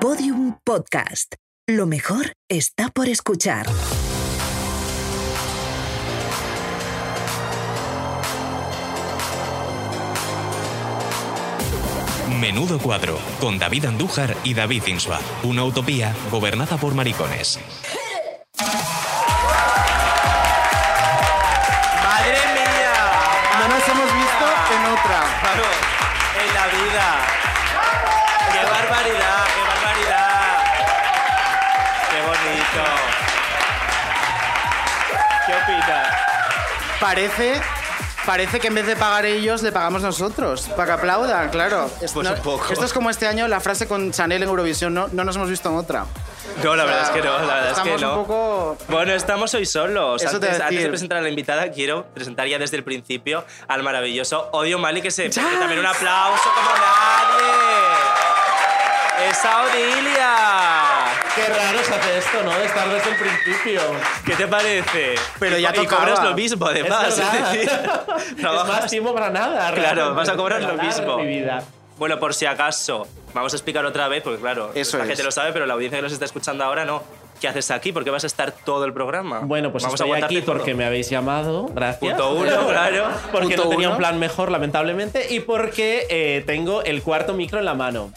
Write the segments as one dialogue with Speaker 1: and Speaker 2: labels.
Speaker 1: Podium Podcast. Lo mejor está por escuchar.
Speaker 2: Menudo cuadro, con David Andújar y David Insua. Una utopía gobernada por maricones.
Speaker 3: ¡Madre mía!
Speaker 4: No nos hemos visto en otra.
Speaker 3: Vamos, en la vida. ¡Qué barbaridad! ¡Qué barbaridad! ¡Qué bonito! ¿Qué opinas?
Speaker 4: Parece, parece que en vez de pagar ellos, le pagamos nosotros. Para que aplaudan, claro. Es-
Speaker 3: Pues un poco.
Speaker 4: Esto es como este año la frase con Chanel en Eurovisión, no, no nos hemos visto en otra.
Speaker 3: No, la verdad es que no, la verdad es
Speaker 4: Estamos
Speaker 3: que no.
Speaker 4: un poco...
Speaker 3: Bueno, estamos hoy solos.
Speaker 4: Eso te
Speaker 3: antes,
Speaker 4: iba a
Speaker 3: antes de
Speaker 4: decir.
Speaker 3: presentar a la invitada, quiero presentar ya desde el principio al maravilloso Odio Mali, que se
Speaker 4: Ya.
Speaker 3: merece también un aplauso como nadie. ¡Esa Odilia!
Speaker 5: Qué raro se hace esto, ¿no? De estar desde el principio.
Speaker 3: ¿Qué te parece?
Speaker 4: Pero
Speaker 3: Y
Speaker 4: ya
Speaker 3: co- y
Speaker 4: tocaba.
Speaker 3: cobras lo mismo, además.
Speaker 5: es verdad.
Speaker 3: decir,
Speaker 5: es más
Speaker 3: Ah, trabajas-
Speaker 5: tiempo para nada.
Speaker 3: Claro,
Speaker 5: realmente.
Speaker 3: vas a cobrar
Speaker 5: Para
Speaker 3: lo
Speaker 5: nada
Speaker 3: mismo.
Speaker 5: de Mi vida.
Speaker 3: Bueno, por si acaso, vamos a explicar otra vez, porque claro,
Speaker 4: Eso
Speaker 3: la
Speaker 4: es.
Speaker 3: gente lo sabe, pero la audiencia que nos está escuchando ahora no. ¿Qué haces aquí? ¿Por qué vas a estar todo el programa?
Speaker 5: Bueno, pues
Speaker 3: vamos a
Speaker 5: estoy
Speaker 3: aguantarte
Speaker 5: aquí porque
Speaker 3: todo.
Speaker 5: me habéis llamado. Gracias.
Speaker 3: Punto uno, claro.
Speaker 5: Porque
Speaker 4: Punto
Speaker 5: no tenía
Speaker 4: uno.
Speaker 5: un plan mejor, lamentablemente. Y porque eh, tengo el cuarto micro en la mano.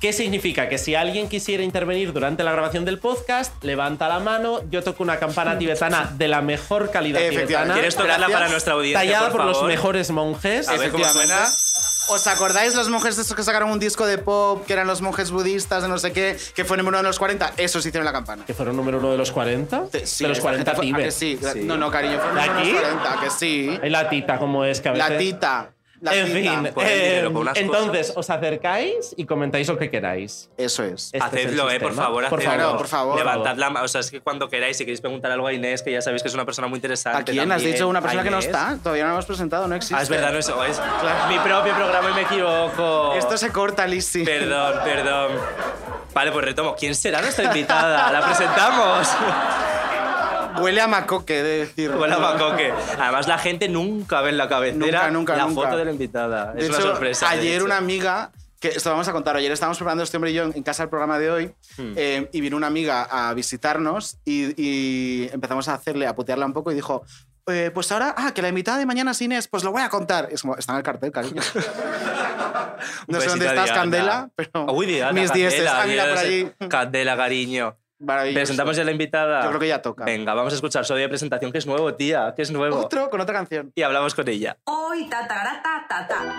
Speaker 5: ¿Qué significa? Que si alguien quisiera intervenir durante la grabación del podcast, levanta la mano, yo toco una campana tibetana de la mejor calidad
Speaker 4: Efectivamente.
Speaker 5: tibetana.
Speaker 3: Mm. ¿Quieres tocarla
Speaker 4: Gracias.
Speaker 3: para nuestra audiencia?
Speaker 5: Tallada por, los
Speaker 3: favor?
Speaker 5: mejores monjes.
Speaker 3: A ver cómo
Speaker 4: Efectivamente.
Speaker 3: suena.
Speaker 4: ¿Os acordáis los monjes estos que sacaron un disco de pop, que eran los monjes budistas de no sé qué, que fue número uno de los 40? Esos hicieron la campana.
Speaker 5: Que fueron número uno de los 40.
Speaker 4: Sí,
Speaker 5: de los
Speaker 4: esta
Speaker 5: 40
Speaker 4: gente fue- ¿a que
Speaker 5: pibes.
Speaker 4: sí? No, no, cariño, fue
Speaker 5: ¿De
Speaker 4: número uno de los
Speaker 5: aquí?
Speaker 4: 40, que sí.
Speaker 5: Hay la tita, como es que a
Speaker 3: pues,
Speaker 5: veces-
Speaker 4: La tita. La
Speaker 5: en
Speaker 4: tita.
Speaker 5: fin,
Speaker 3: por el dinero,
Speaker 5: eh,
Speaker 3: por las
Speaker 5: entonces os acercáis y comentáis lo que queráis.
Speaker 4: Eso es.
Speaker 5: Este es el
Speaker 3: Hacedlo, eh, por
Speaker 5: sistema.
Speaker 3: favor,
Speaker 5: Por
Speaker 3: hacedlo.
Speaker 5: favor,
Speaker 4: por favor.
Speaker 3: Levantad la mano. O sea, es que cuando queráis, si queréis preguntar algo a Inés, que ya sabéis que es una persona muy interesante.
Speaker 4: ¿A quién? Has
Speaker 3: también.
Speaker 4: dicho una persona
Speaker 3: A
Speaker 4: que no
Speaker 3: Inés.
Speaker 4: está. Todavía no la hemos presentado, no existe.
Speaker 3: Ah, es verdad, no es, es mi propio programa y me equivoco.
Speaker 4: Esto se corta, Lizzy.
Speaker 3: Perdón, perdón. Vale, pues retomo. ¿Quién será nuestra invitada? La presentamos.
Speaker 4: Huele a macoque, de decir.
Speaker 3: Hola, Macoque. Además, la gente nunca ve en la cabecera
Speaker 4: Nunca, nunca,
Speaker 3: la
Speaker 4: nunca.
Speaker 3: foto de la invitada.
Speaker 4: De
Speaker 3: es
Speaker 4: hecho,
Speaker 3: una sorpresa. de
Speaker 4: Ayer
Speaker 3: hecho.
Speaker 4: una amiga, que esto lo vamos a contar, ayer estábamos preparando este hombre y yo en, en casa el programa de hoy,
Speaker 3: Hmm.
Speaker 4: eh, y vino una amiga a visitarnos y, y empezamos a hacerle, a putearla un poco y dijo. "Eh, pues ahora, ah, que la invitada de mañana es Inés, pues lo voy a contar. Es como, está en el cartel, cariño.
Speaker 3: Un
Speaker 4: no sé dónde
Speaker 3: besito a
Speaker 4: estás,
Speaker 3: Diana.
Speaker 4: Candela, pero
Speaker 3: Uy, Diana,
Speaker 4: mis
Speaker 3: Candela,
Speaker 4: dieces. Ah, mira,
Speaker 3: Diana,
Speaker 4: por
Speaker 3: no sé.
Speaker 4: allí.
Speaker 3: Candela, cariño.
Speaker 4: Maravilloso.
Speaker 3: ¿Presentamos ya la invitada?
Speaker 4: Yo creo que ya toca.
Speaker 3: Venga, vamos a escuchar su audio de presentación, que es nuevo, tía, que es nuevo.
Speaker 4: Otro con otra canción.
Speaker 3: Y hablamos con ella.
Speaker 6: Hoy tatarata tata.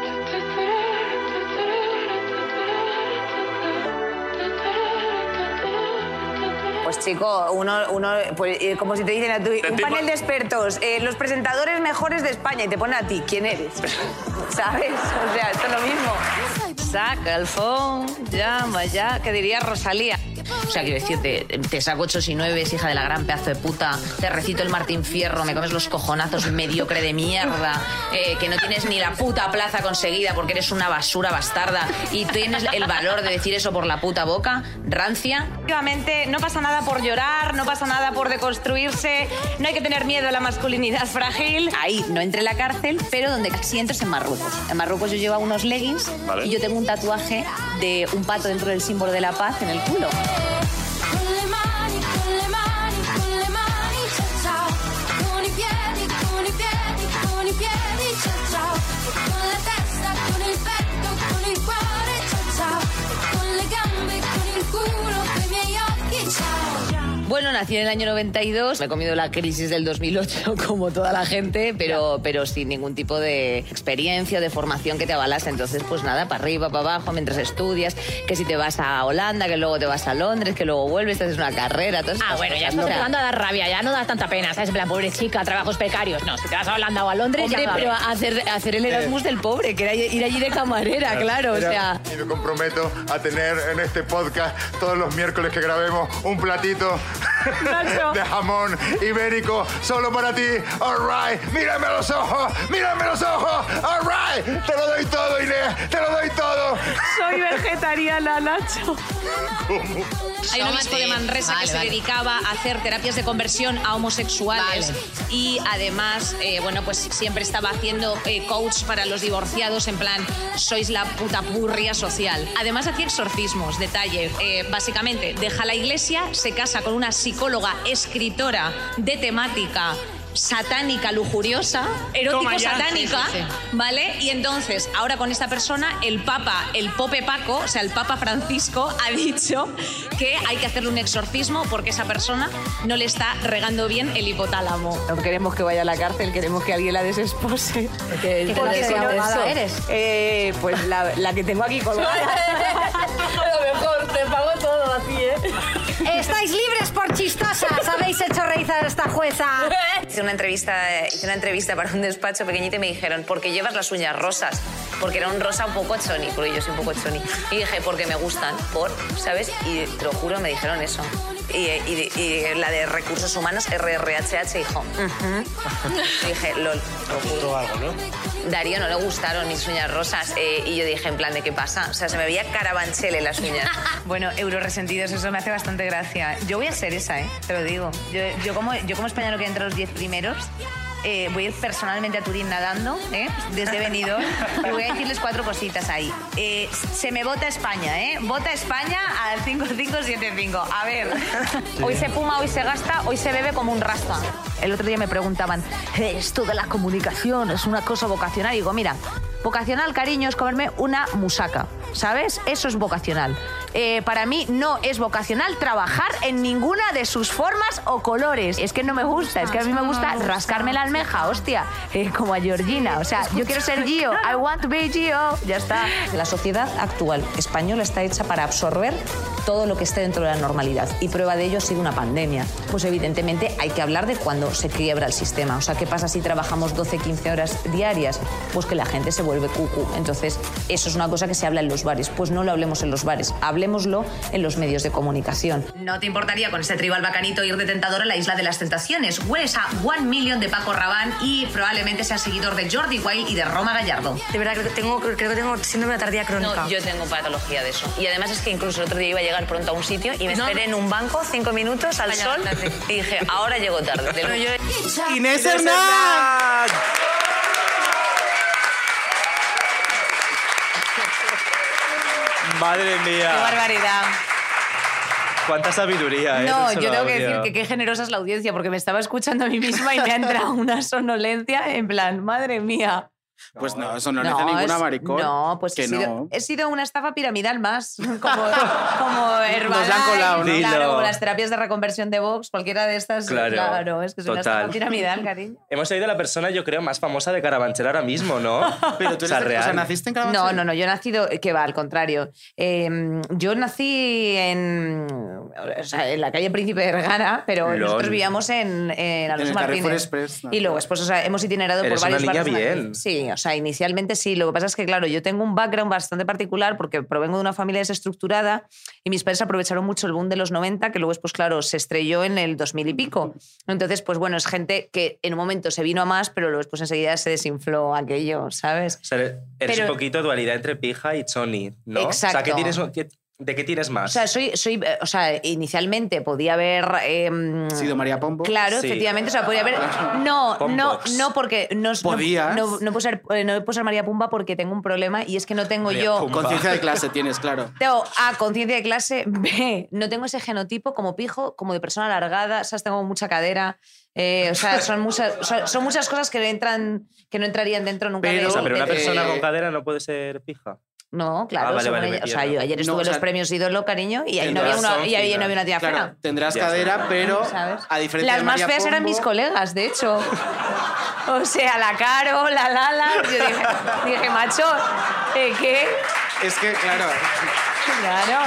Speaker 6: Pues chico, uno, uno pues, eh, como si te dicen a tu, un panel de expertos, eh, los presentadores mejores de España y te ponen a ti, ¿quién eres? ¿Sabes? O sea, esto es lo mismo.
Speaker 7: Saca el phone, llama ya, que diría Rosalía. O sea, quiero decirte, te saco ocho y nueve, hija de la gran pedazo de puta, te recito el Martín Fierro, me comes los cojonazos mediocre de mierda, eh, que no tienes ni la puta plaza conseguida porque eres una basura bastarda y tienes el valor de decir eso por la puta boca, rancia.
Speaker 6: Efectivamente, no pasa nada por llorar, no pasa nada por deconstruirse, no hay que tener miedo a la masculinidad frágil.
Speaker 7: Ahí no entré en la cárcel, pero donde sí entro es en Marruecos. En Marruecos yo llevo unos leggings y yo tengo un tatuaje de un pato dentro del símbolo de la paz en el culo. Bueno, nací en el año 92, me he comido la crisis del 2008 como toda la gente, pero, pero sin ningún tipo de experiencia o de formación que te avalase. Entonces, pues nada, para arriba, para abajo, mientras estudias, que si te vas a Holanda, que luego te vas a Londres, que luego vuelves, te haces una carrera, todas
Speaker 8: Ah, bueno, ya
Speaker 7: está
Speaker 8: estás empezando a dar rabia, ya no das tanta pena, ¿sabes? En plan, pobre chica, trabajos precarios. No, si te vas a Holanda o a Londres,
Speaker 7: Hombre,
Speaker 8: ya va Eh. a
Speaker 7: pero
Speaker 8: haber.
Speaker 7: hacer, hacer el Erasmus del pobre, que era ir allí de camarera, claro, o sea...
Speaker 9: Y me comprometo a tener en este podcast todos los miércoles que grabemos un platito
Speaker 10: Nacho.
Speaker 11: de jamón ibérico solo para ti. All right. Mírame a los ojos. Mírame a los ojos. All right. Te lo doy todo, Inés. Te lo doy todo.
Speaker 12: Soy vegetariana, Nacho.
Speaker 13: Hay un obispo de Manresa
Speaker 6: Vale,
Speaker 13: que
Speaker 6: vale.
Speaker 13: se dedicaba a hacer terapias de conversión a homosexuales
Speaker 6: Vale.
Speaker 13: y además, eh, bueno, pues siempre estaba haciendo eh, coach para los divorciados en plan, sois la puta purria social. Además hacía exorcismos, detalle. Eh, básicamente, deja la iglesia, se casa con una psicóloga, escritora de temática satánica, lujuriosa,
Speaker 10: Toma
Speaker 13: erótico
Speaker 10: ya.
Speaker 13: satánica,
Speaker 10: Sí, sí, sí.
Speaker 13: ¿Vale? Y entonces, ahora con esta persona, el Papa, el Pope Paco, o sea, el Papa Francisco, ha dicho que hay que hacerle un exorcismo porque esa persona no le está regando bien el hipotálamo.
Speaker 1: No queremos que vaya a la cárcel, queremos que alguien la desespose.
Speaker 6: ¿Qué
Speaker 1: Porque
Speaker 6: clase
Speaker 1: si
Speaker 6: de
Speaker 1: no-
Speaker 6: abogada eres?
Speaker 1: Eh, pues la, la que tengo aquí colgada.
Speaker 12: Lo mejor, te pago todo a ti, ¿eh?
Speaker 14: Estáis libres por chistosas. Habéis hecho reír a esta jueza.
Speaker 6: Hice una entrevista, hice una entrevista para un despacho pequeñito y me dijeron, ¿por qué llevas las uñas rosas? Porque era un rosa un poco choni, porque yo soy un poco choni. Y dije, porque me gustan, por, ¿sabes? Y te lo juro, me dijeron eso. Y, y- y la de recursos humanos, RRHH, dijo, "Ujú". Y dije, lol.
Speaker 15: algo, ¿no?
Speaker 6: Darío no le gustaron mis uñas rosas. eh, y yo dije, en plan, ¿de qué pasa? O sea, se me veía carabanchel en las uñas. bueno, euroresentidos, eso me hace bastante gracia. Yo voy a ser esa, ¿eh? Te lo digo. Yo, yo como, yo como español que entre los 10 primeros. eh, voy a ir personalmente a Turín nadando, ¿eh? desde Benidorm, y voy a decirles cuatro cositas ahí. Eh, se me vota España, ¿eh? Vota España al 5575. A ver. Hoy se fuma, hoy se gasta, hoy se bebe como un rasta. El otro día me preguntaban, esto de la comunicación es una cosa vocacional. Y digo, mira, vocacional, cariño, es comerme una musaca, ¿sabes? Eso es vocacional. Eh, para mí no es vocacional trabajar en ninguna de sus formas o colores. Es que no me gusta, es que a mí me gusta rascarme la almeja, hostia, eh, como a Georgina. O sea, yo quiero ser Gio, I want to be Gio, ya está. La sociedad actual española está hecha para absorber todo lo que esté dentro de la normalidad y prueba de ello ha sido una pandemia. Pues evidentemente hay que hablar de cuando se quiebra el sistema. O sea, ¿qué pasa si trabajamos 12, 15 horas diarias? Pues que la gente se vuelve cucu. Entonces, eso es una cosa que se habla en los bares. Pues no lo hablemos en los bares, hablemoslo en los medios de comunicación. ¿No te importaría con este tribal bacanito ir de tentador a la isla de las tentaciones? Hueles a One Million de Paco Rabán y probablemente seas seguidor de Jordi Wild y de Roma Gallardo.
Speaker 14: De verdad, creo que tengo, creo que tengo síndrome de tardía crónica.
Speaker 6: No, yo tengo patología de eso. Y además es que incluso el otro día iba a llegar pronto a un sitio y me esperé en un banco cinco minutos al sol y dije, ahora llego tarde. De-
Speaker 4: Inés Hernán.
Speaker 3: Madre mía.
Speaker 1: barbaridad.
Speaker 3: Cuánta sabiduría, ¿eh?
Speaker 1: No,
Speaker 3: se
Speaker 1: yo tengo
Speaker 3: lo
Speaker 1: que
Speaker 3: hago,
Speaker 1: decir que
Speaker 3: tío.
Speaker 1: qué generosa es la audiencia, porque me estaba escuchando a mí misma y me ha entrado una sonolencia en plan, madre mía.
Speaker 4: Pues no, eso no, le hace ninguna
Speaker 1: es-
Speaker 4: maricón.
Speaker 1: No, pues
Speaker 4: que
Speaker 1: he, sido,
Speaker 4: no.
Speaker 1: he sido una estafa piramidal más, como, como Herbalife,
Speaker 4: Nos la han colado, ¿no?
Speaker 1: claro,
Speaker 3: Dilo.
Speaker 1: como las terapias de reconversión de Vox, cualquiera de estas,
Speaker 3: Claro,
Speaker 1: claro, es que es una
Speaker 3: total.
Speaker 1: estafa piramidal, cariño.
Speaker 3: Hemos oído a la persona, yo creo, más famosa de Carabanchel ahora mismo, ¿no?
Speaker 4: Pero tú eres
Speaker 3: O sea,
Speaker 4: de-
Speaker 3: real.
Speaker 4: o sea, naciste en Carabanchel.
Speaker 1: No, no, no, yo he nacido, que va, al contrario. Eh, yo nací en, o sea, en la calle Príncipe de Ergana, pero
Speaker 3: Lol.
Speaker 1: nosotros vivíamos en, en Alonso
Speaker 4: el Carrefour
Speaker 1: Martínez.
Speaker 4: Express, ¿no?
Speaker 1: Y luego después, o sea, hemos itinerado
Speaker 3: Eres
Speaker 1: por varios
Speaker 3: una niña
Speaker 1: barrios de
Speaker 3: bien.
Speaker 1: Madrid. Sí, o sea, inicialmente sí. Lo que pasa es que, claro, yo tengo un background bastante particular porque provengo de una familia desestructurada y mis padres aprovecharon mucho el boom de los 90, que luego, pues claro, se estrelló en el 2000 y pico. Entonces, pues bueno, es gente que en un momento se vino a más, pero luego después enseguida se desinfló aquello, ¿sabes?
Speaker 3: O sea, eres un
Speaker 1: Pero-
Speaker 3: poquito dualidad entre pija y choni, ¿no? O sea, ¿qué
Speaker 1: Exacto.
Speaker 3: tienes, qué- ¿de qué tienes
Speaker 1: O
Speaker 3: más?
Speaker 1: sea, soy, soy, eh, o sea, inicialmente podía haber em,
Speaker 4: Sido María Pombo.
Speaker 1: Claro,
Speaker 3: Sí. Ah,
Speaker 1: efectivamente, o sea, podía haber no, no,
Speaker 3: Pombox.
Speaker 1: no porque no no-
Speaker 4: Podías.
Speaker 1: no, no puedo ser, eh, no puedo ser María Pumba porque tengo un problema y es que no tengo
Speaker 3: María
Speaker 1: yo
Speaker 3: Pumba.
Speaker 4: Conciencia de clase tienes, claro.
Speaker 1: tengo A, conciencia de clase, B, no tengo ese genotipo como pijo, como de persona alargada, ¿sabes? Tengo mucha cadera, eh, o sea, son muchas, o sea, son muchas cosas que, entran, que no entrarían dentro nunca.
Speaker 4: Pero-
Speaker 1: de-
Speaker 3: O sea, pero una
Speaker 1: de-
Speaker 3: persona
Speaker 4: Eh,
Speaker 3: con cadera no puede ser pija.
Speaker 1: No, claro,
Speaker 3: Ah, vale,
Speaker 1: según
Speaker 3: vale, me
Speaker 1: ella- o sea,
Speaker 3: pierdo.
Speaker 1: yo ayer
Speaker 4: No,
Speaker 1: estuve
Speaker 4: o
Speaker 1: en
Speaker 4: sea,
Speaker 1: los premios ídolo, cariño, y ahí no
Speaker 3: tendrás
Speaker 1: había una, y ahí
Speaker 3: son
Speaker 1: no había una tía
Speaker 4: Claro,
Speaker 1: fea.
Speaker 4: tendrás
Speaker 3: Ya está.
Speaker 4: cadera, pero
Speaker 1: ¿Sabes?
Speaker 4: a diferencia
Speaker 1: Las
Speaker 4: de
Speaker 1: más
Speaker 4: María
Speaker 1: feas eran
Speaker 4: Pombo,
Speaker 1: mis colegas, de hecho. O sea, la Caro, la Lala. Yo dije, dije macho, eh, ¿qué?
Speaker 4: Es que, claro.
Speaker 6: Claro.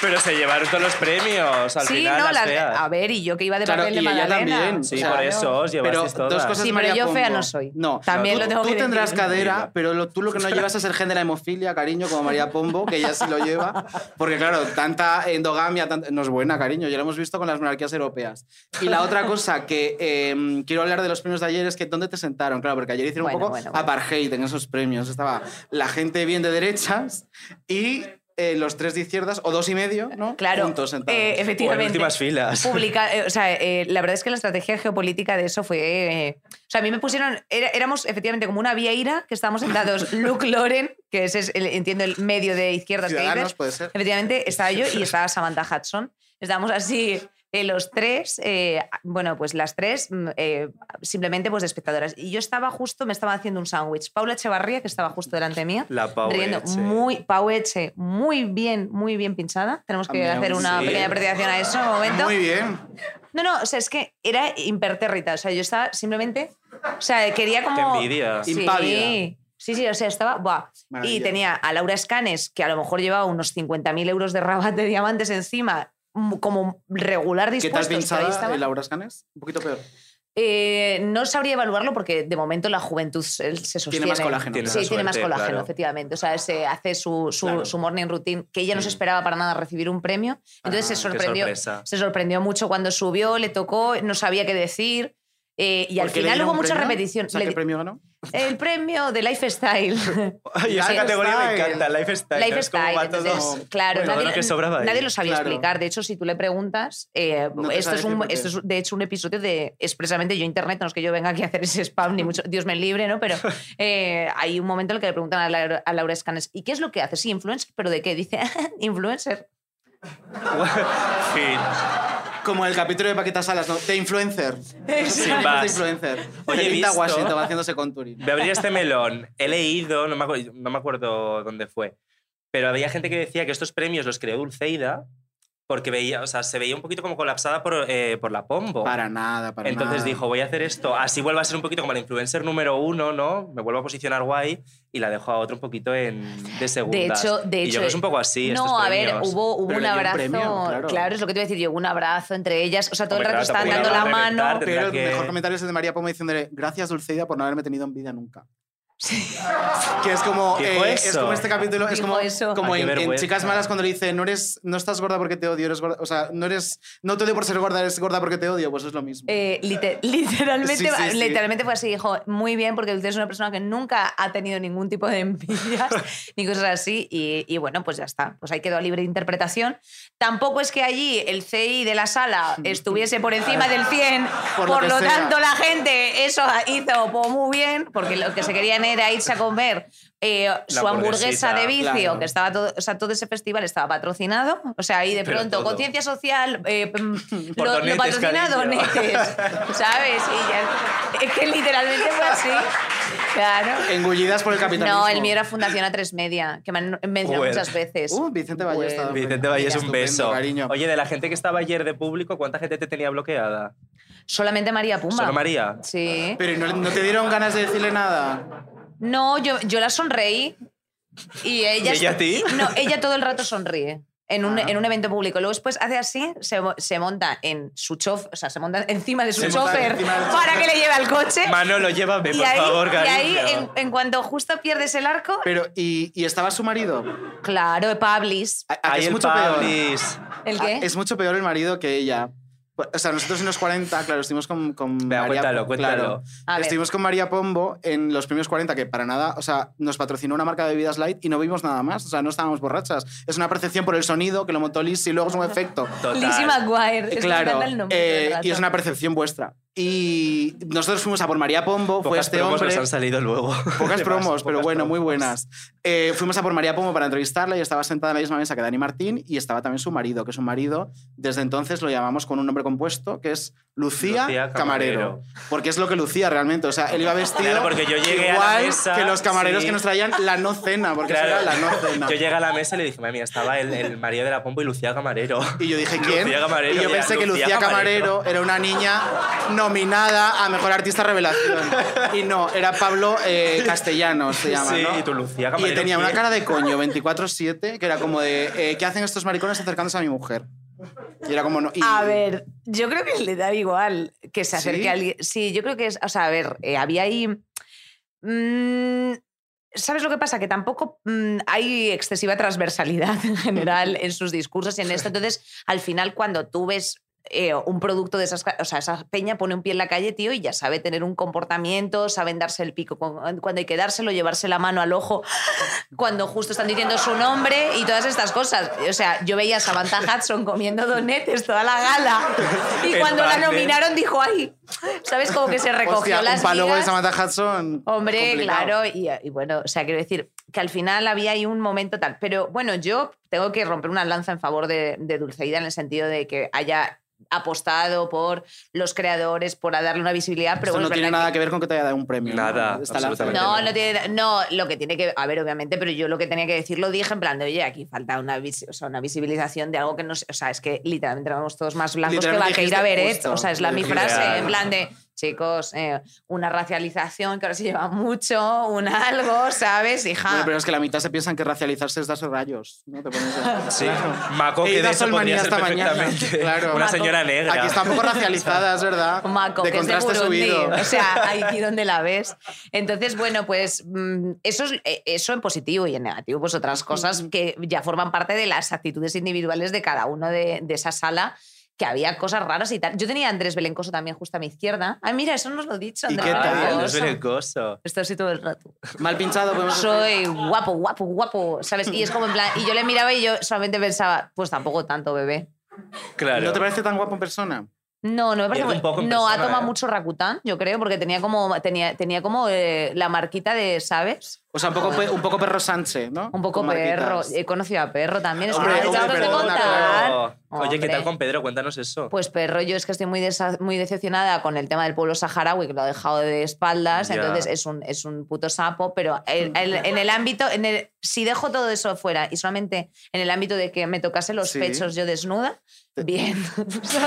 Speaker 3: Pero se llevaron todos los premios al
Speaker 6: sí,
Speaker 3: final.
Speaker 6: no,
Speaker 3: las
Speaker 6: la-
Speaker 3: feas.
Speaker 6: a ver, y yo que iba de
Speaker 3: Claro,
Speaker 6: papel de
Speaker 3: y ella
Speaker 6: Magdalena.
Speaker 3: también. Sí,
Speaker 6: Claro.
Speaker 3: por eso os llevasteis
Speaker 4: Pero
Speaker 3: todas.
Speaker 4: dos cosas
Speaker 6: Sí, pero
Speaker 4: María
Speaker 6: yo fea
Speaker 4: Pombo.
Speaker 6: no soy.
Speaker 4: No,
Speaker 6: También
Speaker 4: tú,
Speaker 6: lo tengo
Speaker 4: tú
Speaker 6: que
Speaker 4: tendrás
Speaker 6: decir.
Speaker 4: cadera, pero lo- tú lo que no llevas es el gen de la hemofilia, cariño, como María Pombo, que ella sí lo lleva. Porque, claro, tanta endogamia tant- no es buena, cariño. Ya lo hemos visto con las monarquías europeas. Y la otra cosa que eh, quiero hablar de los premios de ayer es que ¿dónde te sentaron? Claro, porque ayer hicieron
Speaker 6: Bueno,
Speaker 4: un poco
Speaker 6: bueno, bueno.
Speaker 4: apartheid en esos premios. Estaba la gente bien de derechas y eh, los tres de izquierdas, o dos y medio, ¿no?
Speaker 6: Claro.
Speaker 4: Juntos sentados.
Speaker 6: Eh, efectivamente.
Speaker 3: últimas filas.
Speaker 6: Publica- eh, o sea, eh, la verdad es que la estrategia geopolítica de eso fue. eh, o sea, a mí me pusieron. era- éramos efectivamente como una vieira que estábamos sentados. Luke Loren, que ese es, el- entiendo, el medio de izquierdas que
Speaker 4: Ciudadanos,
Speaker 6: dices.
Speaker 4: puede ser.
Speaker 6: Efectivamente, estaba yo y estaba Samantha Hudson. Estábamos así. eh, los tres, eh, bueno, pues las tres, mm, eh, simplemente pues de espectadoras. Y yo estaba justo, me estaba haciendo un sándwich. Paula Echevarría, que estaba justo delante mía,
Speaker 3: La Pau
Speaker 6: riendo
Speaker 3: Eche.
Speaker 6: muy, Pau Eche, muy bien, muy bien pinchada. Tenemos que
Speaker 4: Amigo,
Speaker 6: hacer una
Speaker 3: sí.
Speaker 6: pequeña apreciación a eso de momento.
Speaker 4: Muy bien.
Speaker 6: No, no, o sea, es que era impertérrita. O sea, yo estaba simplemente. O sea, quería como.
Speaker 3: Qué envidia.
Speaker 6: Sí.
Speaker 4: Impávida.
Speaker 6: Sí, sí, o sea, estaba. Buah. Y
Speaker 4: Maravilla.
Speaker 6: tenía a Laura Escanes, que a lo mejor llevaba unos 50.000 euros de rabat de diamantes encima, mm, como regular
Speaker 4: ¿Qué tal
Speaker 6: dispuestos. pero ahí
Speaker 4: pensada,
Speaker 6: estaba.
Speaker 4: eh, Laura Scanes? Un poquito peor.
Speaker 6: Eh, no sabría evaluarlo porque de momento la juventud se se sostiene.
Speaker 4: Tiene más colágeno.
Speaker 3: Tiene
Speaker 6: Sí, tiene
Speaker 3: esa
Speaker 6: más
Speaker 3: suerte,
Speaker 6: colágeno,
Speaker 3: claro.
Speaker 6: efectivamente. O sea, se hace su, su,
Speaker 3: Claro.
Speaker 6: su morning routine, que ella no se
Speaker 4: Mm.
Speaker 6: esperaba para nada recibir un premio. Entonces
Speaker 4: Ah,
Speaker 6: se
Speaker 3: qué
Speaker 6: sorprendió.
Speaker 3: sorpresa.
Speaker 6: Se sorprendió mucho cuando subió, le tocó, no sabía qué decir. eh, y al
Speaker 4: ¿Por qué le
Speaker 6: final
Speaker 4: dieron
Speaker 6: hubo
Speaker 4: un
Speaker 6: mucha
Speaker 4: premio?
Speaker 6: repetición.
Speaker 4: O sea,
Speaker 6: Le
Speaker 4: ¿Qué
Speaker 6: di-
Speaker 4: premio ganó?
Speaker 6: el premio de Lifestyle.
Speaker 3: Y esa
Speaker 4: Lifestyle.
Speaker 3: categoría me encanta, lifestyle. ¿no? Es como
Speaker 6: Lifestyle.
Speaker 3: va
Speaker 6: Entonces,
Speaker 3: todo-
Speaker 6: claro,
Speaker 3: todo
Speaker 6: nadie,
Speaker 3: lo que sobraba ahí.
Speaker 6: nadie lo sabía
Speaker 4: Claro.
Speaker 6: explicar. De hecho, si tú le preguntas, eh,
Speaker 4: No te
Speaker 6: esto,
Speaker 4: sabe
Speaker 6: es
Speaker 4: decir
Speaker 6: un,
Speaker 4: por qué.
Speaker 6: esto es, de hecho un episodio de expresamente yo internet, no es que yo venga aquí a hacer ese spam, ni mucho, Dios me libre, ¿no? Pero eh, hay un momento en el que le preguntan a Laura, a Laura Escanes, ¿y qué es lo que hace? Sí, influencer, pero ¿de qué? Dice, influencer.
Speaker 3: Fin.
Speaker 4: Como el capítulo de Paquita Salas, ¿no? De influencer.
Speaker 3: Sí,
Speaker 4: De
Speaker 3: vas.
Speaker 4: influencer.
Speaker 3: Oye, he
Speaker 4: Linda
Speaker 3: visto-
Speaker 4: Washington haciéndose con Turín.
Speaker 3: Voy a abrir este melón. He leído, no me, acu- no me acuerdo dónde fue, pero había gente que decía que estos premios los creó Dulceida porque veía, o sea, se veía un poquito como colapsada por, eh, por la pombo.
Speaker 4: Para nada, para
Speaker 3: Entonces
Speaker 4: nada.
Speaker 3: dijo, voy a hacer esto, así vuelvo a ser un poquito como la influencer número uno, ¿no? Me vuelvo a posicionar guay y la dejo a otro un poquito en, de
Speaker 6: De
Speaker 3: segundas.
Speaker 6: hecho, de
Speaker 3: Y
Speaker 6: hecho.
Speaker 3: yo
Speaker 6: eh,
Speaker 3: creo que es un poco así. estos
Speaker 6: No, a ver,
Speaker 3: premios.
Speaker 6: hubo, hubo
Speaker 4: Pero
Speaker 6: un
Speaker 4: le dio un
Speaker 6: abrazo.
Speaker 4: premio, claro.
Speaker 6: claro. es lo que te iba a decir yo, hubo un abrazo entre ellas. O sea, todo
Speaker 3: Hombre,
Speaker 6: el rato
Speaker 3: claro,
Speaker 6: estaban
Speaker 3: tampoco
Speaker 6: dando
Speaker 3: iba
Speaker 6: la
Speaker 3: a reventar,
Speaker 6: mano.
Speaker 4: Pero el
Speaker 3: Tendrá que-
Speaker 4: mejor comentario es el de María Pombo diciéndole gracias, Dulceida, por no haberme tenido envidia nunca. Que es como,
Speaker 3: Dijo
Speaker 4: eh,
Speaker 3: eso.
Speaker 4: es como este capítulo, es
Speaker 6: Dijo
Speaker 4: como,
Speaker 6: eso.
Speaker 4: como
Speaker 3: Ah, qué
Speaker 4: en- en,
Speaker 3: vergüenza.
Speaker 4: Chicas Malas cuando le dice no, eres, no estás gorda porque te odio, eres gorda, o sea, no, eres, no te odio por ser gorda, eres gorda porque te odio, pues es lo mismo.
Speaker 6: Eh, lite- literalmente,
Speaker 4: Sí, sí, sí.
Speaker 6: literalmente fue así, dijo, muy bien, porque usted es una persona que nunca ha tenido ningún tipo de envidias ni cosas así, y, y bueno, pues ya está, pues ahí quedó a libre interpretación. Tampoco es que allí el CI de la sala estuviese por encima del 100, por
Speaker 4: Por
Speaker 6: lo,
Speaker 4: lo que sea.
Speaker 6: tanto la gente eso hizo pues, muy bien, porque lo que se querían era irse a comer. eh, su hamburguesa
Speaker 3: hamburguesita,
Speaker 6: de vicio,
Speaker 4: claro.
Speaker 6: que estaba todo, o sea, todo ese festival estaba patrocinado, o sea, ahí de
Speaker 3: Pero
Speaker 6: pronto,
Speaker 3: todo.
Speaker 6: conciencia social, eh,
Speaker 3: Por
Speaker 6: lo, lo
Speaker 3: donetes,
Speaker 6: patrocina
Speaker 3: cariño.
Speaker 6: Donetes, ¿sabes? Y ya- es que literalmente fue así. Claro.
Speaker 4: Engullidas por el capitalismo.
Speaker 6: No, el mío era Fundación A3 Media, que me han mencionado
Speaker 3: Joder.
Speaker 6: muchas veces.
Speaker 4: Uh, Vicente Ballesta.
Speaker 3: Vicente Valle es un
Speaker 4: Estupendo,
Speaker 3: beso.
Speaker 4: cariño.
Speaker 3: Oye, de la gente que estaba ayer de público, ¿cuánta gente te tenía bloqueada?
Speaker 6: Solamente María Pumba.
Speaker 3: ¿Solo María? Ah.
Speaker 6: Sí.
Speaker 4: Pero ¿y no, no te dieron ganas de decirle nada.
Speaker 6: No, yo, yo la sonreí y ella...
Speaker 3: ¿Y ella a ti? Ah.
Speaker 6: No, ella todo el rato sonríe. En un, en un evento público. Luego después hace así, se, mo- se monta en su chofer, o sea, se monta encima de su
Speaker 4: Se monta
Speaker 6: chofer
Speaker 4: encima del
Speaker 6: para
Speaker 4: chofer.
Speaker 6: que le lleve al coche.
Speaker 3: Manolo, llévame,
Speaker 6: y
Speaker 3: por
Speaker 6: ahí,
Speaker 3: favor,
Speaker 6: y
Speaker 3: cariño.
Speaker 6: ahí en, en cuanto justo pierdes el arco,
Speaker 4: Pero, ¿y, y estaba su marido?
Speaker 6: Claro, Pablis.
Speaker 4: A- a que
Speaker 3: Ahí
Speaker 4: es
Speaker 3: el
Speaker 4: mucho peor.
Speaker 3: Pablis.
Speaker 6: ¿El qué?
Speaker 4: Ah, Es mucho peor el marido que ella. O sea, nosotros en los 40, claro, estuvimos con, con
Speaker 3: Venga, cuéntalo, cuéntalo.
Speaker 4: claro.
Speaker 6: A ver.
Speaker 4: estuvimos con María Pombo en los premios 40, que para nada, o sea, nos patrocinó una marca de bebidas light y no vimos nada más, o sea, no estábamos borrachas. Es una percepción por el sonido que lo montó Liz y luego es un efecto.
Speaker 3: Total.
Speaker 6: Lizzie McGuire. Es que me
Speaker 4: claro,
Speaker 6: encanta el nombre, de
Speaker 4: eh,
Speaker 6: verdad.
Speaker 4: y es una percepción vuestra. Y nosotros fuimos a por María Pombo, fue
Speaker 3: Pocas
Speaker 4: este
Speaker 3: promos
Speaker 4: hombre.
Speaker 3: nos han salido luego.
Speaker 4: Pocas
Speaker 3: De
Speaker 4: promos,
Speaker 3: más,
Speaker 4: pero
Speaker 3: pocas
Speaker 4: bueno,
Speaker 3: promos.
Speaker 4: muy buenas. Eh, fuimos a por María Pomo para entrevistarla y estaba sentada en la misma mesa que Dani Martín y estaba también su marido, que su marido desde entonces lo llamamos con un nombre compuesto que es Lucía,
Speaker 3: Lucía
Speaker 4: Camarero.
Speaker 3: Camarero.
Speaker 4: Porque es lo que lucía realmente. O sea, él iba vestido
Speaker 3: Claro, porque yo llegué a la
Speaker 4: igual
Speaker 3: mesa,
Speaker 4: que los camareros
Speaker 3: sí.
Speaker 4: que nos traían la no cena, porque eso
Speaker 3: Claro.
Speaker 4: era la no cena.
Speaker 3: Yo llegué a la mesa y le dije, mami, estaba el, el marido de la pompa y Lucía Camarero.
Speaker 4: Y yo dije, ¿quién?
Speaker 3: Lucía Camarero,
Speaker 4: y yo
Speaker 3: mira,
Speaker 4: pensé que
Speaker 3: Lucía
Speaker 4: Lucía Camarero. era una niña no nominada a Mejor Artista Revelación. Y no, era Pablo eh, Castellano, se llama,
Speaker 3: Sí,
Speaker 4: ¿no?
Speaker 3: y tú, Lucía
Speaker 4: Y
Speaker 3: Camarero,
Speaker 4: tenía una
Speaker 3: ¿qué?
Speaker 4: cara de coño 24-7, que era como de, eh, ¿qué hacen estos maricones acercándose a mi mujer? Y era como, no. y-
Speaker 6: A ver, yo creo que le da igual que se acerque
Speaker 4: ¿Sí?
Speaker 6: a alguien. Sí, yo creo que es. O sea, a ver, eh, había ahí. mm, ¿Sabes lo que pasa? Que tampoco mm, hay excesiva transversalidad en general en sus discursos y en esto. Entonces, al final, cuando tú ves. eh, un producto de esas... ca- O sea, esa peña pone un pie en la calle, tío, y ya sabe tener un comportamiento, saben darse el pico cu- cuando hay que dárselo, llevarse la mano al ojo cuando justo están diciendo su nombre y todas estas cosas. O sea, yo veía a Samantha Hudson comiendo donetes toda la gala y
Speaker 4: El
Speaker 6: cuando la
Speaker 4: Barnes.
Speaker 6: nominaron dijo, ay, ¿sabes? Como que se recogió
Speaker 4: Hostia,
Speaker 6: las
Speaker 4: un palo de
Speaker 6: migas.
Speaker 4: Samantha Hudson.
Speaker 6: Hombre,
Speaker 4: complicado.
Speaker 6: claro, y, y bueno, o sea, quiero decir que al final había ahí un momento tal, pero bueno, yo tengo que romper una lanza en favor de, de Dulceida en el sentido de que haya apostado por los creadores, por darle una visibilidad, pero
Speaker 4: Esto
Speaker 6: bueno,
Speaker 4: no
Speaker 6: es
Speaker 4: tiene
Speaker 6: verdad
Speaker 4: nada que ver con que te haya dado un premio.
Speaker 3: Nada,
Speaker 4: ¿no? Esta lanza.
Speaker 3: absolutamente.
Speaker 6: no, no tiene. No, lo que tiene que. A ver, obviamente, pero yo lo que tenía que decir lo dije en plan de, oye, aquí falta una, vis- o sea, una visibilización de algo que no. sé- O sea, es que literalmente vamos todos más blancos que
Speaker 4: Literalmente
Speaker 6: Vaqueira
Speaker 4: dijiste
Speaker 6: Beret.
Speaker 4: justo,
Speaker 6: O sea, es la
Speaker 4: lo
Speaker 6: mi
Speaker 4: dijiste.
Speaker 6: frase,
Speaker 4: Real.
Speaker 6: en plan de. Chicos, eh, una racialización que ahora se lleva mucho, un algo, ¿sabes? Hija.
Speaker 4: Bueno, pero es que la mitad se piensan que racializarse es darse rayos. ¿no? Te pones a-
Speaker 3: Sí,
Speaker 4: Claro.
Speaker 3: Maco,
Speaker 4: He
Speaker 3: que
Speaker 4: ido
Speaker 3: de
Speaker 4: a
Speaker 3: eso
Speaker 4: Solmanía
Speaker 3: podría ser
Speaker 4: esta mañana.
Speaker 3: perfectamente
Speaker 4: Claro.
Speaker 3: una
Speaker 4: Maco.
Speaker 3: señora negra.
Speaker 4: Aquí está un poco racializada, es verdad.
Speaker 6: Maco,
Speaker 4: de
Speaker 6: que es de
Speaker 4: contraste
Speaker 6: Burundi.
Speaker 4: subido.
Speaker 6: O sea, ahí donde la ves. Entonces, bueno, pues mm, eso, es- eh, eso en positivo y en negativo, pues otras cosas que ya forman parte de las actitudes individuales de cada uno de, de esa sala que había cosas raras y tal. Yo tenía a Andrés Belencoso también justo a mi izquierda. Ah, mira, eso nos lo he dicho,
Speaker 4: ¿Y
Speaker 6: Andrés
Speaker 4: qué tal?
Speaker 3: Ay, Andrés
Speaker 6: Belencoso.
Speaker 3: Belencoso.
Speaker 6: Está así todo el rato.
Speaker 4: Mal pinchado, podemos
Speaker 6: Soy guapo, guapo, guapo, ¿sabes? Y es como en plan, y yo le miraba y yo solamente pensaba, pues tampoco tanto, bebé.
Speaker 3: Claro.
Speaker 4: ¿No te parece tan guapo en persona?
Speaker 6: No, no me parece
Speaker 3: Pierde un
Speaker 6: muy-
Speaker 3: poco en
Speaker 6: No, ha
Speaker 3: persona,
Speaker 6: tomado
Speaker 3: ¿eh?
Speaker 6: mucho Rakután, yo creo, porque tenía como, tenía, tenía como eh, la marquita de, ¿sabes?
Speaker 4: O sea, un poco, pe- un poco perro Sánchez, ¿no?
Speaker 6: Un poco
Speaker 4: Con
Speaker 6: perro.
Speaker 4: marquitas.
Speaker 6: He conocido a perro también. es
Speaker 4: Hombre,
Speaker 6: una de
Speaker 4: hombre,
Speaker 6: las cosas de
Speaker 4: perdona,
Speaker 6: contar.
Speaker 3: Claro. Oye, ¿qué
Speaker 6: Hombre.
Speaker 3: tal con Pedro? Cuéntanos eso.
Speaker 6: Pues perro, yo es que estoy muy, desa- muy decepcionada con el tema del pueblo saharaui, que lo ha dejado de espaldas,
Speaker 3: Ya.
Speaker 6: entonces es un, es un puto sapo, pero
Speaker 4: Mm.
Speaker 6: el- el- en el ámbito, en el, si dejo todo eso fuera y solamente en el ámbito de que me tocase los
Speaker 4: Sí.
Speaker 6: pechos yo desnuda, bien.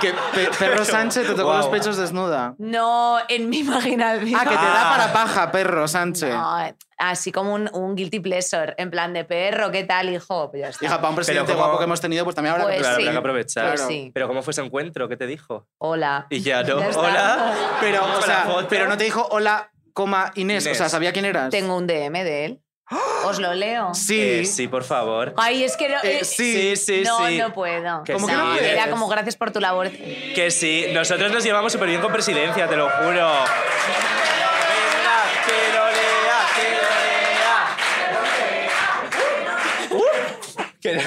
Speaker 4: Que pe- perro Sánchez te tocó
Speaker 3: Guau.
Speaker 4: los pechos desnuda.
Speaker 6: no, en mi imaginación.
Speaker 4: Ah, que te da
Speaker 3: Ah.
Speaker 4: para paja, perro Sánchez.
Speaker 6: No, así como un, un guilty pleasure, en plan de perro, ¿qué tal, hijo? Pues ya está.
Speaker 4: Hija, para un presidente
Speaker 3: como-
Speaker 4: guapo que hemos tenido, pues también habrá
Speaker 6: Pues
Speaker 4: que
Speaker 3: claro,
Speaker 6: sí.
Speaker 3: habrá que aprovechar.
Speaker 6: Pues sí.
Speaker 3: Pero ¿cómo fue ese encuentro? ¿Qué te dijo?
Speaker 6: Hola.
Speaker 3: Y ya, ¿no?
Speaker 6: Ya está.
Speaker 3: Hola.
Speaker 4: Pero, o
Speaker 3: Con la
Speaker 4: sea,
Speaker 3: foto.
Speaker 4: pero no te dijo hola, coma Inés.
Speaker 3: Inés.
Speaker 4: O sea, ¿sabía quién eras?
Speaker 6: Tengo un DM de él. Os lo leo.
Speaker 4: Sí.
Speaker 3: Eh, sí, por favor.
Speaker 6: Ay, es que no.
Speaker 4: Eh,
Speaker 6: eh,
Speaker 3: sí, sí,
Speaker 6: no,
Speaker 3: sí.
Speaker 6: no puedo.
Speaker 3: Que
Speaker 6: No,
Speaker 4: sí.
Speaker 6: era como gracias por tu labor.
Speaker 3: Que sí, nosotros nos llevamos súper bien con presidencia, te lo juro. Venga, tirolea, tirolea. Uh, que-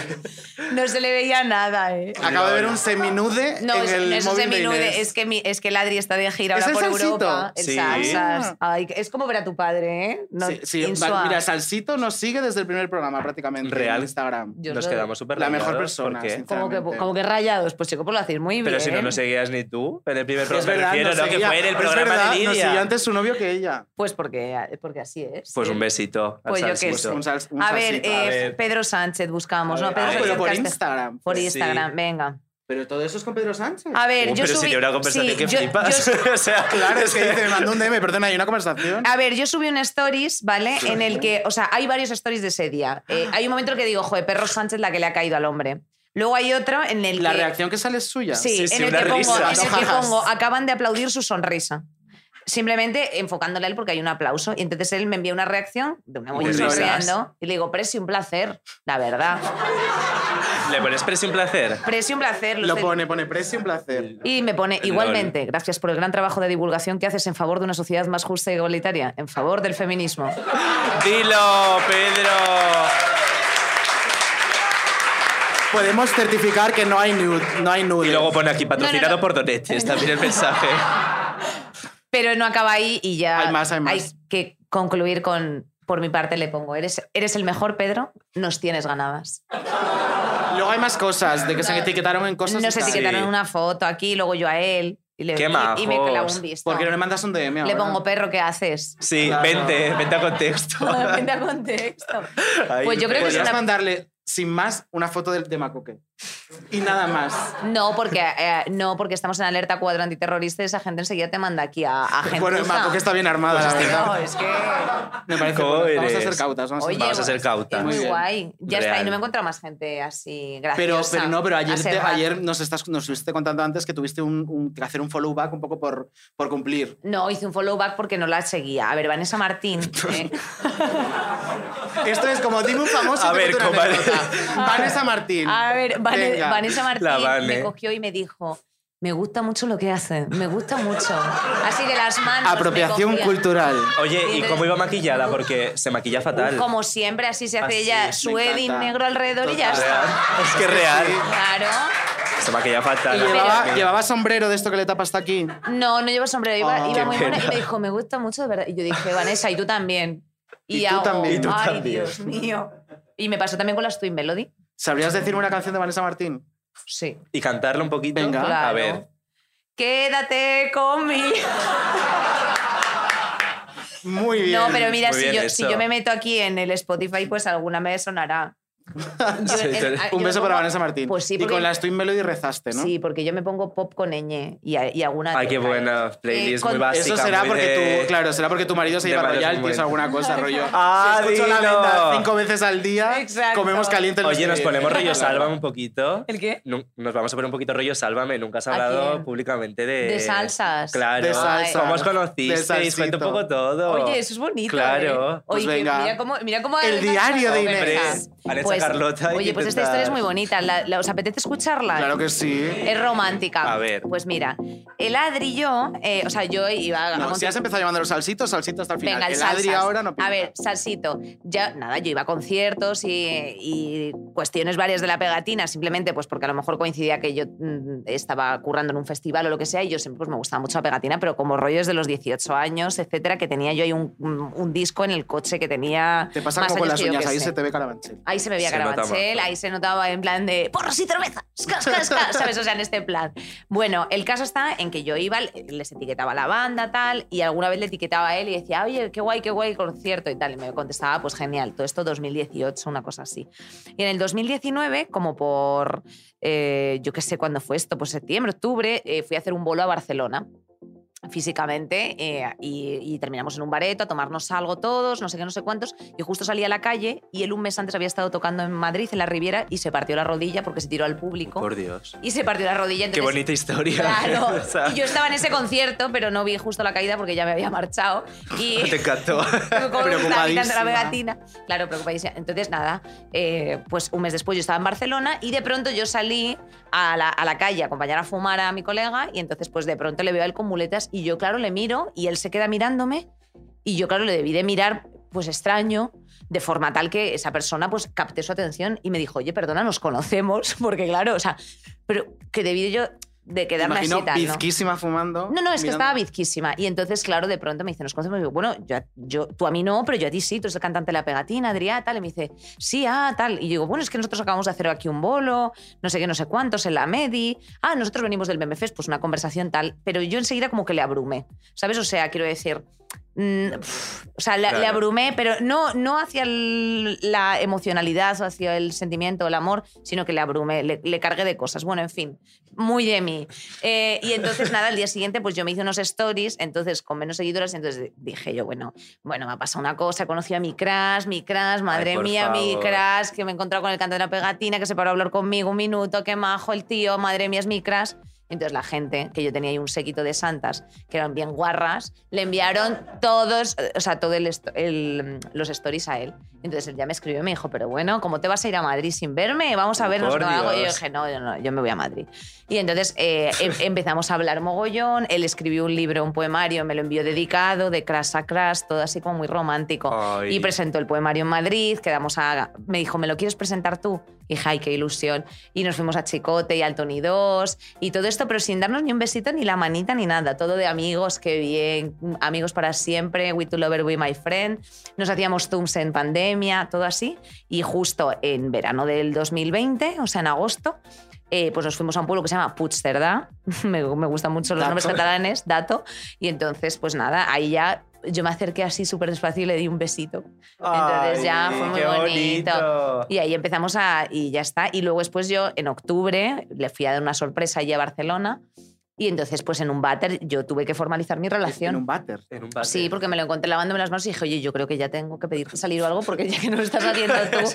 Speaker 6: No se le veía nada, ¿eh?
Speaker 4: Acabo de ver un seminude
Speaker 6: No,
Speaker 4: en
Speaker 6: es,
Speaker 4: el
Speaker 6: no es un
Speaker 4: móvil de
Speaker 6: seminude,
Speaker 4: Inés.
Speaker 6: es que, mi- es que el Adri está de gira
Speaker 4: ¿Es
Speaker 6: ahora
Speaker 4: el
Speaker 6: por
Speaker 4: salsito?
Speaker 6: Europa. El
Speaker 3: Sí.
Speaker 6: salsas. Ay, es como ver a tu padre, ¿eh? No,
Speaker 4: Sí, sí,
Speaker 6: insua.
Speaker 4: va- mira, Salsito nos sigue desde el primer programa prácticamente
Speaker 3: Real.
Speaker 4: en Instagram.
Speaker 6: Yo
Speaker 3: Nos
Speaker 6: lo-
Speaker 3: quedamos súper
Speaker 4: La mejor
Speaker 3: rayados,
Speaker 4: persona,
Speaker 3: ¿por qué?
Speaker 4: sinceramente.
Speaker 6: como que, como que rayados. Pues chico, pues lo hacéis muy bien.
Speaker 3: Pero si no nos seguías ni tú, en el primer
Speaker 4: Es
Speaker 3: programa, me
Speaker 4: verdad,
Speaker 3: refiero,
Speaker 4: nos
Speaker 3: ¿no? que
Speaker 4: seguía-
Speaker 3: fue en el
Speaker 4: es
Speaker 3: programa
Speaker 4: verdad,
Speaker 3: de
Speaker 4: nos
Speaker 3: Lidia.
Speaker 4: siguió antes su novio que ella.
Speaker 6: Pues porque, porque así es. eh,
Speaker 3: Pues un besito. al
Speaker 6: Pues yo qué
Speaker 3: salsito.
Speaker 6: sé.
Speaker 4: Un sals- un
Speaker 6: A ver,
Speaker 4: salsito.
Speaker 6: eh,
Speaker 3: A ver.
Speaker 6: Pedro Sánchez buscamos, ¿no?
Speaker 4: Ah,
Speaker 6: Pedro Sánchez
Speaker 4: pero por
Speaker 6: Castell-
Speaker 4: Instagram.
Speaker 6: pues Por
Speaker 3: Sí.
Speaker 6: Instagram, venga.
Speaker 4: Pero todo eso es con Pedro Sánchez.
Speaker 6: A ver,
Speaker 3: Uh,
Speaker 6: yo
Speaker 3: pero si
Speaker 6: subí-
Speaker 3: tiene una conversación
Speaker 6: sí,
Speaker 3: que
Speaker 6: yo-
Speaker 3: flipas.
Speaker 6: yo-
Speaker 3: o sea,
Speaker 4: Claro, es que dice, me mandó un DM, perdona, hay una conversación.
Speaker 6: A ver, yo subí un stories, ¿vale? En el que, o sea, hay varios stories de ese día. Eh, hay un momento en el que digo, joder, perro Sánchez la que le ha caído al hombre. Luego hay otro en el
Speaker 4: La
Speaker 6: que.
Speaker 4: reacción que sale es suya.
Speaker 6: Sí,
Speaker 3: Sí, sí,
Speaker 6: en, el
Speaker 3: una
Speaker 6: que pongo,
Speaker 3: risa.
Speaker 6: en el
Speaker 4: No
Speaker 6: que
Speaker 4: jajas.
Speaker 6: pongo, acaban de aplaudir su sonrisa. Simplemente enfocándole a él porque hay un aplauso. Y entonces él me envía una reacción de una mujer
Speaker 3: de risas.
Speaker 6: sonriendo. Y le digo, Presi, un placer, la verdad.
Speaker 3: ¿Le pones precio un placer?
Speaker 6: Presi, un placer. lo
Speaker 4: Lo
Speaker 6: estoy-
Speaker 4: pone, pone precio un placer.
Speaker 6: Y me pone,
Speaker 3: Lol.
Speaker 6: igualmente, gracias por el gran trabajo de divulgación que haces en favor de una sociedad más justa y igualitaria, en favor del feminismo.
Speaker 3: Dilo, Pedro.
Speaker 4: Podemos certificar que no hay nude. No hay nude.
Speaker 3: Y luego pone aquí patrocinado
Speaker 6: No, no, no.
Speaker 3: por Donetes, también el mensaje.
Speaker 6: Pero no acaba ahí y ya
Speaker 4: Hay más, hay más.
Speaker 6: que concluir con, por mi parte le pongo, eres, eres el mejor, Pedro, nos tienes ganadas.
Speaker 4: Luego hay más cosas, de que se etiquetaron en cosas.
Speaker 6: Nos
Speaker 4: y tal.
Speaker 6: etiquetaron
Speaker 3: Sí.
Speaker 6: una foto aquí, luego yo a él. Y, le,
Speaker 3: Qué
Speaker 6: y- y me
Speaker 3: majos.
Speaker 6: clavo un visto.
Speaker 4: Porque no le mandas un DM
Speaker 6: le
Speaker 4: ahora?
Speaker 6: pongo, perro, ¿qué haces?
Speaker 3: Sí,
Speaker 4: Claro.
Speaker 3: vente, vente a contexto.
Speaker 6: Vente a contexto.
Speaker 3: Ay,
Speaker 6: Pues yo creo que es
Speaker 4: Podrías
Speaker 6: una-
Speaker 4: mandarle, sin más, una foto del de Macoque. Y nada más.
Speaker 6: No, porque, eh, no, porque estamos en alerta cuadro antiterrorista y esa gente enseguida te manda aquí a, a gente.
Speaker 4: Bueno, Emma, porque está bien armada, la verdad.
Speaker 6: No, es que.
Speaker 4: Me parece
Speaker 3: ¿Cómo
Speaker 4: bueno. Vamos a
Speaker 3: eres?
Speaker 4: ser cautas. Vamos
Speaker 6: Oye, pues,
Speaker 4: a ser
Speaker 3: Vamos a ser cautas.
Speaker 6: Muy
Speaker 4: bien.
Speaker 6: guay. Ya está,
Speaker 3: Real.
Speaker 6: y no me encuentro más gente así
Speaker 4: Pero,
Speaker 6: graciosa.
Speaker 4: pero no, pero ayer,
Speaker 6: a
Speaker 4: te-
Speaker 6: ser rara.
Speaker 4: ayer nos, estás, nos estuviste contando antes que tuviste un, un- que hacer un follow back un poco por, por cumplir.
Speaker 6: No, hice un follow back porque no la seguía. A ver, Vanessa Martín. ¿eh?
Speaker 4: Esto es como dime un famoso. y
Speaker 3: A
Speaker 4: te
Speaker 3: ver,
Speaker 4: cuento una
Speaker 3: compadre.
Speaker 4: anécdota. Vanessa Martín.
Speaker 6: A ver, Vane-
Speaker 4: Venga.
Speaker 6: Vanessa Martín
Speaker 3: La Vane.
Speaker 6: me cogió y me dijo. Me gusta mucho lo que hace, me gusta mucho. Así de las manos. me
Speaker 4: Apropiación
Speaker 6: cogía.
Speaker 4: cultural.
Speaker 3: Oye, ¿y cómo iba maquillada? Porque se maquilla fatal.
Speaker 6: Como siempre, así se hace
Speaker 3: Así,
Speaker 6: ella
Speaker 3: me
Speaker 6: su Edding
Speaker 4: encanta.
Speaker 6: negro alrededor y ya
Speaker 4: Total.
Speaker 6: está.
Speaker 3: Real. Es que es real.
Speaker 6: Claro.
Speaker 3: Se maquilla fatal.
Speaker 4: Y
Speaker 3: la
Speaker 4: llevaba,
Speaker 3: verdad.
Speaker 4: llevaba sombrero de esto que le tapa hasta aquí.
Speaker 6: No, no llevo sombrero, iba,
Speaker 4: Ah.
Speaker 6: iba
Speaker 4: Qué
Speaker 6: muy buena y
Speaker 3: pena.
Speaker 6: me dijo, me gusta mucho, de verdad. Y yo dije, Vanessa, y tú también.
Speaker 4: Y tú también. Y tú
Speaker 6: ay,
Speaker 3: también.
Speaker 6: Dios mío. Y me pasó también con las Twin Melody.
Speaker 4: ¿Sabrías decirme una canción de Vanessa Martín?
Speaker 6: Sí.
Speaker 3: Y cantarla un poquito.
Speaker 4: Venga.
Speaker 3: A
Speaker 6: Claro.
Speaker 3: ver.
Speaker 6: Quédate conmigo.
Speaker 4: Muy bien.
Speaker 6: No, pero mira,
Speaker 3: Muy
Speaker 6: si
Speaker 3: bien
Speaker 6: yo,
Speaker 3: eso.
Speaker 6: si yo me meto aquí en el Spotify, pues alguna me sonará. Yo-
Speaker 3: Sí,
Speaker 6: el-
Speaker 3: te-
Speaker 6: a-
Speaker 4: Un
Speaker 6: yo
Speaker 4: beso para
Speaker 6: me pongo-
Speaker 4: Vanessa Martín.
Speaker 6: Pues sí,
Speaker 4: y
Speaker 6: porque-
Speaker 4: con las Twin Melody rezaste, ¿no?
Speaker 6: Sí, porque yo me pongo pop con ñ y, a- y alguna.
Speaker 3: Ay, qué
Speaker 6: deja,
Speaker 3: buena
Speaker 6: ¿eh?
Speaker 3: playlist,
Speaker 6: Eh,
Speaker 3: muy básica.
Speaker 4: Eso será
Speaker 3: muy
Speaker 4: porque
Speaker 3: de-
Speaker 4: tú, claro, será porque tu marido se
Speaker 3: de
Speaker 4: lleva
Speaker 3: varios
Speaker 4: royalties o
Speaker 3: momentos.
Speaker 4: alguna cosa, rollo.
Speaker 3: Ah,
Speaker 4: Si escucho la
Speaker 3: dilo.
Speaker 4: venta cinco veces al día,
Speaker 6: Exacto.
Speaker 4: comemos caliente. en los
Speaker 3: Oye, nos
Speaker 4: que-
Speaker 3: ponemos rollo sálvame un poquito.
Speaker 6: ¿El qué?
Speaker 3: Nu- Nos vamos a poner un poquito rollo sálvame. Nunca has
Speaker 6: ¿A quién?
Speaker 3: hablado públicamente de.
Speaker 6: De salsas.
Speaker 3: Eh, Claro.
Speaker 4: De salsas.
Speaker 3: ¿Cómo os
Speaker 4: De
Speaker 3: conocisteis?
Speaker 4: salsito.
Speaker 3: Cuenta un poco todo.
Speaker 6: Oye, eso es bonito.
Speaker 3: Claro.
Speaker 6: ¿eh?
Speaker 4: Pues
Speaker 6: Oye, que
Speaker 4: venga.
Speaker 6: mira cómo, mira cómo
Speaker 4: El diario de
Speaker 3: Hombre,
Speaker 4: Inés.
Speaker 3: han hecho a Carlota. hay
Speaker 6: Oye,
Speaker 3: que
Speaker 6: pues esta
Speaker 3: intentar-
Speaker 6: historia es muy bonita. La- la- ¿Os apetece escucharla?
Speaker 4: Claro que sí.
Speaker 6: Es romántica.
Speaker 3: A ver.
Speaker 6: Pues mira, el Adri y yo, eh, o sea, yo iba a
Speaker 4: No,
Speaker 6: montar-
Speaker 4: si has empezado llamando los salsitos, salsitos hasta el final.
Speaker 6: Venga, el
Speaker 4: el Adri
Speaker 6: salsas.
Speaker 4: ahora no pinta.
Speaker 6: A ver, salsito. Ya, nada, yo iba a conciertos y, y cuestiones varias de la pegatina, simplemente pues porque a lo mejor coincidía que yo mm, estaba currando en un festival o lo que sea, y yo siempre pues, me gustaba mucho la pegatina, pero como rollos de los 18 años, etcétera, que tenía yo ahí un, un- un disco en el coche que tenía.
Speaker 4: Te pasa
Speaker 6: más
Speaker 4: como con
Speaker 6: años
Speaker 4: las
Speaker 6: que yo
Speaker 4: uñas,
Speaker 6: que
Speaker 4: ahí
Speaker 6: sé.
Speaker 4: se te ve carabanchel.
Speaker 6: Ahí se me veía
Speaker 3: Se nota
Speaker 6: Carabanchel,
Speaker 3: más.
Speaker 6: ahí se notaba en plan de porros y cerveza, cas, cas, cas, ¿sabes? O sea, en este plan. Bueno, el caso está en que yo iba, les etiquetaba la banda, tal, y alguna vez le etiquetaba a él y decía, oye, qué guay, qué guay el concierto y tal. Y me contestaba, pues genial, todo esto 2018, una cosa así. Y en el 2019, como por, eh, yo qué sé cuándo fue esto, pues septiembre, octubre, eh, fui a hacer un bolo a Barcelona físicamente eh, y, y terminamos en un bareto a tomarnos algo todos, no sé qué, no sé cuántos, y justo salí a la calle y él un mes antes había estado tocando en Madrid, en la Riviera, y se partió la rodilla porque se tiró al público.
Speaker 3: Por Dios.
Speaker 6: Y se partió la rodilla.
Speaker 3: Qué
Speaker 6: entonces-
Speaker 3: bonita historia.
Speaker 6: Claro.
Speaker 3: O sea,
Speaker 6: Y yo estaba en ese concierto, pero no vi justo la caída porque ya me había marchado. Y
Speaker 3: Te encantó.
Speaker 6: con una
Speaker 4: Preocupadísima.
Speaker 6: de la pegatina. Claro, preocupadísima. Entonces, nada, eh, pues un mes después yo estaba en Barcelona y de pronto yo salí a la, a la calle a acompañar a fumar a mi colega y entonces, pues de pronto le veo a él con muletas y yo, claro, le miro y él se queda mirándome y yo, claro, le debí de mirar pues extraño, de forma tal que esa persona pues capté su atención y me dijo, oye, perdona, nos conocemos, porque claro, o sea, pero que debí yo de
Speaker 4: Te
Speaker 6: quedarme
Speaker 4: imagino
Speaker 6: así tal, ¿no?
Speaker 4: pizquísima fumando.
Speaker 6: No, no, es que
Speaker 4: mirando.
Speaker 6: estaba bizquísima. Y entonces, claro, de pronto me dice, nos conocemos. Y digo, bueno, yo, a- yo- tú a mí no, pero yo a ti sí, tú eres el cantante de la pegatina, Adrián, tal. Y me dice, sí, ah, tal. Y yo digo, bueno, es que nosotros acabamos de hacer aquí un bolo, no sé qué, no sé cuántos, en la Medi. Ah, nosotros venimos del BMFest, pues una conversación tal. Pero yo enseguida como que le abrumé, ¿sabes? O sea, quiero decir... mm, pf, o sea, le, le
Speaker 3: Claro.
Speaker 6: abrumé, pero no, no hacia el- la emocionalidad o hacia el sentimiento, el amor, sino que le abrumé, le, le cargué de cosas. Bueno, en fin, muy de mí. Eh, y entonces, nada, al día siguiente, pues yo me hice unos stories, entonces con menos seguidores, entonces dije yo, bueno, bueno, me ha pasado una cosa, he conocido a mi crush, mi crush, madre
Speaker 3: Ay, por
Speaker 6: mía, mi
Speaker 3: favor.
Speaker 6: crush, que me he encontrado con el canto de la pegatina, que se paró a hablar conmigo un minuto, que majo el tío, madre mía, es mi crush. Entonces la gente, que yo tenía ahí un séquito de santas, que eran bien guarras, le enviaron todos, eh, o sea, todos los stories a él. Entonces él ya me escribió y me dijo, pero bueno, ¿cómo te vas a ir a Madrid sin verme? Vamos a vernos.
Speaker 3: Por
Speaker 6: no hago". Y yo
Speaker 3: Dios.
Speaker 6: dije, no, yo no, yo me voy a Madrid. Y entonces eh, em- empezamos a hablar mogollón, él escribió un libro, un poemario, me lo envió dedicado, de crash a crash, todo así como muy romántico.
Speaker 3: Ay.
Speaker 6: Y presentó el poemario en Madrid, quedamos a... Me dijo, ¿me lo quieres presentar tú? Y dije, ay, qué ilusión. Y nos fuimos a Chicote y al Tony 2 y todo esto, pero sin darnos ni un besito, ni la manita, ni nada. Todo de amigos, qué bien, amigos para siempre, we to lover, we my friend. Nos hacíamos zooms en pandemia, todo así. Y justo en verano del 2020, o sea, en agosto, eh, pues nos fuimos a un pueblo que se llama Puigcerdá. me, me gustan mucho los
Speaker 4: Dato.
Speaker 6: nombres catalanes, dato. Y entonces, pues nada, ahí ya yo me acerqué así súper despacio y le di un besito.
Speaker 3: Ay,
Speaker 6: Entonces ya fue muy
Speaker 3: qué
Speaker 6: bonito.
Speaker 3: bonito.
Speaker 6: Y ahí empezamos a... Y ya está. Y luego después yo, en octubre, le fui a dar una sorpresa allí a Barcelona. Y entonces, pues en un váter, yo tuve que formalizar mi relación.
Speaker 4: En un váter.
Speaker 3: En un váter.
Speaker 6: Sí, porque me lo encontré lavándome las manos y dije, oye, yo creo que ya tengo que pedirte salir o algo porque ya que no lo estás haciendo tú.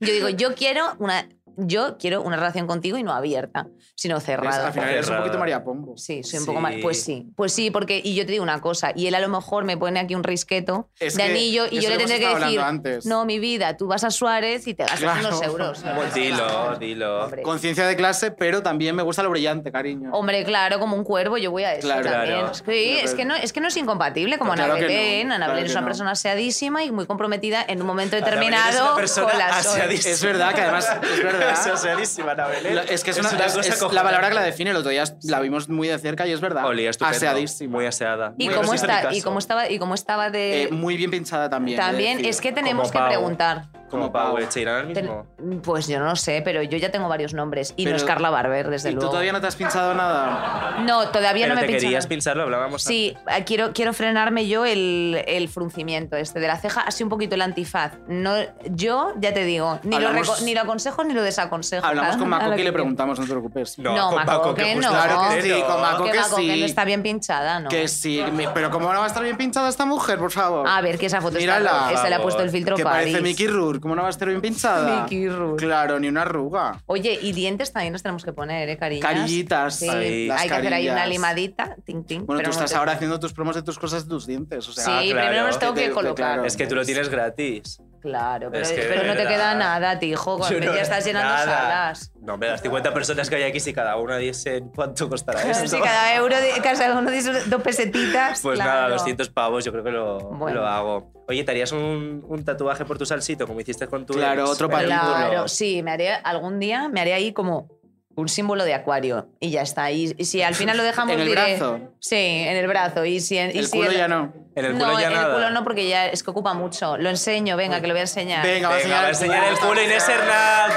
Speaker 6: Yo digo, yo quiero una, yo quiero una relación contigo y no abierta, sino
Speaker 4: ¿Ves?
Speaker 6: cerrada.
Speaker 4: Al final eres un
Speaker 3: Cerrada.
Speaker 4: poquito María Pombo.
Speaker 6: Sí, soy un
Speaker 3: Sí.
Speaker 6: poco más. Pues sí, pues sí, porque. Y yo te digo una cosa, y él a lo mejor me pone aquí un risqueto
Speaker 4: Es
Speaker 6: de
Speaker 4: que
Speaker 6: anillo
Speaker 4: eso
Speaker 6: y
Speaker 4: lo
Speaker 6: yo le
Speaker 4: hemos
Speaker 6: tendré que
Speaker 4: estado
Speaker 6: decir:
Speaker 4: hablando antes.
Speaker 6: No, mi vida, tú vas a Suárez y te gastas
Speaker 4: Claro.
Speaker 6: unos euros.
Speaker 3: Pues dilo, dilo.
Speaker 6: Hombre.
Speaker 4: Conciencia de clase, pero también me gusta lo brillante, cariño.
Speaker 6: Hombre, claro, como un cuervo, yo voy a eso
Speaker 4: Claro,
Speaker 6: también.
Speaker 4: claro.
Speaker 6: Sí, es que, no, es que no es incompatible, como
Speaker 4: Claro
Speaker 6: Ana
Speaker 4: que no,
Speaker 6: Belén. Ana
Speaker 4: claro
Speaker 6: Belén es
Speaker 4: que
Speaker 6: una
Speaker 4: no.
Speaker 6: persona aseadísima y muy comprometida en un momento
Speaker 3: Ana Belén es
Speaker 6: determinado
Speaker 3: una persona
Speaker 6: con la
Speaker 3: aseadísima.
Speaker 4: Es verdad que además, es verdad.
Speaker 3: Es aseadísima, Ana Belén.
Speaker 4: La- Es que es, una- es- es la palabra que la define, el otro día la vimos muy de cerca y es verdad.
Speaker 3: Olía estupendo.
Speaker 4: Aseadísima.
Speaker 3: Muy aseada.
Speaker 6: ¿Y
Speaker 3: Muy
Speaker 6: cómo,
Speaker 3: graciosa
Speaker 6: está,
Speaker 3: mi
Speaker 6: y,
Speaker 3: caso.
Speaker 6: cómo estaba, ¿Y cómo estaba de...?
Speaker 4: Eh, muy bien pinchada también. he de
Speaker 6: también,
Speaker 4: decir.
Speaker 6: es que tenemos
Speaker 3: Como
Speaker 6: que
Speaker 3: pavo.
Speaker 6: preguntar.
Speaker 3: Como
Speaker 4: Como
Speaker 3: Pau,
Speaker 4: Pau.
Speaker 3: ¿se irán al
Speaker 6: Ten-
Speaker 3: mismo?
Speaker 6: Pues yo no lo sé, pero yo ya tengo varios nombres. Y
Speaker 4: Pero-
Speaker 6: no es Carla Barber, desde
Speaker 4: ¿Y tú
Speaker 6: luego.
Speaker 4: todavía no te has pinchado nada?
Speaker 6: No, todavía
Speaker 3: Pero
Speaker 6: no
Speaker 3: te
Speaker 6: me he pinchado
Speaker 3: querías
Speaker 6: nada.
Speaker 3: pincharlo, hablábamos
Speaker 6: Sí, eh, quiero, quiero frenarme yo el, el fruncimiento este de la ceja, así un poquito el antifaz. No, yo ya te digo, ni,
Speaker 4: Hablamos-
Speaker 6: lo, reco- ni lo aconsejo ni lo desaconsejo.
Speaker 4: Hablamos
Speaker 6: Cada
Speaker 4: con
Speaker 6: uno a lo
Speaker 4: Macoque
Speaker 6: que
Speaker 4: y le
Speaker 6: quiera.
Speaker 4: preguntamos, no te preocupes.
Speaker 3: No,
Speaker 6: No,
Speaker 3: con Paco,
Speaker 6: Maco,
Speaker 3: que
Speaker 6: que
Speaker 3: justo
Speaker 6: no.
Speaker 4: Claro que sí, con Maco
Speaker 6: Que
Speaker 4: que
Speaker 6: Maco, que no
Speaker 4: sí.
Speaker 6: está bien pinchada, ¿no?
Speaker 4: Que sí, mi- pero ¿cómo no va a estar bien pinchada esta mujer, por favor?
Speaker 6: A ver, que esa foto
Speaker 4: Mírala,
Speaker 6: está... Esa le ha
Speaker 3: por
Speaker 6: puesto el filtro
Speaker 4: que
Speaker 6: París.
Speaker 4: parece Mickey Rourke, ¿cómo no va a estar bien pinchada?
Speaker 6: Mickey Rourke.
Speaker 4: Claro, ni una arruga.
Speaker 6: Oye, y dientes también nos tenemos que poner, ¿eh, cariñas?
Speaker 4: Carillitas.
Speaker 6: Sí,
Speaker 3: Ahí.
Speaker 4: las
Speaker 6: hay que hacer ahí
Speaker 4: carillas.
Speaker 6: una limadita, ting, ting.
Speaker 4: Bueno, tú
Speaker 6: pero no
Speaker 4: estás
Speaker 6: te-
Speaker 4: ahora haciendo tus promos de tus cosas de tus dientes. O sea,
Speaker 6: Sí,
Speaker 3: Ah, claro.
Speaker 6: primero los tengo
Speaker 4: Que
Speaker 6: que
Speaker 4: te-
Speaker 6: colocar.
Speaker 4: claro.
Speaker 3: Es que tú lo tienes gratis.
Speaker 6: Claro, pero,
Speaker 3: Es que,
Speaker 6: pero no te
Speaker 3: ¿verdad?
Speaker 6: queda nada, tijo. Con
Speaker 3: Yo no-
Speaker 6: ya estás llenando
Speaker 3: nada.
Speaker 6: salas.
Speaker 3: No, hombre, las 50 personas que hay aquí, si cada una dice cuánto costará esto.
Speaker 6: Si cada euro, de- cada uno dice dos pesetitas.
Speaker 3: Pues
Speaker 6: claro.
Speaker 3: nada, 200 pavos, yo creo que lo,
Speaker 6: Bueno.
Speaker 3: lo hago. Oye, ¿te harías un, un tatuaje por tu salsito, como hiciste con tu
Speaker 4: Claro,
Speaker 3: ex?
Speaker 4: otro
Speaker 3: Pero
Speaker 6: Claro,
Speaker 3: duro.
Speaker 6: sí, me haré algún día, me haré ahí como un símbolo de acuario y ya está. Y, y si al final lo dejamos
Speaker 4: ¿En el
Speaker 6: diré-
Speaker 4: brazo?
Speaker 6: Sí, en el brazo. Y si en- y
Speaker 4: El
Speaker 6: si
Speaker 4: culo
Speaker 6: en-
Speaker 4: ya no.
Speaker 3: En el culo
Speaker 6: no,
Speaker 3: ya
Speaker 6: en
Speaker 3: nada.
Speaker 6: el culo no, porque ya es que ocupa mucho. Lo enseño, venga, que lo voy a enseñar.
Speaker 4: Venga, va a
Speaker 3: Venga, va a enseñar el culo Inés Hernán.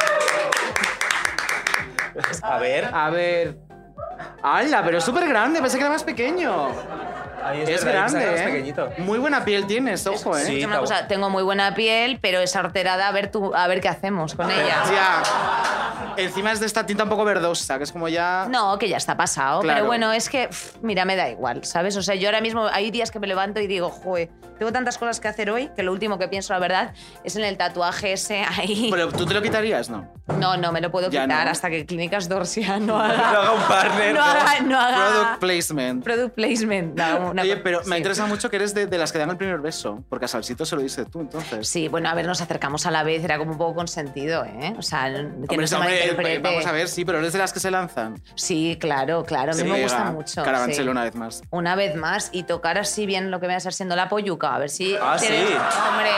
Speaker 3: A ver.
Speaker 4: A ver. ¡Hala! Pero es súper grande, pensé que era más pequeño.
Speaker 3: Ahí
Speaker 4: Es,
Speaker 3: verdad,
Speaker 4: grande,
Speaker 3: Es
Speaker 4: ¿eh?
Speaker 3: pequeñito.
Speaker 4: Muy buena piel tienes, ojo,
Speaker 3: Sí,
Speaker 4: ¿eh?
Speaker 6: Escúchame
Speaker 3: está
Speaker 6: una cosa,
Speaker 3: guapo.
Speaker 6: tengo muy buena piel, pero esa horterada, a ver, tú, a ver qué hacemos con ella.
Speaker 4: Ya. Encima es de esta tinta un poco verdosa, que es como ya.
Speaker 6: No, que ya está pasado.
Speaker 4: Claro.
Speaker 6: Pero bueno, es que, pf, mira, me da igual, ¿sabes? O sea, yo ahora mismo hay días que me levanto y digo, joder, tengo tantas cosas que hacer hoy que lo último que pienso, la verdad, es en el tatuaje ese ahí.
Speaker 4: Pero tú te lo quitarías, ¿no?
Speaker 6: no, no, me lo puedo
Speaker 4: Ya
Speaker 6: quitar
Speaker 4: no.
Speaker 6: hasta que Clínicas Dorsia no
Speaker 3: No
Speaker 6: haga.
Speaker 3: haga un partner.
Speaker 6: No haga. No haga
Speaker 4: Product placement.
Speaker 6: product placement. no, una
Speaker 4: Oye,
Speaker 6: cosa-
Speaker 4: pero me
Speaker 6: sí.
Speaker 4: interesa mucho que eres de, de las que dan el primer beso, porque a Salsito se lo dices tú, entonces.
Speaker 6: Sí, bueno, a ver, nos acercamos a la vez, era como un poco consentido, ¿eh? O sea, que
Speaker 4: Hombre,
Speaker 6: no se
Speaker 4: hombre, eh,
Speaker 6: malinterprete.
Speaker 4: vamos a ver, sí, pero eres de las que se lanzan.
Speaker 6: Sí, claro, claro, a mí
Speaker 4: Sí,
Speaker 6: me gusta
Speaker 4: venga,
Speaker 6: mucho.
Speaker 4: Carabanchel
Speaker 6: sí.
Speaker 4: una vez más.
Speaker 6: Una vez más y tocar así bien lo que va a estar siendo la polluca. A ver si.
Speaker 3: Ah,
Speaker 6: tiene-
Speaker 3: sí.
Speaker 6: Hombre,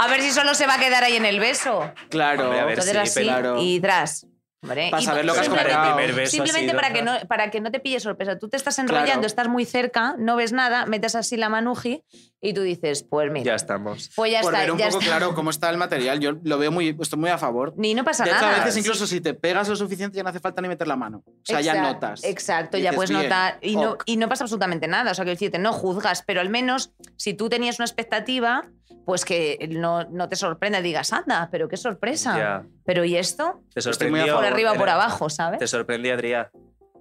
Speaker 6: a ver si solo se va a quedar ahí en el beso.
Speaker 4: Claro.
Speaker 3: Hombre, a ver,
Speaker 6: Entonces
Speaker 3: sí,
Speaker 6: así
Speaker 4: claro.
Speaker 6: y tras. Hombre,
Speaker 4: Para
Speaker 6: y
Speaker 4: saber lo que has
Speaker 6: simplemente-
Speaker 4: comprado.
Speaker 3: El primer beso ha
Speaker 6: Simplemente
Speaker 3: sido,
Speaker 6: para, que
Speaker 3: claro.
Speaker 6: no, para que no te pille sorpresa. Tú te estás
Speaker 4: Claro.
Speaker 6: enrollando, estás muy cerca, no ves nada, metes así la manuji y tú dices, pues mira,
Speaker 3: Ya estamos.
Speaker 6: pues ya
Speaker 4: Por
Speaker 6: está.
Speaker 4: ver un
Speaker 6: ya
Speaker 4: poco
Speaker 6: está.
Speaker 4: claro cómo está el material, yo lo veo muy, estoy muy a favor.
Speaker 6: Ni no pasa
Speaker 4: de hecho,
Speaker 6: nada.
Speaker 4: a veces
Speaker 3: Sí.
Speaker 4: incluso si te pegas lo suficiente ya no hace falta ni meter la mano. O sea, ya
Speaker 6: Exacto,
Speaker 4: notas.
Speaker 6: Exacto,
Speaker 4: Y
Speaker 6: ya
Speaker 4: dices,
Speaker 6: puedes
Speaker 4: "Bien,
Speaker 6: notar. Y no,
Speaker 4: ok".
Speaker 6: y no pasa absolutamente nada. O sea, que decirte, no juzgas, pero al menos si tú tenías una expectativa, pues que no, no te sorprenda y digas, anda, pero qué sorpresa.
Speaker 3: Ya.
Speaker 6: Pero ¿y esto?
Speaker 3: Te
Speaker 4: Estoy muy a Pues
Speaker 3: sorprendió.
Speaker 6: Por arriba o por
Speaker 3: Elena?
Speaker 6: abajo, ¿eh? ¿sabes?
Speaker 3: Te sorprendió, Adrián.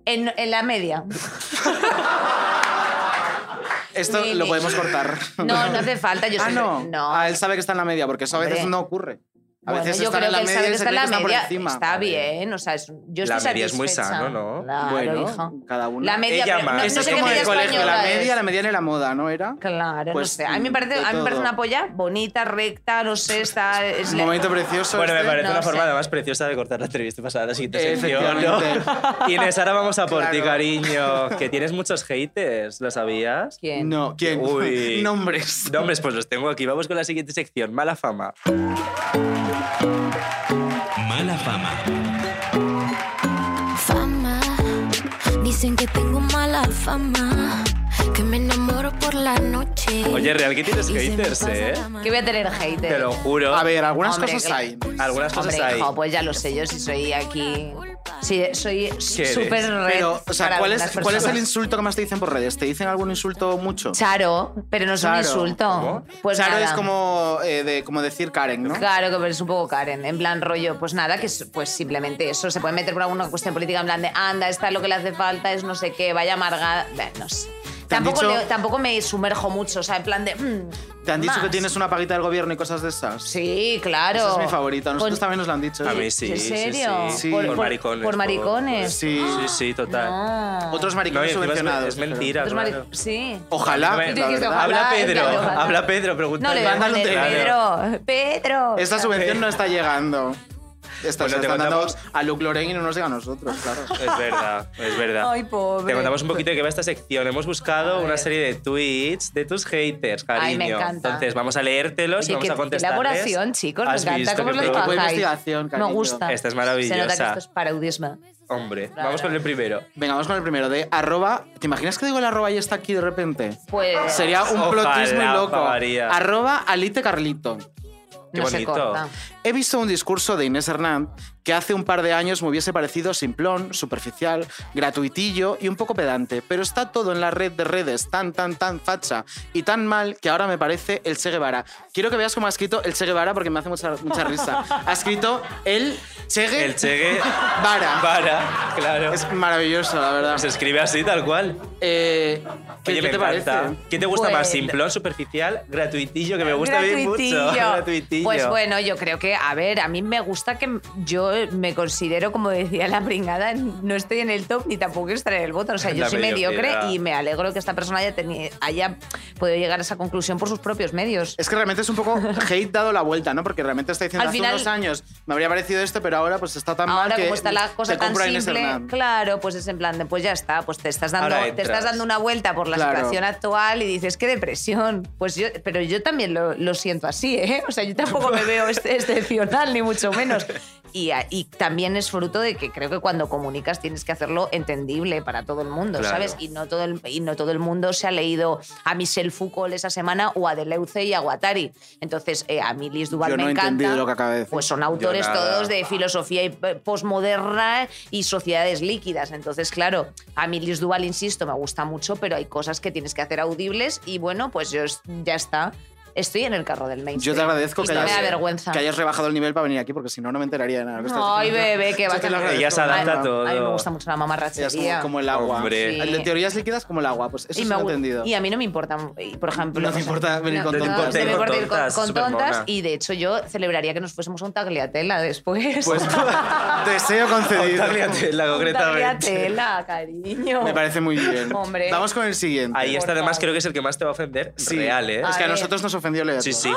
Speaker 6: En, en la media.
Speaker 4: Esto
Speaker 6: Ni-
Speaker 4: lo
Speaker 6: ni-
Speaker 4: podemos cortar.
Speaker 6: No, no hace falta. Yo
Speaker 4: ah,
Speaker 6: siempre-
Speaker 4: no. Ah, él sabe que está en la media, porque eso a veces
Speaker 6: Hombre.
Speaker 4: no ocurre. A
Speaker 6: Bueno,
Speaker 4: veces
Speaker 6: yo
Speaker 4: están
Speaker 6: creo
Speaker 4: en la
Speaker 6: que él sabe
Speaker 4: media
Speaker 6: que
Speaker 4: y se
Speaker 6: está
Speaker 4: cree
Speaker 6: en la
Speaker 4: que están por
Speaker 6: media.
Speaker 4: encima.
Speaker 6: Está bien, o sea, es- yo
Speaker 3: La
Speaker 6: estoy
Speaker 3: media es muy
Speaker 6: satisfecha.
Speaker 3: sano, ¿no?
Speaker 6: Claro,
Speaker 4: Bueno,
Speaker 6: hija.
Speaker 4: cada uno.
Speaker 6: La media,
Speaker 3: Ella
Speaker 6: pero no,
Speaker 3: más.
Speaker 6: no
Speaker 4: Eso
Speaker 3: Esto
Speaker 4: es
Speaker 6: sé qué
Speaker 4: como en
Speaker 6: media
Speaker 4: el colegio, la
Speaker 6: española es.
Speaker 4: media, la media era la moda, ¿no era?
Speaker 6: Claro,
Speaker 4: Pues,
Speaker 6: no sé. A mí me
Speaker 4: mm,
Speaker 6: parece,
Speaker 4: de
Speaker 6: a mí me parece
Speaker 4: todo.
Speaker 6: una polla bonita, recta, no sé, está. es-
Speaker 4: Un momento precioso.
Speaker 3: Bueno, me
Speaker 4: este.
Speaker 3: parece
Speaker 6: no
Speaker 3: una forma
Speaker 6: sé.
Speaker 3: además preciosa de cortar la entrevista y pasar a la siguiente sección. ¿no?
Speaker 4: Efectivamente.
Speaker 3: Inés, ahora vamos a por ti,
Speaker 4: Claro.
Speaker 3: cariño. Que tienes muchos haters, ¿lo sabías?
Speaker 6: ¿Quién?
Speaker 4: No, ¿quién?
Speaker 3: Uy.
Speaker 4: Nombres.
Speaker 3: Nombres, pues los tengo aquí. Vamos con la siguiente sección. Mala fama.
Speaker 2: Mala fama.
Speaker 16: Fama, dicen que tengo mala fama. que me enamoro por la noche.
Speaker 3: Oye, Real, que tienes haters, ¿eh?
Speaker 6: Que voy a tener haters.
Speaker 3: Te lo juro.
Speaker 4: A ver, algunas
Speaker 6: Hombre,
Speaker 4: cosas
Speaker 6: que-
Speaker 4: hay.
Speaker 3: Algunas cosas
Speaker 6: Hombre,
Speaker 3: hay.
Speaker 6: hijo, pues ya lo sé yo si soy aquí. Sí, soy
Speaker 3: eres?
Speaker 6: súper red.
Speaker 4: Pero, o sea,
Speaker 6: para
Speaker 4: ¿cuál es,
Speaker 6: algunas
Speaker 4: ¿cuál es el
Speaker 6: personas.
Speaker 4: insulto que más te dicen por redes? ¿Te dicen algún insulto mucho?
Speaker 6: Charo, pero no es un
Speaker 4: Charo.
Speaker 6: insulto.
Speaker 4: ¿Cómo?
Speaker 6: Pues
Speaker 4: Charo
Speaker 6: nada.
Speaker 4: es como, eh, de, como decir Karen, ¿no?
Speaker 6: Claro, que pero es un poco Karen. En plan, rollo, pues nada, que es- pues simplemente eso. Se puede meter por alguna cuestión política en plan de, anda, esta es lo que le hace falta, es no sé qué, vaya amargada. Bueno, No sé.
Speaker 4: ¿Te han
Speaker 6: Tampoco,
Speaker 4: dicho-
Speaker 6: leo- tampoco me sumerjo mucho, o sea, en plan de. mm,
Speaker 4: ¿Te han dicho
Speaker 6: más.
Speaker 4: que tienes una paguita del gobierno y cosas de esas?
Speaker 6: Sí, claro.
Speaker 4: Esa es mi favorita. A Nosotros
Speaker 6: Con-
Speaker 4: también nos lo han dicho.
Speaker 3: A mí sí.
Speaker 6: ¿En
Speaker 3: sí,
Speaker 6: serio?
Speaker 3: Sí,
Speaker 4: Sí.
Speaker 3: Por,
Speaker 4: Por- por-
Speaker 3: maricones.
Speaker 6: por maricones.
Speaker 3: Sí, sí, sí, total.
Speaker 6: No.
Speaker 3: No, y
Speaker 4: Otros maricones
Speaker 3: encima es-
Speaker 4: subvencionados.
Speaker 3: Es mentira.
Speaker 6: Otros
Speaker 3: claro.
Speaker 6: mari- Sí.
Speaker 4: Ojalá.
Speaker 3: No me-
Speaker 6: Tú dijiste, ojalá,
Speaker 3: Habla Pedro,
Speaker 6: claro, ojalá.
Speaker 3: habla Pedro, pregunta.
Speaker 6: No le voy a poner Pedro. Pedro.
Speaker 4: Esta subvención no está llegando. Esta,
Speaker 3: Bueno,
Speaker 4: se la
Speaker 3: te
Speaker 4: están dando
Speaker 3: mandamos-
Speaker 4: a Luke Lorraine y no nos llega a nosotros, claro.
Speaker 3: Es verdad, es verdad.
Speaker 6: Ay, pobre.
Speaker 3: Te contamos un poquito de qué va esta sección. Hemos buscado una serie de tweets de tus haters, cariño.
Speaker 6: Ay, me encanta.
Speaker 3: Entonces, vamos a leértelos
Speaker 6: Oye,
Speaker 3: y vamos
Speaker 6: qué-
Speaker 3: a
Speaker 6: qué
Speaker 3: contestarles.
Speaker 6: elaboración, chicos, me
Speaker 3: ¿Has
Speaker 6: encanta
Speaker 3: visto
Speaker 6: cómo
Speaker 3: qué
Speaker 6: lo
Speaker 3: pro-
Speaker 6: trabajáis.
Speaker 4: investigación,
Speaker 6: Me
Speaker 4: cariño.
Speaker 3: Esta
Speaker 6: gusta.
Speaker 3: es
Speaker 6: Se nota que
Speaker 3: maravillosa.
Speaker 6: esto es paraudismo.
Speaker 3: Hombre, vamos con el primero.
Speaker 4: Venga, vamos con el primero de arroba. ¿Te imaginas que digo el arroba y está aquí de repente?
Speaker 6: Pues.
Speaker 4: Sería un
Speaker 3: Ojalá,
Speaker 4: plotismo loco.
Speaker 3: pavaría.
Speaker 4: Arroba Alite Carlito.
Speaker 3: Qué
Speaker 6: no se
Speaker 3: bonito.
Speaker 6: corta.
Speaker 4: He visto un discurso de Inés Hernández que hace un par de años me hubiese parecido simplón, superficial, gratuitillo y un poco pedante, pero está todo en la red de redes tan, tan, tan facha y tan mal que ahora me parece el Che Guevara. Quiero que veas cómo ha escrito el Che Guevara porque me hace mucha, mucha risa. Ha escrito el Che Gue-
Speaker 3: El Chegue
Speaker 4: Vara.
Speaker 3: para, claro.
Speaker 4: Es maravilloso, la verdad.
Speaker 3: Se escribe así, tal cual.
Speaker 4: Eh, ¿Qué,
Speaker 3: Oye,
Speaker 4: qué
Speaker 3: me
Speaker 4: te
Speaker 3: encanta.
Speaker 4: parece?
Speaker 3: ¿Qué te gusta más?
Speaker 6: Bueno.
Speaker 3: ¿Simplón, superficial, gratuitillo? Que me gusta a mí mucho. Gratuitillo.
Speaker 6: Pues bueno, yo creo que, a ver, a mí me gusta que yo me considero, como decía la pringada, no estoy en el top ni tampoco estaré en el botón. O sea, yo
Speaker 3: La
Speaker 6: soy mediocre
Speaker 3: mediocridad.
Speaker 6: y me alegro que esta persona haya, teni- haya podido llegar a esa conclusión por sus propios medios.
Speaker 4: Es que realmente es un poco hate dado la vuelta, ¿no? Porque realmente está diciendo
Speaker 6: Al
Speaker 4: hace
Speaker 6: final-
Speaker 4: unos años me habría parecido esto, pero ahora pues está tan mal
Speaker 6: Ahora,
Speaker 4: que
Speaker 6: como está la cosa
Speaker 4: te
Speaker 6: tan
Speaker 4: compro a Inés
Speaker 6: simple,
Speaker 4: Hernández.
Speaker 6: claro, pues es en plan de, pues ya está, pues te estás dando,
Speaker 3: Ahora
Speaker 6: te
Speaker 3: entras.
Speaker 6: estás dando una vuelta por la
Speaker 4: Claro.
Speaker 6: situación actual y dices, qué depresión. Pues yo, pero yo también lo, lo siento así, ¿eh? O sea, yo tampoco me veo ex- excepcional, ni mucho menos. Y, a- y también es fruto de que creo que cuando comunicas tienes que hacerlo entendible para todo el mundo,
Speaker 3: Claro.
Speaker 6: ¿sabes? Y no, todo el, y no todo el mundo se ha leído a Michel Foucault esa semana o a Deleuze y a Guattari. Entonces, eh, a mí Liz Duval
Speaker 4: Yo
Speaker 6: me
Speaker 4: no he
Speaker 6: encanta.
Speaker 4: entendido lo que acaba de decir.
Speaker 6: Pues son autores
Speaker 3: nada.
Speaker 6: todos de filosofía y eh, posmoderna y sociedades líquidas. Entonces, claro, a mí Liz Duval, insisto, me gusta mucho, pero hay cosas que tienes que hacer audibles y bueno, pues yo es- ya está. Estoy en el carro del
Speaker 4: Yo
Speaker 6: mainstream.
Speaker 4: te agradezco
Speaker 6: Y
Speaker 4: que
Speaker 6: no
Speaker 4: hayas,
Speaker 6: me da vergüenza.
Speaker 4: que hayas rebajado el nivel para venir aquí, porque si no, no me enteraría de nada. de lo que estás
Speaker 6: Ay,
Speaker 4: diciendo.
Speaker 6: bebé, que
Speaker 4: Yo
Speaker 6: va
Speaker 4: te lo
Speaker 6: a
Speaker 4: agradezco.
Speaker 3: Ella se adapta
Speaker 4: Ay,
Speaker 3: a
Speaker 4: no.
Speaker 3: todo.
Speaker 6: A mí me gusta mucho la mamarrachería.
Speaker 4: Ella es como, como el agua.
Speaker 3: Hombre.
Speaker 6: Sí.
Speaker 4: De teorías líquidas como el agua, pues eso
Speaker 6: y,
Speaker 4: sí
Speaker 6: me
Speaker 4: lo he
Speaker 6: gu-
Speaker 4: entendido.
Speaker 6: y a mí no me importa, y, por ejemplo.
Speaker 4: No te
Speaker 6: o sea,
Speaker 4: importa venir con
Speaker 6: no,
Speaker 4: tontas.
Speaker 6: no me
Speaker 3: Con
Speaker 6: importa ir con,
Speaker 3: tontas,
Speaker 6: con
Speaker 3: supermona.
Speaker 6: tontas. Y de hecho, yo celebraría que nos fuésemos a un tagliatela después.
Speaker 4: Pues deseo concedido.
Speaker 3: la concretamente.
Speaker 6: tagliatela, cariño.
Speaker 4: Me parece muy bien.
Speaker 6: Hombre.
Speaker 4: Vamos con el siguiente.
Speaker 3: Ahí está,
Speaker 6: Por
Speaker 3: además,
Speaker 6: favor.
Speaker 3: creo que es el que más te va a ofender.
Speaker 4: Sí.
Speaker 3: Real, ¿eh?
Speaker 6: Pues Ah,
Speaker 4: Es que a
Speaker 6: ver.
Speaker 4: nosotros nos ofendió ¡Ah! leerlo.
Speaker 3: Sí, sí.